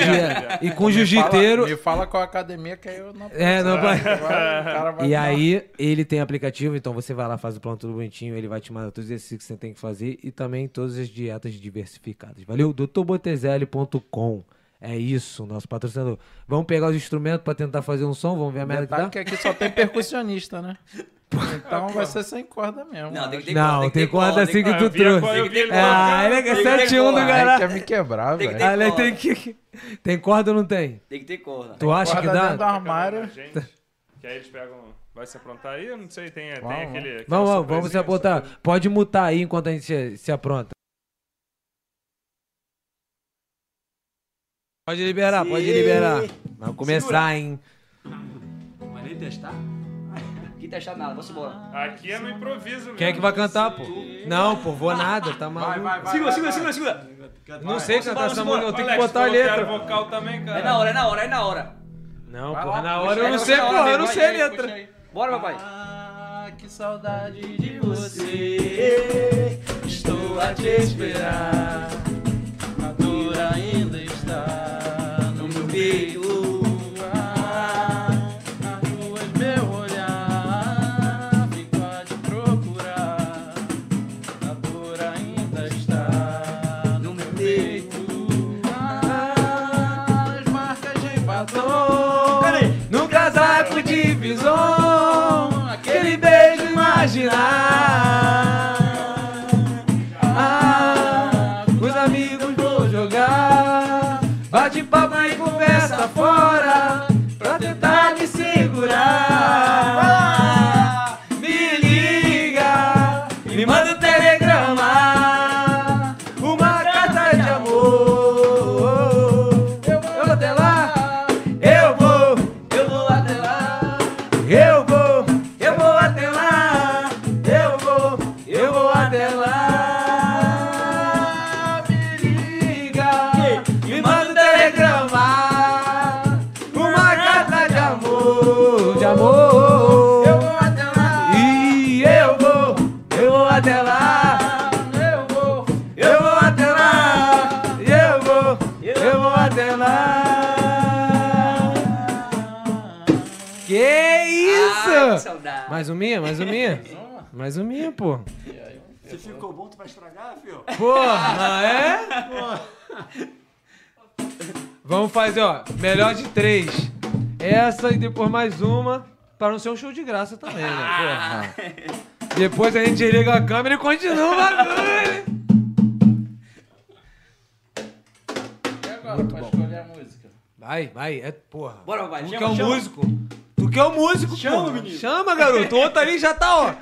A: E com
C: Fala,
A: jiu-jiteiro.
C: me fala qual a academia que aí eu não...
A: É, não vai.
C: Agora o cara vai
A: E
C: me
A: aí, ele tem aplicativo, então você vai lá, faz o plano tudo bonitinho, ele vai te mandar todos os exercícios que você tem que fazer e também todas as dietas diversificadas. Valeu? drbotezelli.com. É isso, nosso patrocinador. Vamos pegar os instrumentos pra tentar fazer um som, vamos ver a
C: dar.
A: merda que
C: Detalhe
A: dá?
C: que aqui só tem percussionista, né? Então vai ser sem corda mesmo.
B: Não, é tem que ter
A: Não,
B: corda,
A: tem corda assim que
D: Ah,
A: tu
D: eu vi a qual- eu
A: trouxe.
D: vi ele
A: Ah,
D: colocando.
A: ele é
B: Tem que
A: 7-1
B: ter
A: do
B: corda.
C: Ai,
A: caralho.
C: quer me
B: Tem
C: quebrar,
B: que
C: velho.
B: ter-
A: Ah, ele tem que. Tem corda ou não tem?
B: Tem que ter corda.
A: Tu acha que
C: Corda dentro do
A: dá?
C: armário.
D: Gente, que aí eles pegam... Vai se aprontar aí? Eu não sei, tem, tem
C: Vamos,
D: aquele... aquela
A: Vamos, vamos, vamos
D: surpresinha,
A: se apontar. Pode mutar aí enquanto a gente se- se apronta. Pode liberar, pode liberar. Vamos começar, hein?
F: Mas nem testar?
B: Aqui tá achado nada, vamos embora.
D: Aqui é no improviso
A: Quem é que vai cantar, pô? Não, pô, vou nada, tá maluco.
B: Segura, segura, segura, segura.
A: Não sei cantar essa música, eu tenho que
D: Alex,
A: botar a
D: falou que era
A: letra.
D: vocal também, cara.
B: É na hora, é na hora, é na hora.
A: Não,
C: Vai
A: porra,
C: lá,
A: na
C: puxa
A: hora eu
C: aí,
A: não
B: puxa
A: sei,
B: aí,
A: porra, eu não
B: vai
A: sei a
B: aí,
A: letra.
B: Bora, papai.
C: Ah, que saudade de
F: você, estou a te esperar. A dor ainda está no meu peito. Ah, as ruas, meu olhar, fico a te procurar. A dor ainda está no meu peito. Ah, as marcas de batom.
A: Num casaco de bison, aquele beijo imaginar. Ah, os amigos vou jogar, bate papo e conversa fora, pra tentar me segurar. Me liga, me manda um telegrama, uma carta de é amor. Eu vou até lá, eu vou, eu vou até lá. até lá. Me liga, me manda um telegrama. Uma carta de amor, de amor. Eu vou até lá. E eu vou, eu vou até lá. Eu vou, eu vou até lá. Eu vou, eu vou até lá. Que
B: Ai, que
A: isso?
B: saudade.
A: Mais um minha, mais um minha. Mais um minha, pô.
F: Se ficou bom, tu vai estragar, filho?
A: Porra, é? Vamos fazer, ó, melhor de três. Essa e depois mais uma, pra não ser um show de graça também, né? Porra. Depois a gente desliga a câmera e continua o bagulho.
C: E agora, pra escolher a música?
A: Vai, vai, é porra.
B: Bora, papai,
A: Tu
B: chama,
A: que é um
B: chama.
A: músico. Tu que é um músico,
B: Chama,
A: porra.
B: menino.
A: Chama, garoto. O outro ali já tá, ó. tá.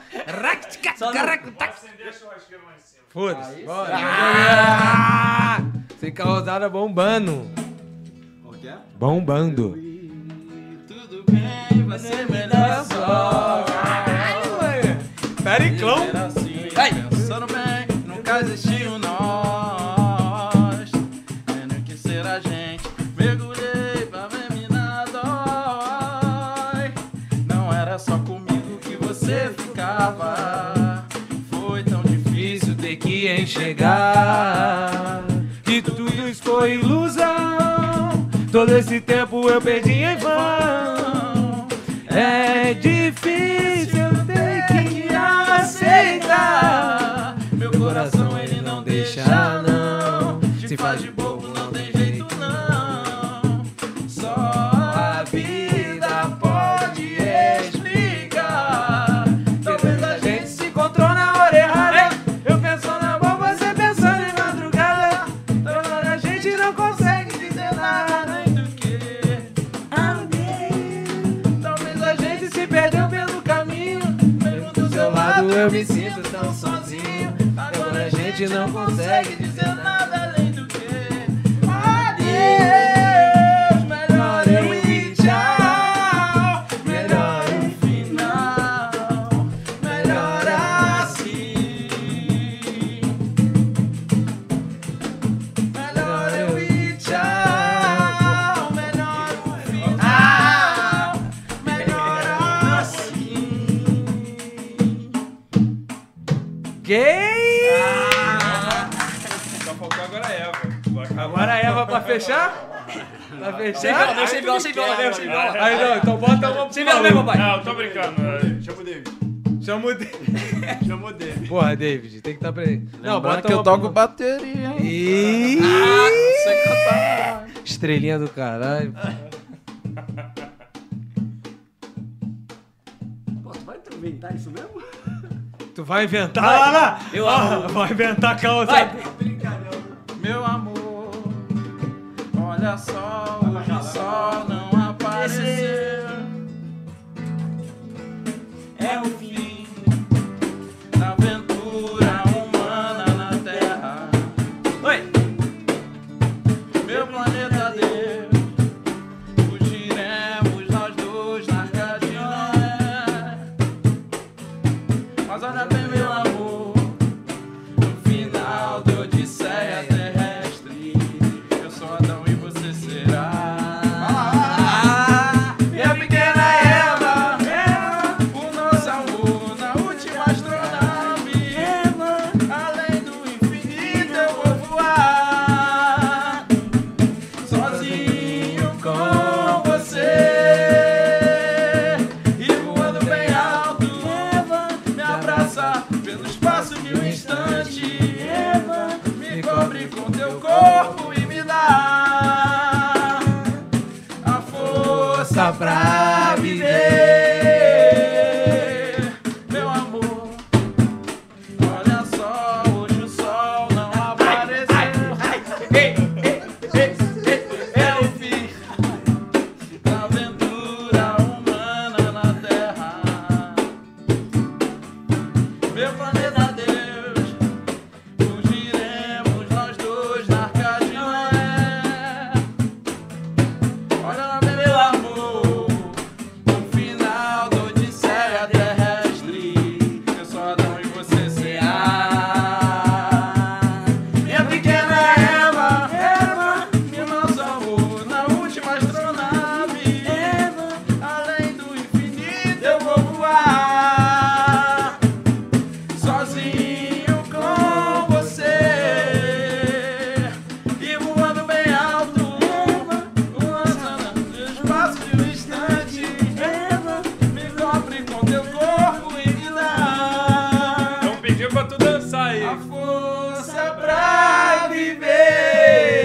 B: Só não-
D: Acender a churrasqueira lá em cima.
A: Foda-se. Bora. Ah! Sem carrozada bombando.
F: Qual que é?
A: Bombando.
F: Tudo bem, vai ser melhor
A: Periclão.
C: Era assim,
B: Ai.
C: pensando bem, nunca existiu nós. Tendo que ser a gente, mergulhei pra ver me nadar. Não era só comigo que você ficava. Foi tão difícil.
A: difícil ter que enxergar que tudo isso foi ilusão. Todo esse tempo eu perdi em vão. É difícil ter que aceitar.
C: Meu coração ele não deixa não Te faz de bobo, não tem jeito não Só a vida pode explicar Talvez a gente se
A: encontrou na hora errada. Eu pensando na mão, você pensando em madrugada. Toda a gente não consegue dizer nada.
C: além do que
A: Talvez a gente se perdeu pelo caminho.
C: Mesmo do seu lado eu me sinto tão sozinho Agora a gente não consegue dizer nada além do que Adeus, melhor eu ir tchau Melhor um final, melhor assim Melhor
A: é
C: eu ir tchau, melhor um final, melhor assim
A: Que
D: Só faltou agora a Eva.
A: Agora a Eva pra fechar? Pra
B: Sem viola
A: fechar?
B: mesmo, sem viola, sem viola mesmo, sem viola.
A: Aí não, então bota uma
B: Sem viola mesmo, papai.
D: Não, tô brincando.
F: Chama o David.
A: Chama o David.
F: Chama o David.
A: Porra, David, tem que estar presente. Não, bota
C: que eu
A: uma-
C: toco bateria, hein?
A: Ih,
B: Ah, não sei cantar.
A: Estrelinha do caralho.
F: Pô, tu vai inventar isso mesmo?
A: Tu vai inventar. Vai Tá lá,
B: Eu amo.
A: Vai inventar causa.
B: Vai.
C: Meu amor, olha só, o sol não
B: ah,
C: apareceu. É o fim da aventura humana na Terra. Meu planeta Deus, fugiremos nós dois na arca de Noé. Mas olha bem, meu amor. No final da Odisseia Terrestre, eu sou Adão e você será. Minha pequena Eva, o nosso amor na última astronave. Além do infinito eu vou voar, sozinho com você. E voando bem alto, me abraça pelo espaço de um instante. Me cobre com teu corpo e me dá a
A: Tá
C: força pra viver, meu amor. Olha só, hoje o sol não apareceu. É o fim da aventura humana na Terra. Meu planeta é Deus um
D: pra tu dançar aí.
C: força pra viver.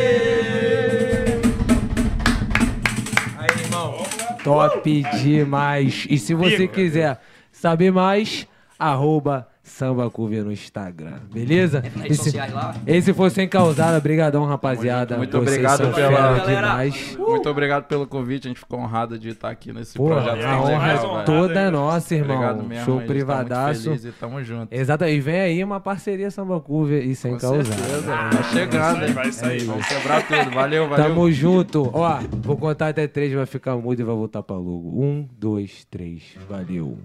A: Aí, irmão. Top demais. E se você
D: Pica.
A: quiser saber mais, arroba SambaCuve no Instagram,
F: É
A: beleza?
B: redes
A: Esse,
B: sociais lá.
A: esse foi sem causada. Obrigadão, rapaziada.
C: Muito
A: Vocês
C: obrigado
A: são
C: pela-
A: fera
B: Valeu, galera.
A: demais.
C: Uh! Muito obrigado pelo convite, a gente ficou honrado de estar aqui nesse
A: Pô,
C: projeto.
D: é
A: a
C: tão
D: honra
A: honra
C: legal,
D: é
A: é
C: velho.
A: toda nossa,
C: Obrigado
A: irmão.
C: mesmo, a
A: Show
C: gente tá muito
A: privadaço.
C: feliz e tamo
D: É,
C: junto.
A: Exato, e vem aí uma parceria SambaCuve e sem
C: Com
A: causada.
C: certeza, tá chegando.
D: vai
C: hein?
D: vai sair.
C: Vamos quebrar tudo. Valeu, valeu.
A: Tamo junto. Ó, vou contar até três, vai ficar mudo e vai voltar pra logo. Um, dois, três. Valeu.